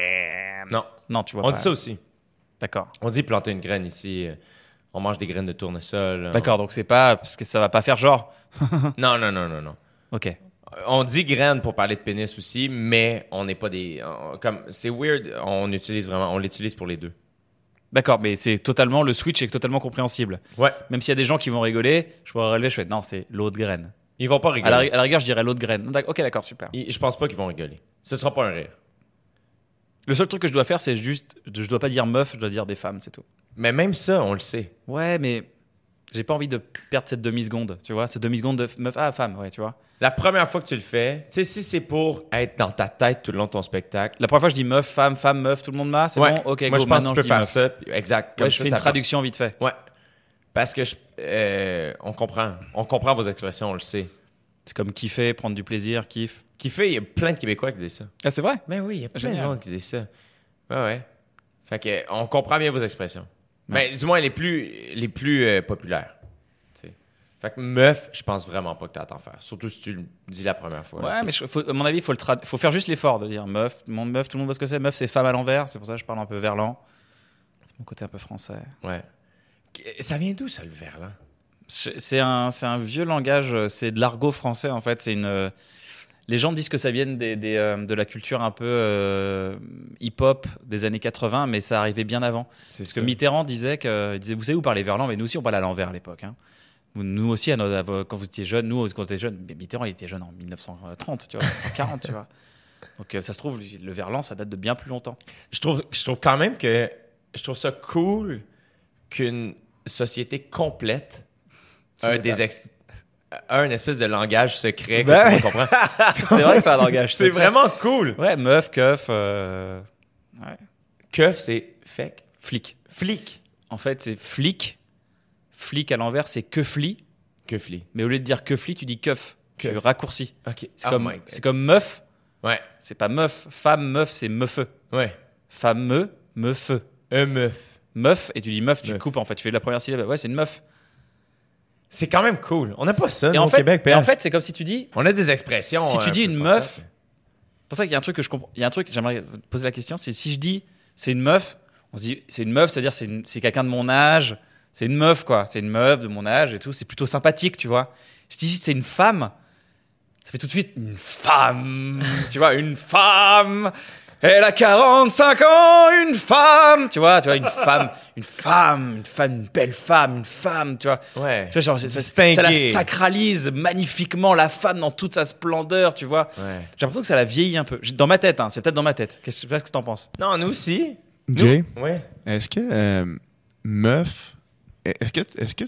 Speaker 2: Non,
Speaker 4: Non, tu vois
Speaker 2: on
Speaker 4: pas.
Speaker 2: dit ça aussi.
Speaker 4: D'accord.
Speaker 2: On dit planter une graine ici. euh, On mange des graines de tournesol. euh,
Speaker 4: D'accord, donc c'est pas. Parce que ça va pas faire genre.
Speaker 2: on- Non, non, non, non, non.
Speaker 4: Ok.
Speaker 2: Euh, On dit graines pour parler de pénis aussi, mais on n'est pas des. on- comme c'est weird, on utilise vraiment, on l'utilise pour les deux.
Speaker 4: D'accord, mais c'est totalement le switch est totalement compréhensible.
Speaker 2: Ouais,
Speaker 4: Même s'il y a des gens qui vont rigoler, je pourrais relever, je fais non, c'est l'eau de graine.
Speaker 2: ils vont pas
Speaker 4: À la,
Speaker 2: rigoler.
Speaker 4: ri- à la rigueur, je dirais l'eau de graine. D'ac- Ok, d'accord, super.
Speaker 2: Ils- Je pense pas qu'ils vont rigoler. Ce sera pas un rire.
Speaker 4: Le seul truc que je dois faire, c'est juste, je dois pas dire meuf, je dois dire des femmes, c'est tout.
Speaker 2: Mais même ça, on le sait.
Speaker 4: Ouais, mais j'ai pas envie de perdre cette demi seconde, tu vois, cette demi seconde de f- meuf ah femme, ouais, tu vois.
Speaker 2: La première fois que tu le fais, tu sais, si c'est pour être dans ta tête tout le long de ton spectacle,
Speaker 4: La première fois, je dis meuf, femme, femme, meuf, tout le monde m'a, c'est
Speaker 2: ouais,
Speaker 4: bon, ok,
Speaker 2: moi je pense
Speaker 4: go,
Speaker 2: que
Speaker 4: maintenant,
Speaker 2: tu peux
Speaker 4: dis
Speaker 2: faire
Speaker 4: meuf.
Speaker 2: ça. puis- Exact. Comme
Speaker 4: Ouais, je
Speaker 2: ça,
Speaker 4: fais une
Speaker 2: ça part.
Speaker 4: traduction vite fait.
Speaker 2: Ouais. Parce que je, euh, on comprend. On comprend vos expressions, on le sait.
Speaker 4: C'est comme kiffer, prendre du plaisir, kiff.
Speaker 2: Qui fait, il y a plein de Québécois qui disent ça.
Speaker 4: Ah, c'est vrai.
Speaker 2: Mais Ben oui, il y a plein
Speaker 4: Génial.
Speaker 2: de monde qui disent ça. Ouais, ouais. Fait que, euh, on comprend bien vos expressions.
Speaker 4: Ouais.
Speaker 2: Mais du moins, les plus, les plus euh, populaires. tu sais. Fait que meuf, je pense vraiment pas que t'as à t'en faire. Surtout si tu le dis la première fois.
Speaker 4: Ouais, mais je- faut- à mon avis, il faut, le trad- faut faire juste l'effort de dire meuf, mon meuf, tout le monde voit ce que c'est. Meuf, c'est femme à l'envers, c'est pour ça que je parle un peu verlan. C'est mon côté un peu français.
Speaker 2: Ouais. Ça vient d'où, ça, le verlan?
Speaker 4: C'est c'est un, c'est un vieux langage, euh, c'est de l'argot français en fait. C'est une. euh, Les gens disent que ça vient des, des, euh, de la culture un peu euh, hip-hop des années 80, mais ça arrivait bien avant.
Speaker 2: C'est
Speaker 4: Parce que Mitterrand disait que, il disait, vous savez, vous parlez verlan, mais nous aussi, on parle à l'envers à l'époque. hein. Vous- Nous aussi, à nos- à vos- quand vous étiez jeune, nous, quand on était jeune, Mitterrand, il était jeune en 1930, tu vois, 1940, tu vois. Donc, euh, ça se trouve, le verlan, ça date de bien plus longtemps.
Speaker 2: je trouve, je trouve quand même que je trouve ça cool qu'une société complète
Speaker 4: C'est
Speaker 2: a
Speaker 4: vrai.
Speaker 2: des, ex- un espèce de langage secret que tout
Speaker 4: Ben
Speaker 2: le
Speaker 4: ouais.
Speaker 2: monde comprend.
Speaker 4: c'est vrai que c'est un langage.
Speaker 2: C'est vraiment cool.
Speaker 4: Ouais, meuf, keuf. euh,
Speaker 2: Keuf, c'est fake.
Speaker 4: flic.
Speaker 2: Flic.
Speaker 4: En fait, c'est flic. Flic à l'envers, c'est que fli.
Speaker 2: Keufli.
Speaker 4: Mais au lieu de dire que fli, tu dis keuf. Tu
Speaker 2: Keuf.
Speaker 4: raccourcis.
Speaker 2: OK.
Speaker 4: C'est
Speaker 2: Oh
Speaker 4: comme,
Speaker 2: my God.
Speaker 4: c'est comme meuf.
Speaker 2: Ouais.
Speaker 4: C'est pas meuf. Femme, meuf, c'est meufeux.
Speaker 2: Ouais.
Speaker 4: Femme, me, meufeux.
Speaker 2: Un meuf.
Speaker 4: Meuf, et tu dis meuf, tu
Speaker 2: Meuf.
Speaker 4: coupes en fait. Tu fais la première syllabe. Ouais, c'est une meuf.
Speaker 2: C'est quand même cool. On n'a pas ça
Speaker 4: Et
Speaker 2: nous,
Speaker 4: en,
Speaker 2: au
Speaker 4: fait,
Speaker 2: Ah Québec,
Speaker 4: et
Speaker 2: PL.
Speaker 4: en fait, c'est comme si tu dis.
Speaker 2: on a des expressions. euh,
Speaker 4: Si tu
Speaker 2: un
Speaker 4: dis
Speaker 2: peu hein.
Speaker 4: une
Speaker 2: fantasmes.
Speaker 4: C'est pour ça qu'il y a un truc que je comprends. Il y a un truc, j'aimerais te poser la question. C'est si je dis c'est une meuf, on se dit c'est une meuf, c'est-à-dire c'est une- c'est quelqu'un de mon âge. C'est une meuf, quoi. C'est une meuf de mon âge et tout. C'est plutôt sympathique, tu vois. Je dis si c'est une femme, ça fait tout de suite une femme. tu vois, une femme. Elle a 45 ans, une femme. Tu vois, tu vois, une femme, une femme, une femme, une belle femme, une femme, tu vois.
Speaker 2: Ouais.
Speaker 4: Tu vois, genre, c'est- ça,
Speaker 2: Distingué.
Speaker 4: ça la sacralise magnifiquement la femme dans toute sa splendeur, tu vois.
Speaker 2: Ouais.
Speaker 4: J'ai l'impression que ça la vieillit un peu. J'ai- Dans ma tête, hein, c'est peut-être dans ma tête. Qu'est-ce que- qu'est-ce que t'en penses
Speaker 2: Non, nous aussi. Nous-
Speaker 6: Jay,
Speaker 2: Ouais.
Speaker 6: est-ce que euh, meuf, est-ce que est-ce que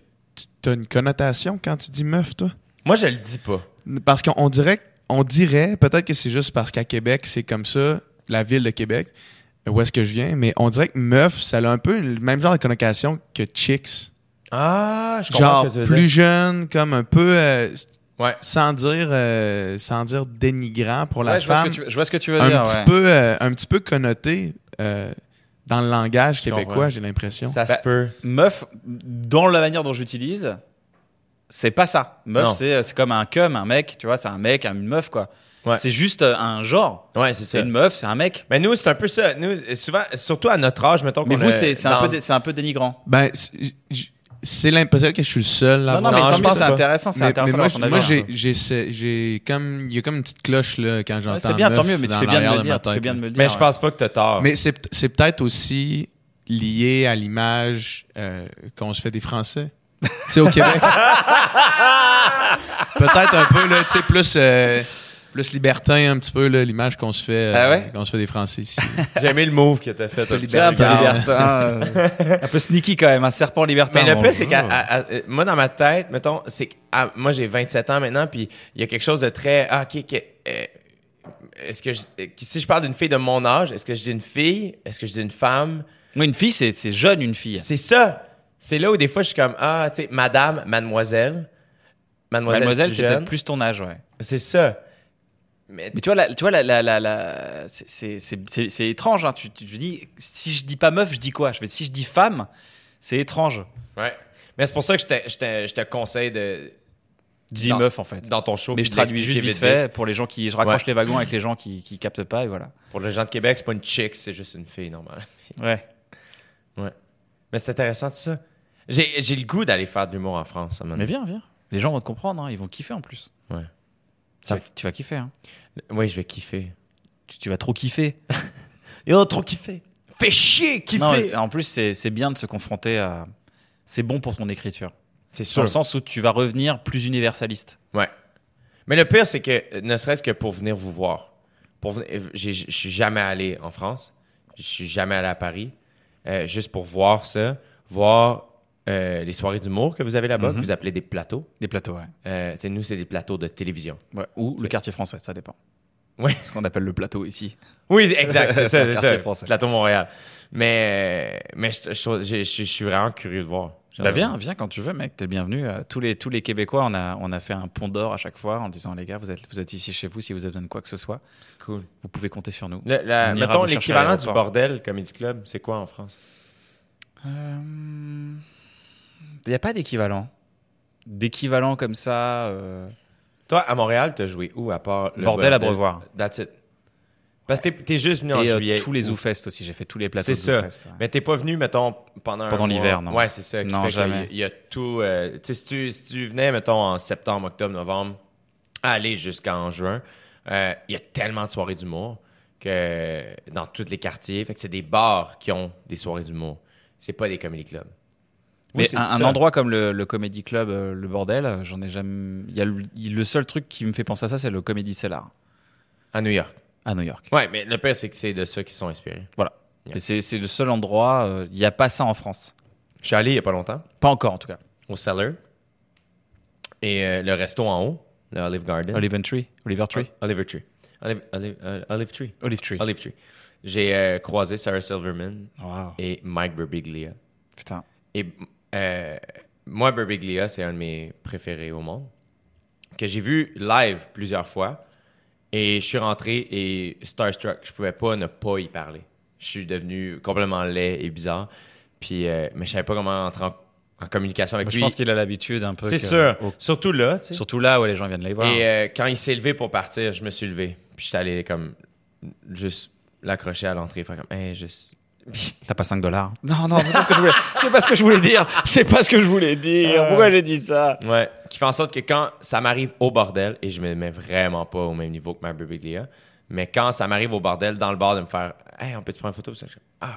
Speaker 6: tu as une connotation quand tu dis meuf, toi?
Speaker 2: Moi, je le dis pas.
Speaker 6: Parce qu'on on dirait, on dirait, peut-être que c'est juste parce qu'à Québec, c'est comme ça, la ville de Québec, euh, où est-ce que je viens, mais on dirait que meuf, ça a un peu le même genre de connotation que chicks.
Speaker 2: Ah, je comprends
Speaker 6: Genre
Speaker 2: ce que tu veux
Speaker 6: plus
Speaker 2: dire.
Speaker 6: jeune, comme un peu euh, s-
Speaker 2: Ouais.
Speaker 6: sans dire euh, sans dire dénigrant pour la
Speaker 4: Ouais, je, vois ce
Speaker 6: femme,
Speaker 4: que tu, veux- je vois ce que tu veux
Speaker 6: un
Speaker 4: dire.
Speaker 6: petit
Speaker 4: ouais.
Speaker 6: peu euh, un petit peu connoté euh, dans le langage
Speaker 2: comprends.
Speaker 6: québécois, j'ai l'impression.
Speaker 2: Ça
Speaker 4: Bah,
Speaker 2: se peut.
Speaker 4: Meuf, dans la manière dont j'utilise, c'est pas ça.
Speaker 2: Non.
Speaker 4: Meuf, c'est c'est comme un cum, un mec, tu vois, c'est un mec, une meuf, quoi.
Speaker 2: Ouais.
Speaker 4: C'est juste euh, un genre.
Speaker 2: Ouais, c'est ça.
Speaker 4: C'est une meuf, c'est un mec.
Speaker 2: Mais nous, c'est un peu ça. Nous, euh, souvent, surtout à notre âge, mettons
Speaker 4: Mais
Speaker 2: qu'on
Speaker 4: vous,
Speaker 2: a-
Speaker 4: c'est c'est un,
Speaker 2: dans-
Speaker 4: peu dé- c'est un peu dénigrant.
Speaker 6: Ben c'est- j- c'est l'impression que je suis le seul à
Speaker 4: Non, non,
Speaker 6: avoir
Speaker 4: mais
Speaker 2: non,
Speaker 4: tant
Speaker 2: je
Speaker 4: mieux,
Speaker 2: pense
Speaker 4: c'est
Speaker 2: pas.
Speaker 4: intéressant. C'est
Speaker 6: Mais-
Speaker 4: intéressant.
Speaker 6: mais moi,
Speaker 4: d'avoir
Speaker 6: je-
Speaker 4: ton
Speaker 6: moi,
Speaker 4: avis. hein.
Speaker 6: j'ai, j'ai, ce- j'ai comme, il y a comme une petite cloche là quand j'entends.
Speaker 4: Ouais, C'est bien,
Speaker 6: meuf
Speaker 4: tant mieux, mais tu
Speaker 6: dans
Speaker 4: fais bien de
Speaker 6: l'arrière
Speaker 4: me le dire.
Speaker 6: ma
Speaker 4: Tu fais
Speaker 6: tête,
Speaker 4: bien de
Speaker 6: là.
Speaker 4: me le dire.
Speaker 2: Mais je
Speaker 4: ouais.
Speaker 2: pense pas que t'as tort.
Speaker 6: Mais c'est, c'est peut-être aussi lié à l'image euh, qu'on se fait des Français. tu sais, au Québec. peut-être un peu là, tu sais, plus. euh, plus libertin un petit peu là, l'image qu'on se fait euh,
Speaker 4: Ah ouais?
Speaker 6: qu'on se fait des Français ici.
Speaker 2: J'ai aimé le move que t'as fait.
Speaker 6: peu
Speaker 2: toi.
Speaker 6: libéral.
Speaker 4: Ouais, un peu
Speaker 6: Regarde.
Speaker 4: libertin, euh, un peu sneaky quand même, un serpent libertin.
Speaker 2: Mais le
Speaker 4: bon.
Speaker 2: plus, c'est que moi, dans ma tête, mettons, c'est que à- moi, j'ai 27 ans maintenant, puis il y a quelque chose de très. Ah, ok, ok, euh, est-ce que je- euh, si je parle d'une fille de mon âge, est-ce que je dis une fille? Est-ce que je dis une femme?
Speaker 4: Moi, une fille, c'est c'est jeune, une fille.
Speaker 2: C'est ça. C'est là où des fois, je suis comme, ah, tu sais, madame, mademoiselle. Mademoiselle,
Speaker 4: Mademoiselle,
Speaker 2: plus
Speaker 4: c'est
Speaker 2: jeune.
Speaker 4: peut-être plus ton âge, ouais.
Speaker 2: C'est ça. Mais,
Speaker 4: Mais tu vois, la, tu vois, la, la, la, la- c'est- c'est- c'est c'est- c'est étrange. Hein. Tu, tu, tu dis, si je dis pas meuf, je dis quoi je vais, Si je dis femme, c'est étrange.
Speaker 2: ouais. Mais c'est pour ça que je te, je te- je te conseille de.
Speaker 4: Dis
Speaker 2: dans-
Speaker 4: meuf, en fait.
Speaker 2: Dans ton show.
Speaker 4: Mais
Speaker 2: puis
Speaker 4: je traduis
Speaker 2: d'expliquer
Speaker 4: juste vite fait pour les gens qui. Je raccroche
Speaker 2: Ouais.
Speaker 4: les wagons avec les gens qui, qui captent pas, et voilà.
Speaker 2: Pour les gens de Québec, c'est pas une chick, c'est juste une fille, normale.
Speaker 4: Ouais.
Speaker 2: Mais c'est intéressant tout ça. J'ai j'ai le goût d'aller faire de l'humour en France. à un moment
Speaker 4: Mais
Speaker 2: donné.
Speaker 4: viens, viens. Les gens vont te comprendre, hein. ils vont kiffer en plus.
Speaker 2: Ouais.
Speaker 4: Tu, vas, tu vas kiffer, hein.
Speaker 2: Oui, je vais kiffer.
Speaker 4: tu, tu vas trop kiffer.
Speaker 2: Et on a trop kiffé. Fais chier,
Speaker 4: Non,
Speaker 2: kiffer.
Speaker 4: en plus, c'est c'est bien de se confronter à. C'est bon pour ton écriture.
Speaker 2: C'est
Speaker 4: Sur le sens où tu vas revenir plus universaliste.
Speaker 2: Ouais. Mais le pire, c'est que euh, ne serait-ce que pour venir vous voir. Pour venir- euh, j'ai- Je suis jamais allé en France. Je suis jamais allé à Paris. Euh, juste pour voir ça. Voir euh, les soirées d'humour que vous avez là-bas,
Speaker 4: Mm-hmm.
Speaker 2: que vous appelez des plateaux.
Speaker 4: Des plateaux, ouais.
Speaker 2: Euh, tu sais, nous, c'est des plateaux de télévision.
Speaker 4: Ou le quartier français, ça dépend.
Speaker 2: Ouais.
Speaker 4: Ce qu'on appelle le plateau ici.
Speaker 2: Oui, exact, c'est
Speaker 4: C'est
Speaker 2: ça,
Speaker 4: un
Speaker 2: c'est
Speaker 4: quartier
Speaker 2: ça.
Speaker 4: français.
Speaker 2: Plateau Montréal. Mais, euh, mais je, je trouve- je- je- je suis vraiment curieux de voir.
Speaker 4: Bah viens, viens quand tu veux, mec. T'es le bienvenu. Euh, Tous les, tous les Québécois, on a, on a fait un pont d'or à chaque fois en disant les gars, vous êtes, vous êtes ici chez vous. Si vous avez besoin de quoi que ce soit,
Speaker 2: Cool.
Speaker 4: vous pouvez compter sur nous.
Speaker 2: Le- la-
Speaker 4: On ira
Speaker 2: mettons
Speaker 4: vous chercher à
Speaker 2: l'équivalent du
Speaker 4: l'aéroport.
Speaker 2: bordel Comedy Club, c'est quoi en France?
Speaker 4: Il n'y Euh, a pas d'équivalent. D'équivalent comme ça. euh,
Speaker 2: Toi, à Montréal, t'as joué où à part le
Speaker 4: Bordel à Brevoir.
Speaker 2: That's it. Parce que t'es- t'es juste venu en
Speaker 4: et euh,
Speaker 2: juillet.
Speaker 4: tous les Zoufest aussi. J'ai fait tous les plateaux
Speaker 2: C'est
Speaker 4: de
Speaker 2: ça.
Speaker 4: Zoufest, ouais.
Speaker 2: Mais t'es pas venu, mettons, pendant un
Speaker 4: Pendant
Speaker 2: mois.
Speaker 4: l'hiver, non.
Speaker 2: Ouais, c'est ça. qui
Speaker 4: Non,
Speaker 2: fait que
Speaker 4: jamais.
Speaker 2: Il y, a tout. euh, tu sais, si tu, si tu venais, mettons, en septembre, octobre, novembre, à aller jusqu'en juin, euh, il y a tellement de soirées d'humour que dans tous les quartiers. Fait que c'est des bars qui ont des soirées d'humour. C'est pas des comedy clubs. Vous,
Speaker 4: Mais
Speaker 2: c'est
Speaker 4: un, un
Speaker 2: ça.
Speaker 4: endroit comme le, le Comedy Club, euh, le bordel, euh, j'en ai jamais. Il y a le, il- le seul truc qui me fait penser à ça, c'est le Comedy Cellar
Speaker 2: À New York.
Speaker 4: à New York.
Speaker 2: Ouais, mais le pire, c'est que c'est de ça qu'ils sont inspirés. Yeah.
Speaker 4: Et c'est c'est le seul endroit. euh, Il n'y a pas ça en France.
Speaker 2: Je suis allé il y a pas longtemps
Speaker 4: Pas encore, en tout cas.
Speaker 2: au Cellar. Et euh, le resto en haut, le Olive Garden.
Speaker 4: Olive Tree. Oliver Tree.
Speaker 2: Oliver Tree. Olive, Olive, euh, Olive Tree.
Speaker 4: Olive Tree.
Speaker 2: Olive Tree. J'ai euh, croisé Sarah Silverman
Speaker 4: Wow.
Speaker 2: et Mike Birbiglia.
Speaker 4: Putain.
Speaker 2: Et euh, moi, Birbiglia, c'est un de mes préférés au monde, que j'ai vu live plusieurs fois. Et je suis rentré et starstruck. Je pouvais pas ne pas y parler. Je suis devenu complètement laid et bizarre. Puis, euh, mais je savais pas comment entrer en, en communication avec
Speaker 4: Moi,
Speaker 2: lui.
Speaker 4: je pense qu'il a l'habitude un peu.
Speaker 2: c'est
Speaker 4: que-
Speaker 2: sûr.
Speaker 4: au-
Speaker 2: Surtout là, tu sais.
Speaker 4: Surtout là où les gens viennent les voir.
Speaker 2: Et euh, quand il s'est levé pour partir, je me suis levé. Puis j'étais allé comme juste l'accrocher à l'entrée, faire comme hey, juste
Speaker 4: T'as pas 5 dollars.
Speaker 5: Non, non, c'est pas ce que je voulais. C'est pas ce que je voulais dire. C'est pas ce que je voulais dire. Pourquoi j'ai dit ça
Speaker 2: Ouais, qui fait en sorte que quand ça m'arrive au bordel, et je me mets vraiment pas au même niveau que ma Biglia, mais quand ça m'arrive au bordel dans le bar de me faire Hey, on peut te prendre une photo Puis ça, je, fais, ah, ouais.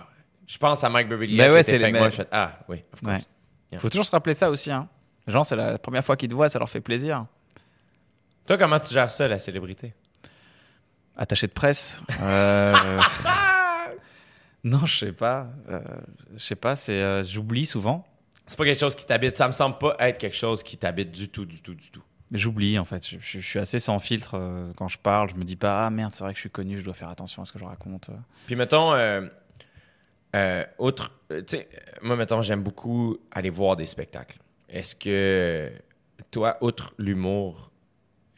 Speaker 2: je pense à Mike Burbiglia.
Speaker 4: Ben
Speaker 2: qui
Speaker 4: ouais,
Speaker 2: était
Speaker 4: c'est
Speaker 2: fin
Speaker 4: les
Speaker 2: que moi,
Speaker 4: mêmes.
Speaker 2: je fais, Ah, oui, of course.
Speaker 4: Ouais.
Speaker 2: Yeah.
Speaker 4: Faut toujours se rappeler ça aussi. Hein. Les gens, c'est la première fois qu'ils te voient, ça leur fait plaisir.
Speaker 2: Toi, comment tu gères ça, la célébrité
Speaker 4: Attaché de presse. euh, non, je sais pas. Euh, je sais pas. C'est euh, j'oublie souvent.
Speaker 2: C'est pas quelque chose qui t'habite. Ça me semble pas être quelque chose qui t'habite du tout, du tout, du tout.
Speaker 4: Mais J'oublie en fait. Je, je- je suis assez sans filtre euh, quand je parle. Je me dis pas ah merde, c'est vrai que je suis connu, je dois faire attention à ce que je raconte.
Speaker 2: Puis mettons, euh, euh, autre, euh, tu sais, euh, moi mettons, j'aime beaucoup aller voir des spectacles. Est-ce que toi, outre l'humour,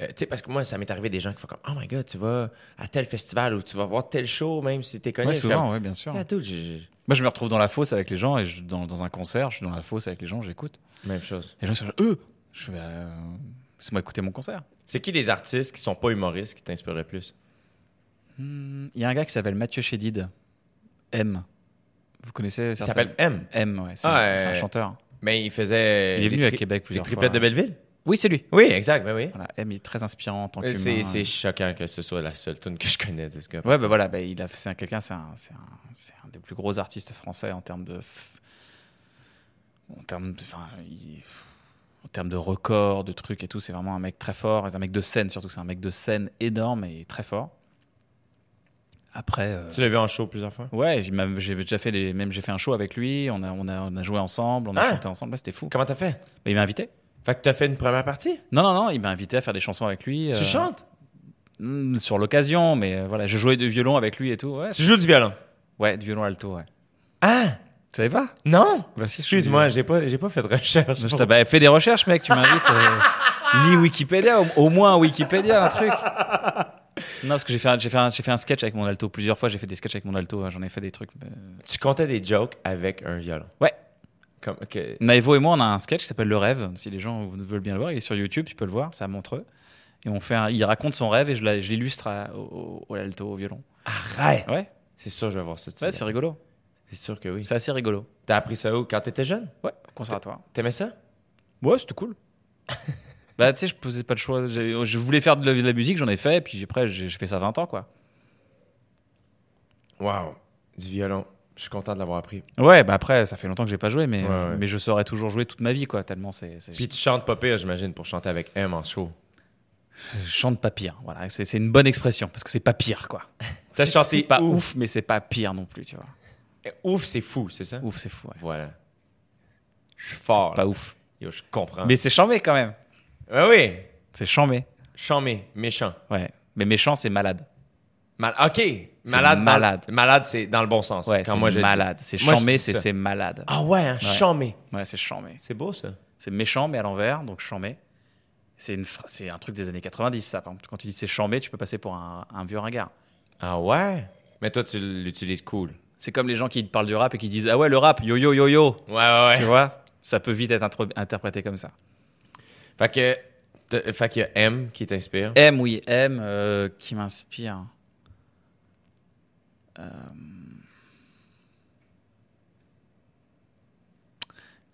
Speaker 2: euh, tu sais, parce que moi, ça m'est arrivé des gens qui font comme, oh my god, tu vas à tel festival ou tu vas voir tel show, même si t'es connu.
Speaker 4: Ouais,
Speaker 2: Je suis
Speaker 4: souvent, ouais, bien sûr.
Speaker 2: comme, Yeah, dude, j'ai- j'ai-
Speaker 4: Moi, je me retrouve dans la fosse avec les gens et je, dans, dans un concert, je suis dans la fosse avec les gens, j'écoute.
Speaker 2: Même chose.
Speaker 4: Et les gens sont genre, eux, je fais, euh, laissez-moi écouter mon concert.
Speaker 2: C'est qui les artistes qui sont pas humoristes qui t'inspirent le plus
Speaker 4: Hmm, Il y a un gars qui s'appelle Mathieu Chédid. M. Vous connaissez
Speaker 2: Il
Speaker 4: certains-
Speaker 2: s'appelle M.
Speaker 4: M, ouais. C'est
Speaker 2: Ah,
Speaker 4: un, c'est un
Speaker 2: euh,
Speaker 4: chanteur.
Speaker 2: Mais il faisait.
Speaker 4: Il est
Speaker 2: les
Speaker 4: venu à
Speaker 2: tri-
Speaker 4: Québec
Speaker 2: Les
Speaker 4: plusieurs fois. hein.
Speaker 2: triplettes de Belleville
Speaker 4: Oui, c'est lui.
Speaker 2: Oui, exact, ben oui.
Speaker 4: Voilà, M, il est très inspirant en tant
Speaker 2: Euh,
Speaker 4: qu'humain.
Speaker 2: C'est c'est choquant que ce soit la seule tune que je connais de ce gars.
Speaker 4: Ouais, bah voilà, bah, il a, c'est un- quelqu'un, c'est un, c'est un- c'est un des plus gros artistes français en termes de. f- En termes de. Enfin, il- En termes de records, de trucs et tout, c'est vraiment un mec très fort. C'est un mec de scène surtout, c'est un mec de scène énorme et très fort. Après. euh,
Speaker 2: Tu l'as vu en show plusieurs fois
Speaker 4: Ouais, il m'a- j'ai déjà fait les, même j'ai fait un show avec lui. On a, on a, on a joué ensemble, on a
Speaker 2: Ah.
Speaker 4: chanté ensemble. ouais, c'était fou.
Speaker 2: Comment t'as fait
Speaker 4: Mais il m'a invité.
Speaker 2: Fait que t'as fait une première partie.
Speaker 4: Non, non, non, il m'a invité à faire des chansons avec lui. euh,
Speaker 2: Tu chantes.
Speaker 4: mm, sur l'occasion, mais euh, voilà, je jouais du violon avec lui et tout. Ouais,
Speaker 2: Tu joues du violon.
Speaker 4: ouais du violon alto. Ouais.
Speaker 2: Ah!
Speaker 4: Tu savais pas
Speaker 2: Non!
Speaker 4: Bah, si,
Speaker 2: Excuse-moi, j'ai pas, j'ai pas fait de recherche.
Speaker 4: Je t'ai bah, fait des recherches, mec. Tu m'invites. euh, lis Wikipédia, au, au moins Wikipédia, un truc. Non, parce que j'ai fait, un- j'ai fait, un- j'ai fait un sketch avec mon alto plusieurs fois. J'ai fait des sketchs avec mon alto. hein, J'en ai fait des trucs. mais-
Speaker 2: Tu comptais des jokes avec un violon.
Speaker 4: Ouais.
Speaker 2: Comme, ok.
Speaker 4: Naevo et moi, on a un sketch qui s'appelle Le Rêve. Si les gens veulent bien le voir, il est sur YouTube, tu peux le voir, ça montre eux. Et on fait un- il raconte son rêve et je la- je l'illustre à- au, au- au alto, au violon.
Speaker 2: Arrête!
Speaker 4: Ouais,
Speaker 2: C'est sûr, je vais voir ça. tout de
Speaker 4: ouais,
Speaker 2: suite.
Speaker 4: c'est rigolo.
Speaker 2: c'est sûr que oui.
Speaker 4: C'est assez rigolo.
Speaker 2: T'as appris ça où? Quand t'étais jeune?
Speaker 4: Ouais, au conservatoire.
Speaker 2: T'aimais ça?
Speaker 4: Ouais, c'était cool. bah, tu sais, je posais pas de choix. J'ai- Je voulais faire de la, de la musique, j'en ai fait, puis après, j'ai j'ai fait ça 20 ans, quoi.
Speaker 2: Wow. Du violon. Je suis content de l'avoir appris.
Speaker 4: Ouais, bah après, ça fait longtemps que j'ai pas joué, mais,
Speaker 2: Ouais, ouais.
Speaker 4: mais je saurais toujours jouer toute ma vie, quoi, tellement c'est. c'est-
Speaker 2: Puis tu chantes pas pire, j'imagine, pour chanter avec M en show.
Speaker 4: Je chante pas pire, voilà. C'est c'est une bonne expression, parce que c'est pas pire, quoi.
Speaker 2: T'as
Speaker 4: C'est-
Speaker 2: chanté
Speaker 4: c'est pas
Speaker 2: ouf.
Speaker 4: ouf. mais c'est pas pire non plus, tu vois.
Speaker 2: Eh, Ouf, c'est fou, c'est ça?
Speaker 4: Ouf, c'est fou, ouais.
Speaker 2: Voilà. Je suis fort.
Speaker 4: C'est
Speaker 2: là.
Speaker 4: pas ouf.
Speaker 2: Yo, je comprends.
Speaker 4: Mais c'est chambé quand même.
Speaker 2: Ouais, oui.
Speaker 4: C'est chambé.
Speaker 2: Chamé, méchant.
Speaker 4: Ouais. Mais méchant, c'est malade.
Speaker 2: Mal- OK. Malade, mal-
Speaker 4: malade.
Speaker 2: Malade, c'est dans le bon sens.
Speaker 4: Ouais,
Speaker 2: quand
Speaker 4: c'est
Speaker 2: moi je dis.
Speaker 4: malade. C'est
Speaker 2: Moi, je
Speaker 4: chambé,
Speaker 2: dis
Speaker 4: c'est
Speaker 2: ça.
Speaker 4: c'est malade.
Speaker 2: Ah ouais, hein, chamé.
Speaker 4: Ouais, c'est chambé.
Speaker 2: C'est beau ça.
Speaker 4: C'est méchant, mais à l'envers, donc chambé. C'est une fra- c'est un truc des années 90, ça. Par exemple, quand tu dis c'est chambé, tu peux passer pour un, un vieux ringard.
Speaker 2: Ah ouais? Mais toi, tu l'utilises cool.
Speaker 4: C'est comme les gens qui te parlent du rap et qui disent Ah ouais, le rap, yo yo yo yo.
Speaker 2: Ouais, ouais,
Speaker 4: Tu vois Ça peut vite être intro- interprété comme ça.
Speaker 2: Fait que. t'as- Fait qu'il y a M qui t'inspire.
Speaker 4: M, oui, M, euh, qui m'inspire. Euh,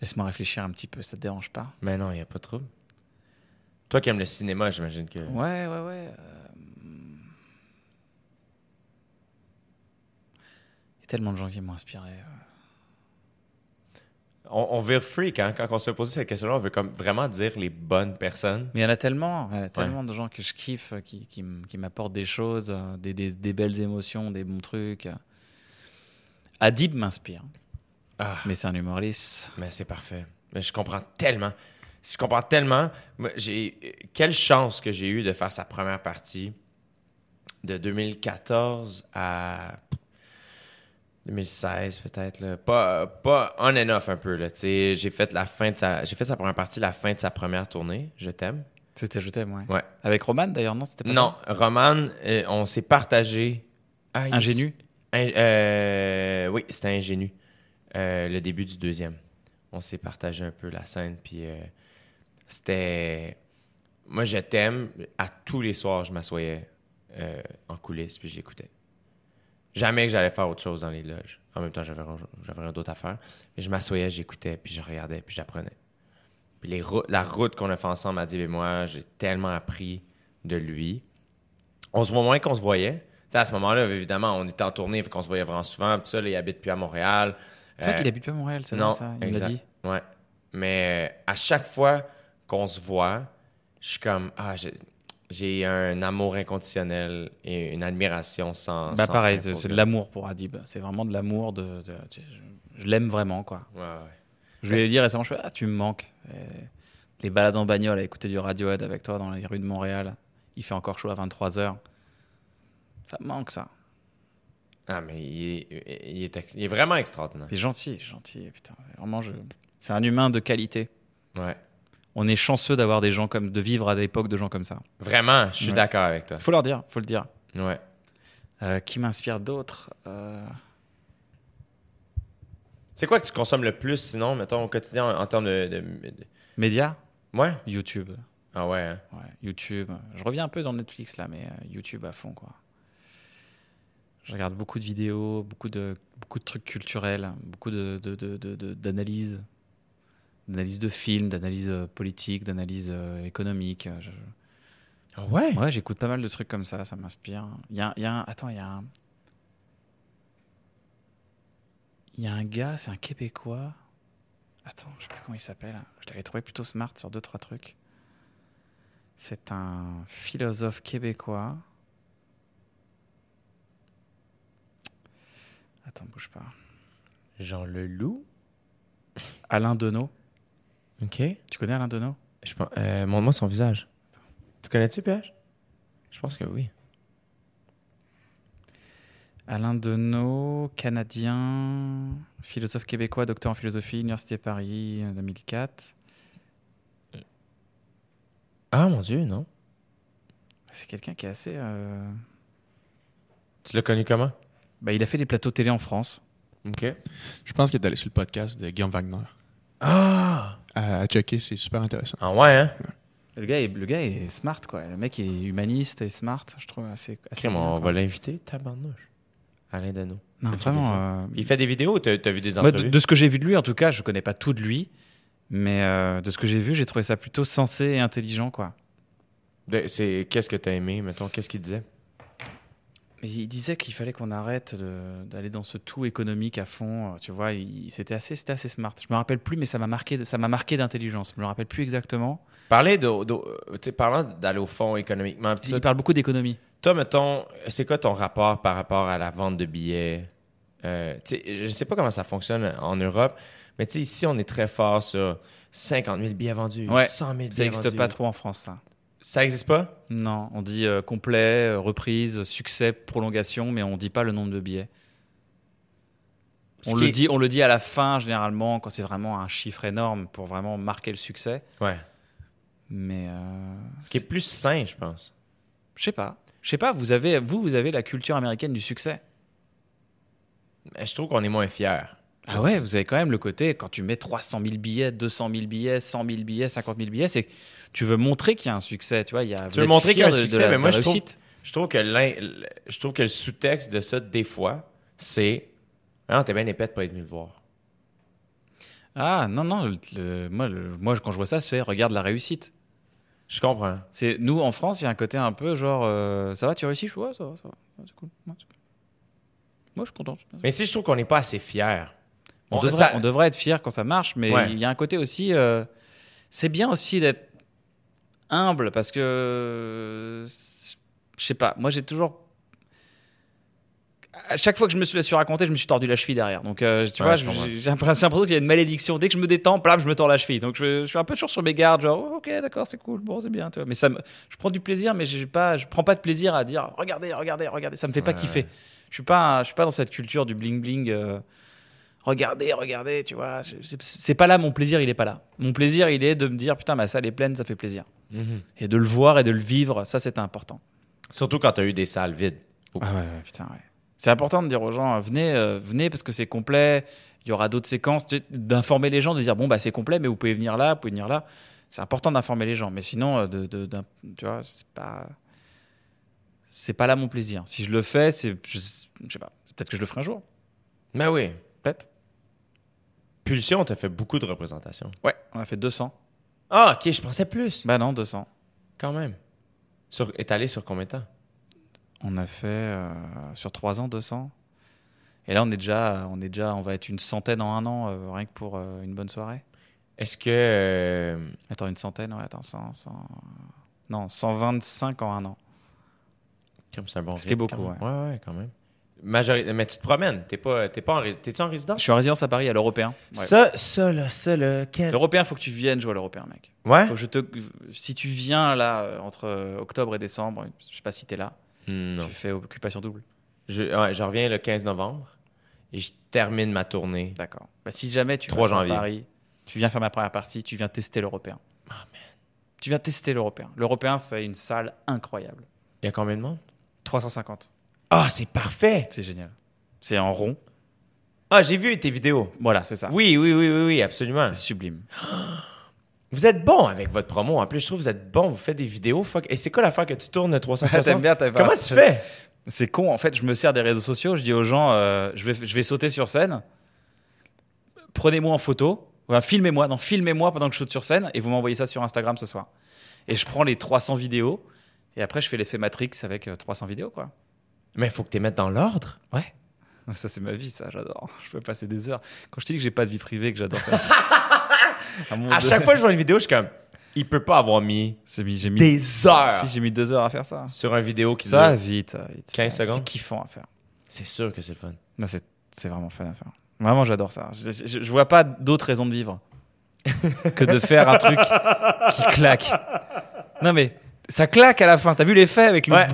Speaker 4: Laisse-moi réfléchir un petit peu, ça te dérange pas
Speaker 2: Mais non, il n'y a pas de trouble. Toi qui aimes le cinéma, j'imagine que.
Speaker 4: Ouais, ouais, ouais. euh, Il y a tellement de gens qui m'ont inspiré. euh.
Speaker 2: On, on vire freak, hein? Quand on se fait poser cette question-là, on veut comme vraiment dire les bonnes personnes.
Speaker 4: Mais il y en a tellement, il y en a tellement de gens que je kiffe, euh, qui, qui, m- qui m'apportent des choses, euh, des, des- des belles émotions, des bons trucs. euh. Adib m'inspire,
Speaker 2: Ah,
Speaker 4: mais c'est un humoriste.
Speaker 2: mais c'est parfait. Mais je comprends tellement. Je comprends tellement. Moi, J'ai euh, quelle chance que j'ai eu de faire sa première partie de 2014 à 2016 peut-être là. pas pas on and off un peu là. Tu sais, j'ai fait la fin de sa j'ai fait sa première partie la fin de sa première tournée. Je t'aime.
Speaker 4: C'était Je t'aime, ouais.
Speaker 2: Ouais.
Speaker 4: Avec Roman d'ailleurs, non C'était pas
Speaker 2: Non, Roman, euh, on s'est partagé.
Speaker 4: ça Ingénu.
Speaker 2: In- euh, oui, c'était ingénu. Euh, le début du deuxième. On s'est partagé un peu la scène, puis euh, c'était. Moi, je t'aime. À tous les soirs, je m'assoyais euh, en coulisses, puis j'écoutais. Jamais que j'allais faire autre chose dans les loges. En même temps, j'avais rien- j'avais rien d'autre à faire. Mais je m'assoyais, j'écoutais, puis je regardais, puis j'apprenais. Puis les rou- la route qu'on a fait ensemble, Adib et moi, j'ai tellement appris de lui on se voit moins qu'on se voyait. Tu sais, à ce moment-là, évidemment, on était en tournée, fait qu'on se voyait vraiment souvent. Puis ça, là, il habite plus à Montréal.
Speaker 4: C'est vrai
Speaker 2: Euh,
Speaker 4: qu'il habite plus à Montréal, c'est
Speaker 2: non,
Speaker 4: vrai ça. Il me l'a
Speaker 2: exact.
Speaker 4: dit.
Speaker 2: Ouais. Mais euh, à chaque fois qu'on se voit, je suis comme ah j'ai- j'ai un amour inconditionnel et une admiration sans.
Speaker 4: Bah
Speaker 2: sans
Speaker 4: pareil,
Speaker 2: fin
Speaker 4: c'est
Speaker 2: pour
Speaker 4: c'est de
Speaker 2: lui.
Speaker 4: l'amour pour Adib. C'est vraiment de l'amour de. de- tu sais, je je l'aime vraiment, quoi.
Speaker 2: Ouais, ouais.
Speaker 4: Je lui ai dit récemment, je fais, ah, tu me manques. Et les balades en bagnole à écouter du Radiohead avec toi dans les rues de Montréal. Il fait encore chaud à 23h. Ça me manque, ça.
Speaker 2: Ah mais il est, il est ex- il est vraiment extraordinaire.
Speaker 4: Il est gentil, il est gentil. Putain, vraiment, je... c'est un humain de qualité.
Speaker 2: Ouais.
Speaker 4: On est chanceux d'avoir des gens comme. de vivre à l'époque de gens comme ça.
Speaker 2: Vraiment, je suis
Speaker 4: Ouais.
Speaker 2: d'accord avec toi.
Speaker 4: Faut leur dire, faut le dire.
Speaker 2: Ouais.
Speaker 4: Euh, qui m'inspire d'autres Euh,
Speaker 2: C'est quoi que tu consommes le plus sinon, mettons au quotidien en, en termes de, de, de-
Speaker 4: Médias
Speaker 2: Ouais.
Speaker 4: YouTube.
Speaker 2: Ah ouais. hein.
Speaker 4: Ouais, YouTube. Je reviens un peu dans Netflix là, mais euh, YouTube à fond quoi. Je regarde beaucoup de vidéos, beaucoup de, beaucoup de trucs culturels, beaucoup de- de- de- de- de- d'analyses. De, d'analyses de films, d'analyses euh, politiques, d'analyses euh, économiques. Je-
Speaker 2: ouais.
Speaker 4: Ouais, j'écoute pas mal de trucs comme ça, ça m'inspire. Il y a, il y a un... Attends, il y a un... Il y a un gars, c'est un Québécois. Attends, je sais plus comment il s'appelle. Je l'avais trouvé plutôt smart sur deux, trois trucs. C'est un philosophe québécois. Attends, bouge pas.
Speaker 2: Jean Leloup.
Speaker 4: Alain Deneau.
Speaker 2: Ok.
Speaker 4: Tu connais Alain Deneau
Speaker 2: Je pense, euh, montre-moi son visage. Tu connais-tu, PH? Je pense que oui.
Speaker 4: Alain Deneau, canadien, philosophe québécois, docteur en philosophie, Université de Paris euh, 2004.
Speaker 2: Ah, mon Dieu, non.
Speaker 4: C'est quelqu'un qui est assez. euh,
Speaker 2: Tu l'as connu comment?
Speaker 4: Bah, il a fait des plateaux télé en France.
Speaker 2: OK.
Speaker 6: Je pense qu'il est allé sur le podcast de Guillaume Wagner.
Speaker 2: Ah!
Speaker 6: À, à checker, c'est super intéressant.
Speaker 2: Ah ouais, hein?
Speaker 4: Le gars est, le gars est smart, quoi. Le mec est humaniste et smart, je trouve assez. assez
Speaker 2: Ok, bon,
Speaker 4: bien,
Speaker 2: on va
Speaker 4: quoi.
Speaker 2: l'inviter, tabarnouche. Alain Dano.
Speaker 4: Non,
Speaker 2: Checker
Speaker 4: vraiment.
Speaker 2: ça.
Speaker 4: euh,
Speaker 2: Il fait des vidéos ou t'as t'as vu des
Speaker 4: moi,
Speaker 2: entrevues?
Speaker 4: de, de ce que j'ai vu de lui, en tout cas, je connais pas tout de lui, mais euh, de ce que j'ai vu, j'ai trouvé ça plutôt sensé et intelligent, quoi.
Speaker 2: De- Ben, C'est Qu'est-ce que t'as aimé, mettons? Qu'est-ce qu'il disait?
Speaker 4: Mais il disait qu'il fallait qu'on arrête de- d'aller dans ce tout économique à fond. euh, Tu vois, il- c'était assez, c'était assez smart. Je me rappelle plus, mais ça m'a marqué, ça m'a marqué d'intelligence. Je me rappelle plus exactement.
Speaker 2: Parler de, de- euh, tu sais, parlant d'aller au fond économiquement, pis ça,
Speaker 4: Il parle beaucoup d'économie.
Speaker 2: Toi, mettons, c'est quoi ton rapport par rapport à la vente de billets? Euh, tu sais, je ne sais pas comment ça fonctionne en Europe, mais tu sais, ici, on est très fort sur 50 000 billets vendus,
Speaker 4: Ouais,
Speaker 2: 100 000 billets
Speaker 4: Ça n'existe
Speaker 2: vendus.
Speaker 4: pas trop en France, ça.
Speaker 2: Ça n'existe pas?
Speaker 4: Non, on dit euh, complet, euh, reprise, succès, prolongation, mais on dit pas le nombre de billets.
Speaker 2: Ce
Speaker 4: On
Speaker 2: qui
Speaker 4: le,
Speaker 2: est-
Speaker 4: dit, on le dit à la fin, généralement, quand c'est vraiment un chiffre énorme pour vraiment marquer le succès.
Speaker 2: Ouais.
Speaker 4: Mais euh,
Speaker 2: Ce qui est
Speaker 4: c'est-
Speaker 2: plus sain, je pense.
Speaker 4: je sais pas. Je sais pas, vous avez, vous, vous avez la culture américaine du succès.
Speaker 2: Mais Ben, je trouve qu'on est moins fiers.
Speaker 4: Ah ouais, vous avez quand même le côté, quand tu mets 300 000 billets, 200 000 billets, 100 000 billets, 50 000 billets, c'est que tu veux montrer qu'il y a un succès, tu vois. Il y a, vous
Speaker 2: veux
Speaker 4: êtes
Speaker 2: montrer
Speaker 4: fier
Speaker 2: qu'il y a un
Speaker 4: de- de
Speaker 2: succès,
Speaker 4: la-
Speaker 2: mais
Speaker 4: de
Speaker 2: moi,
Speaker 4: la
Speaker 2: je trouve-
Speaker 4: réussite.
Speaker 2: Je trouve que, l'in- l- je trouve que le sous-texte de ça, des fois, c'est « Ah, t'es bien épais de pas être venu le voir.
Speaker 4: Ah non, non, le- le- moi, le- moi, quand je vois ça, c'est regarde la réussite. ».
Speaker 2: Je comprends.
Speaker 4: C'est nous en France, il y a un côté un peu genre euh, ça va, tu réussis, je vois, ça va, ça va, Ouais, c'est cool. Ouais, c'est cool. Moi, je suis content.
Speaker 2: Mais si je trouve qu'on n'est pas assez fiers.
Speaker 4: On,
Speaker 2: Bon,
Speaker 4: devrait,
Speaker 2: ça-
Speaker 4: on devrait être fier quand ça marche, mais
Speaker 2: Ouais.
Speaker 4: il y a un côté aussi. euh, c'est bien aussi d'être humble parce que euh, c'est- je sais pas. Moi, j'ai toujours à chaque fois que je me suis raconté, je me suis tordu la cheville derrière. Donc, euh, tu
Speaker 2: Ouais,
Speaker 4: vois,
Speaker 2: je
Speaker 4: je-
Speaker 2: comprends.
Speaker 4: j'ai j'ai l'impression qu'il y a une malédiction. Dès que je me détends, plam, je me tords la cheville. Donc, je, je suis un peu toujours sur mes gardes, genre, oh, ok, d'accord, c'est cool, bon, c'est bien, tu vois. Mais ça me, je prends du plaisir, mais j'ai pas, je prends pas de plaisir à dire, regardez, regardez, regardez. Ça me fait pas
Speaker 2: Ouais,
Speaker 4: kiffer. Je suis pas, un- je suis pas dans cette culture du bling bling. euh, regardez, regardez, tu vois. Je- c'est- C'est pas là mon plaisir, il est pas là. Mon plaisir, il est de me dire, putain, ma salle est pleine, ça fait plaisir.
Speaker 2: Mm-hmm.
Speaker 4: Et de le voir et de le vivre, ça, c'était important.
Speaker 2: Surtout quand t'as eu des salles vides.
Speaker 4: Ah ouais, ouais, putain, ouais. C'est important de dire aux gens, euh, venez, euh, venez parce que c'est complet. Il y aura d'autres séquences, tu sais, d'informer les gens, de dire bon bah c'est complet, mais vous pouvez venir là, vous pouvez venir là. C'est important d'informer les gens, mais sinon, euh, de, de- d'un- tu vois, c'est pas, c'est pas là mon plaisir. Si je le fais, c'est, je, je sais pas, peut-être que je le ferai un jour,
Speaker 2: Ben oui.
Speaker 4: peut-être.
Speaker 2: Pulsion, t'as fait beaucoup de représentations.
Speaker 4: Ouais, on a fait 200.
Speaker 2: Ah, ok, je pensais plus.
Speaker 4: Bah non, 200.
Speaker 2: Quand même. Sur, étalé sur combien de temps?
Speaker 4: On a fait euh, sur 3 ans 200. Et là, on est déjà, on est déjà, on va être une centaine en un an, euh, rien que pour euh, une bonne soirée.
Speaker 2: Est-ce que. euh,
Speaker 4: Attends, une centaine, ouais, attends, 100, 100... Non, 125 en un an.
Speaker 2: Comme c'est un bon
Speaker 4: Ce qui est
Speaker 2: rythme,
Speaker 4: beaucoup,
Speaker 2: quand même. Ouais, ouais, quand même. Majori- Mais tu te promènes. T'es pas, t'es pas en, ré- t'es-tu en résidence?
Speaker 4: Je suis en résidence à Paris à l'Européen. Ouais.
Speaker 2: Ça, ça, là, ça, là, quel-
Speaker 4: L'Européen, faut que tu viennes jouer à l'Européen, mec.
Speaker 2: Ouais?
Speaker 4: Faut que je te... Si tu viens là, euh, entre euh, octobre et décembre, je sais pas si t'es là,
Speaker 2: Non.
Speaker 4: tu fais occupation double.
Speaker 2: Je, ouais, je reviens le 15 novembre et je termine ma tournée.
Speaker 4: D'accord. Bah, si jamais tu
Speaker 2: 3
Speaker 4: vas sur
Speaker 2: janvier.
Speaker 4: Paris, tu viens faire ma première partie, tu viens tester l'Européen.
Speaker 2: Ah,
Speaker 4: Tu viens tester l'Européen. L'Européen, c'est une salle incroyable.
Speaker 2: Il y a combien de monde?
Speaker 4: 350.
Speaker 2: Ah, c'est parfait!
Speaker 4: C'est génial. C'est en rond.
Speaker 2: Ah, j'ai vu tes vidéos.
Speaker 4: Voilà, c'est ça.
Speaker 2: Oui, oui, oui, oui, oui, absolument.
Speaker 4: C'est sublime.
Speaker 2: Vous êtes bon avec votre promo. En plus, je trouve que vous êtes bon. Vous faites des vidéos. Fuck. Et c'est quoi l'affaire que tu tournes 360?
Speaker 4: T'aimes bien, t'as-
Speaker 2: Comment tu fais?
Speaker 4: C'est con, en fait, je me sers des réseaux sociaux, je dis aux gens, euh, je, vais, je vais sauter sur scène, prenez-moi en photo, enfin, filmez-moi, non, filmez-moi pendant que je saute sur scène, et vous m'envoyez ça sur Instagram ce soir. Et je prends les 300 vidéos, et après je fais l'effet Matrix avec euh, 300 vidéos, quoi.
Speaker 2: Mais il faut que tu les mettes dans l'ordre.
Speaker 4: Ouais. Ça, c'est ma vie, ça, j'adore. Je peux passer des heures. Quand je te dis que j'ai pas de vie privée, que j'adore faire ça. à mon
Speaker 2: À
Speaker 4: Dieu.
Speaker 2: chaque fois que je vois une vidéo, je suis comme, il peut pas avoir mis
Speaker 4: C'est mis- j'ai mis,
Speaker 2: des heures
Speaker 4: si, j'ai mis deux heures à faire ça.
Speaker 2: sur une vidéo qui
Speaker 4: Ça,
Speaker 2: dure.
Speaker 4: vite, vite.
Speaker 2: 15 secondes.
Speaker 4: C'est kiffant à faire.
Speaker 2: C'est sûr que c'est le fun.
Speaker 4: Non, c'est c'est vraiment fun à faire. Vraiment, j'adore ça. Je, je- je vois pas d'autre raison de vivre que de faire un truc qui claque. Non, mais ça claque à la fin. T'as vu l'effet avec le,
Speaker 2: Ouais.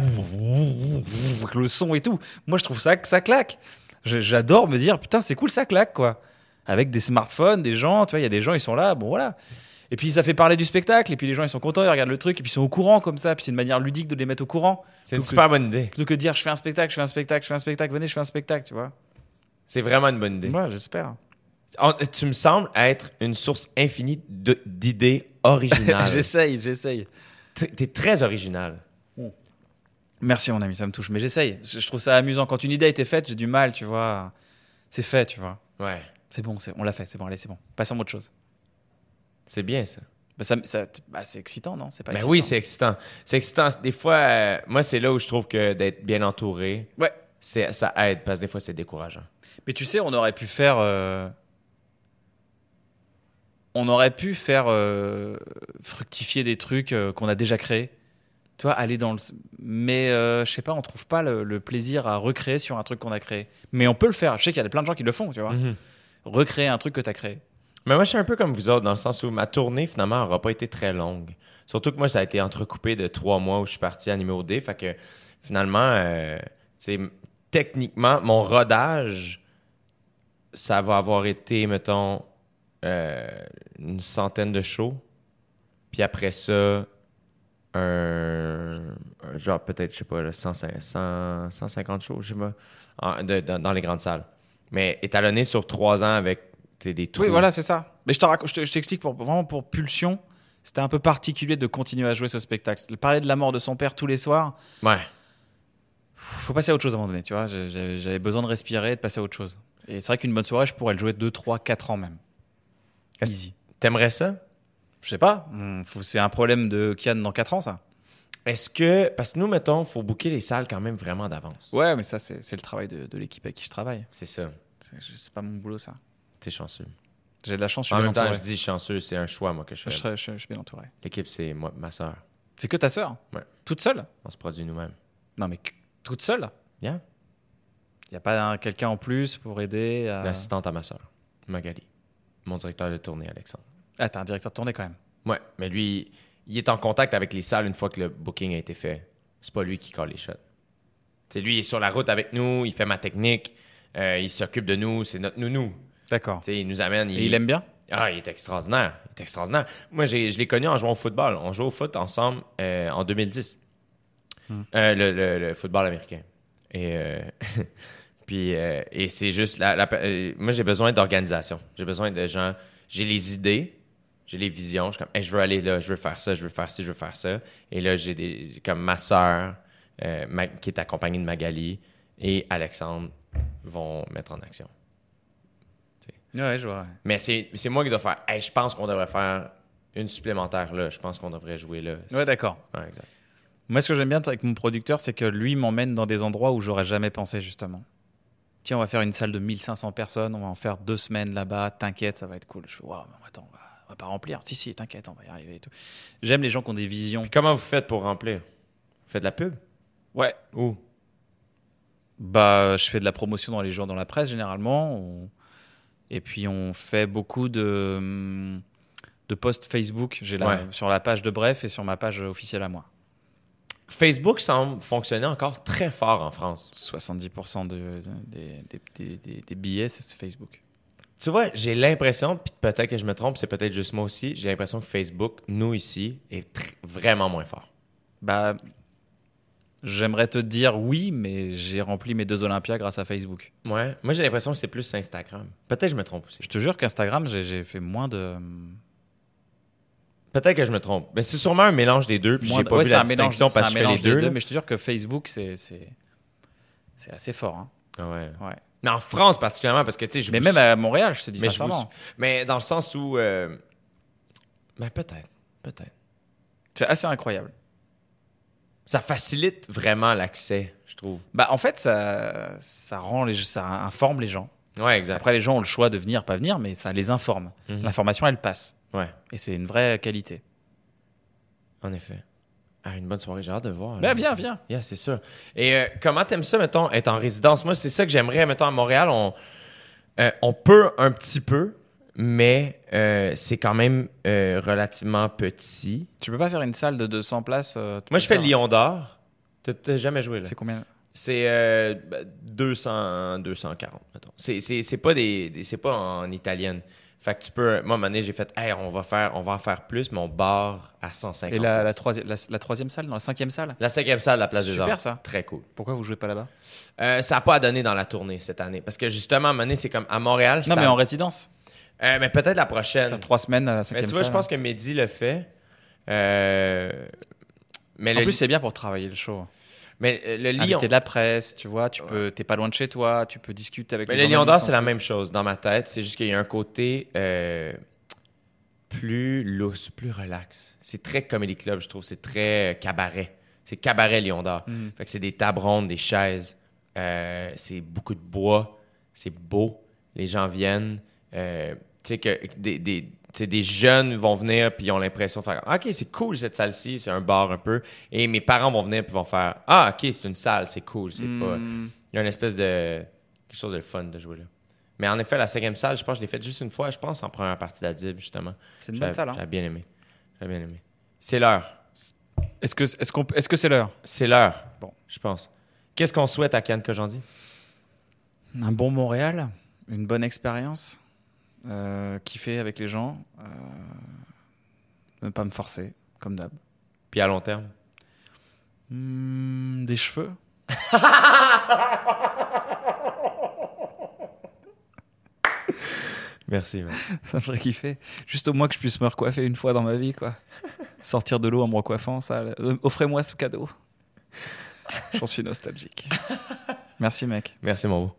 Speaker 4: avec le son et tout. Moi, je trouve ça que ça claque. Je- J'adore me dire, putain, c'est cool, ça claque, quoi. Avec des smartphones, des gens, tu vois, il y a des gens, ils sont là, bon, voilà. Et puis, ça fait parler du spectacle, et puis les gens, ils sont contents, ils regardent le truc, et puis ils sont au courant comme ça. Puis c'est une manière ludique de les mettre au courant.
Speaker 2: C'est une
Speaker 4: Plutôt que-
Speaker 2: super bonne idée.
Speaker 4: Plutôt que de dire, je fais un spectacle, je fais un spectacle, je fais un spectacle, venez, je fais un spectacle, tu vois.
Speaker 2: C'est vraiment une bonne idée.
Speaker 4: Moi, j'espère.
Speaker 2: On- tu me sembles être une source infinie de- d'idées originales.
Speaker 4: j'essaye, j'essaye.
Speaker 2: T- T'es très original.
Speaker 4: Merci mon ami, ça me touche, mais j'essaye. Je je trouve ça amusant. Quand une idée a été faite, j'ai du mal, tu vois. C'est fait, tu vois.
Speaker 2: Ouais.
Speaker 4: C'est bon, c'est- on l'a fait, c'est bon, allez, c'est bon. Passons à autre chose.
Speaker 2: C'est bien ça.
Speaker 4: Bah, ça- ça- bah, c'est excitant, non C'est pas
Speaker 2: Ben
Speaker 4: excitant.
Speaker 2: oui, c'est excitant. C'est excitant. Des fois, euh, moi, c'est là où je trouve que d'être bien entouré,
Speaker 4: Ouais.
Speaker 2: c'est, ça aide parce que des fois, c'est décourageant.
Speaker 4: Mais tu sais, on aurait pu faire. euh, On aurait pu faire euh, fructifier des trucs euh, qu'on a déjà créés. Tu vois, aller dans le. Mais euh, je sais pas, on trouve pas le, le plaisir à recréer sur un truc qu'on a créé. Mais on peut le faire. Je sais qu'il y a plein de gens qui le font, tu vois.
Speaker 2: Mhm.
Speaker 4: Recréer un truc que t'as créé.
Speaker 2: Mais moi, je suis un peu comme vous autres, dans le sens où ma tournée, finalement, n'aura pas été très longue. Surtout que moi, ça a été entrecoupé de trois mois où je suis parti animer au dé. Fait que finalement, euh, tu sais, techniquement, mon rodage, ça va avoir été, mettons, euh, une centaine de shows. Puis après ça, un. un genre, peut-être, je sais pas, là, 150 100, 150 shows, je sais pas, en- de- dans, dans les grandes salles. Mais étalonné sur trois ans avec tu sais, des trous.
Speaker 4: Oui, voilà, c'est ça. Mais je te rac- je te- je t'explique pour vraiment pour Pulsion, c'était un peu particulier de continuer à jouer ce spectacle. Le Parler de la mort de son père tous les soirs,
Speaker 2: Ouais.
Speaker 4: faut passer à autre chose à un moment donné, tu vois. J'ai- j'ai- J'avais besoin de respirer et de passer à autre chose. Et c'est vrai qu'une bonne soirée, je pourrais le jouer 2, 3, 4 ans même.
Speaker 2: Est-ce-
Speaker 4: Easy.
Speaker 2: T'aimerais ça?
Speaker 4: Je sais pas, on- faut- c'est un problème de Kian dans 4 ans, ça.
Speaker 2: Est-ce que. Parce que nous, mettons, faut booker les salles quand même vraiment d'avance.
Speaker 4: Ouais, mais ça, c'est c'est le travail de, de l'équipe à qui je travaille.
Speaker 2: C'est ça.
Speaker 4: C'est c'est pas mon boulot, ça.
Speaker 2: T'es chanceux.
Speaker 4: J'ai de la chance, je suis
Speaker 2: en
Speaker 4: bien
Speaker 2: même temps,
Speaker 4: entouré.
Speaker 2: je dis chanceux, c'est un choix, moi, que je
Speaker 4: Je,
Speaker 2: fais.
Speaker 4: serais- je- je suis bien entouré.
Speaker 2: L'équipe, c'est moi, ma soeur.
Speaker 4: C'est que ta sœur
Speaker 2: Ouais.
Speaker 4: Toute seule
Speaker 2: On se produit nous-mêmes.
Speaker 4: Non, mais que- toute seule
Speaker 2: Yeah?
Speaker 4: Il n'y a pas un- quelqu'un en plus pour aider à...
Speaker 2: L'assistante à ma soeur, Magali. Mon directeur de tournée, Alexandre.
Speaker 4: Ah, t'as un directeur de tournée quand même.
Speaker 2: Ouais, mais lui, il est en contact avec les salles une fois que le booking a été fait. C'est pas lui qui call les shots. C'est lui, il est sur la route avec nous, il fait ma technique, euh, il s'occupe de nous, c'est notre nounou.
Speaker 4: D'accord.
Speaker 2: Tu sais, il nous amène.
Speaker 4: Et il aime bien
Speaker 2: Ah, il est extraordinaire. Il est extraordinaire. Moi, j'ai- je l'ai connu en jouant au football. On jouait au foot ensemble euh, en 2010. Euh, le, le- le football américain. Et, euh, puis, euh, et c'est juste. la- la- euh, moi, j'ai besoin d'organisation. J'ai besoin de gens. J'ai les idées, j'ai les visions. Je suis comme, Hey, je veux aller là, je veux faire ça, je veux faire ci, je veux faire ça. Et là, j'ai des. Comme ma sœur, euh, Ma- qui est accompagnée de Magali, et Alexandre vont mettre en action.
Speaker 4: Ouais, je vois. ouais.
Speaker 2: Mais c'est c'est moi qui dois faire. Hey, je pense qu'on devrait faire une supplémentaire là. Je pense qu'on devrait jouer là.
Speaker 4: Ouais, d'accord.
Speaker 2: Ouais, exact.
Speaker 4: Moi, ce que j'aime bien avec mon producteur, c'est que lui m'emmène dans des endroits où j'aurais jamais pensé, justement. Tiens, on va faire une salle de 1500 personnes, on va en faire deux semaines là-bas, t'inquiète, ça va être cool. Je fais, waouh, mais attends, on va, on va pas remplir. Si, si, t'inquiète, on va y arriver et tout. J'aime les gens qui ont des visions.
Speaker 2: Puis comment vous faites pour remplir Vous faites de la pub
Speaker 4: Ouais.
Speaker 2: Où
Speaker 4: Bah, je fais de la promotion dans les jours dans la presse, généralement. On- Et puis, on fait beaucoup de, hum, de posts Facebook. J'ai la-
Speaker 2: Ouais.
Speaker 4: sur la page de Bref et sur ma page officielle à moi.
Speaker 2: Facebook semble fonctionner encore très fort en France.
Speaker 4: 70% de- de- des- des- des- des- des billets, c'est Facebook.
Speaker 2: Tu vois, j'ai l'impression, puis peut-être que je me trompe, c'est peut-être juste moi aussi, j'ai l'impression que Facebook, nous ici, est tr- vraiment moins fort.
Speaker 4: Bah, j'aimerais te dire oui, mais j'ai rempli mes deux Olympiades grâce à Facebook.
Speaker 2: Ouais. Moi, j'ai l'impression que c'est plus Instagram. Peut-être que je me trompe aussi.
Speaker 4: Je te jure qu'Instagram, j'ai- j'ai fait moins de.
Speaker 2: Peut-être que je me trompe. Mais c'est sûrement un mélange des deux. Puis
Speaker 4: moins
Speaker 2: j'ai
Speaker 4: de-
Speaker 2: pas
Speaker 4: ouais,
Speaker 2: vu
Speaker 4: c'est
Speaker 2: la
Speaker 4: un mélange-
Speaker 2: distinction
Speaker 4: c'est un
Speaker 2: parce que je fais
Speaker 4: mélange
Speaker 2: les
Speaker 4: des
Speaker 2: deux. là.
Speaker 4: mais je te jure que Facebook, c'est c'est c'est assez fort. hein.
Speaker 2: Ah ouais.
Speaker 4: Ouais.
Speaker 2: Mais en France particulièrement, parce que tu sais, je
Speaker 4: Mais
Speaker 2: vous
Speaker 4: même à Montréal, je te dis
Speaker 2: Mais, je vous-
Speaker 4: sincèrement,
Speaker 2: mais dans le sens où. euh, ben peut-être, peut-être.
Speaker 4: c'est assez incroyable.
Speaker 2: Ça facilite vraiment l'accès, je trouve.
Speaker 4: Bah, en fait, ça ça rend les ça informe les gens.
Speaker 2: Ouais, exact.
Speaker 4: Après, les gens ont le choix de venir, pas venir, mais ça les informe.
Speaker 2: Mhm.
Speaker 4: L'information, elle passe,
Speaker 2: Ouais,
Speaker 4: et c'est une vraie qualité.
Speaker 2: en effet. Ah, une bonne soirée, j'ai hâte de voir.
Speaker 4: Bah,
Speaker 2: là.
Speaker 4: viens, viens.
Speaker 2: Yeah, c'est sûr. Et euh, comment t'aimes ça, mettons, être en résidence? Moi, c'est ça que j'aimerais, mettons, à Montréal, on, euh, on peut un petit peu, mais euh, c'est quand même euh, relativement petit.
Speaker 4: Tu peux pas faire une salle de 200 places. euh, tu
Speaker 2: Moi,
Speaker 4: peux
Speaker 2: je fais
Speaker 4: faire-
Speaker 2: Lyon d'or. T'as- T'as jamais joué, là?
Speaker 4: C'est combien
Speaker 2: C'est euh, ben, 200, 240, mettons. C'est, c'est, c'est pas des, des- c'est pas en italienne. Fait que tu peux. Moi, à un moment donné, j'ai fait, hey, on va faire, on va en faire plus, mais on barre à 150.
Speaker 4: Et la, la
Speaker 2: places.
Speaker 4: troisième, la, la troisième salle, dans la cinquième salle
Speaker 2: La cinquième salle de la place des
Speaker 4: Super,
Speaker 2: arts.
Speaker 4: ça.
Speaker 2: Très cool.
Speaker 4: Pourquoi vous jouez pas là-bas
Speaker 2: Euh, ça n'a pas à donner dans la tournée cette année. Parce que justement, à un moment donné, c'est comme à Montréal.
Speaker 4: Non,
Speaker 2: ça-
Speaker 4: mais en résidence.
Speaker 2: Euh, mais peut-être la prochaine.
Speaker 4: Faire trois semaines à la
Speaker 2: Mais
Speaker 4: cinquième
Speaker 2: tu vois, je
Speaker 4: salle.
Speaker 2: pense que Mehdi le fait. Euh, Mais,
Speaker 4: En
Speaker 2: le,
Speaker 4: plus, c'est bien pour travailler le show.
Speaker 2: mais euh, le Lion.
Speaker 4: Inviter de la presse, tu vois, tu peux, t'es pas loin de chez toi, tu peux discuter avec
Speaker 2: Mais
Speaker 4: les
Speaker 2: le Lion d'Or,
Speaker 4: journalistes
Speaker 2: c'est la
Speaker 4: ensuite.
Speaker 2: même chose dans ma tête. C'est juste qu'il y a un côté euh, plus lousse, plus relax. C'est très comedy club, je trouve. C'est très euh, cabaret. C'est cabaret Lion d'Or.
Speaker 4: Mm.
Speaker 2: Fait que c'est des tables rondes, des chaises. Euh, c'est beaucoup de bois. C'est beau. Les gens viennent. Euh, tu sais que des, des, tu sais, des jeunes vont venir puis ils ont l'impression de faire Ah, OK, c'est cool cette salle-ci, c'est un bar un peu. Et mes parents vont venir puis vont faire Ah, OK, c'est une salle, c'est cool, c'est pas.
Speaker 4: Mm.
Speaker 2: Il y a une espèce de. quelque chose de fun de jouer là. Mais en effet, la cinquième salle, je pense que je l'ai faite juste une fois, je pense, en première partie d'Adib, justement.
Speaker 4: C'est une
Speaker 2: J'avais-
Speaker 4: bonne salle. hein.
Speaker 2: J'avais bien aimé. J'avais bien aimé. C'est l'heure.
Speaker 4: Est-ce que, est-ce qu'on, est-ce que c'est l'heure
Speaker 2: C'est l'heure.
Speaker 4: Bon.
Speaker 2: Je pense. Qu'est-ce qu'on souhaite à Kian Kojandi?
Speaker 4: Un bon Montréal, une bonne expérience, euh, kiffer avec les gens, euh, ne pas me forcer, comme d'hab.
Speaker 2: Puis à long terme.
Speaker 4: Hmm, des cheveux.
Speaker 2: Merci, man.
Speaker 4: Ça me ferait kiffer. Juste au moins que je puisse me recoiffer une fois dans ma vie, quoi. Sortir de l'eau en me recoiffant, ça. là. Euh, Offrez-moi ce cadeau. J'en suis nostalgique. Merci, mec.
Speaker 2: Merci, mon beau.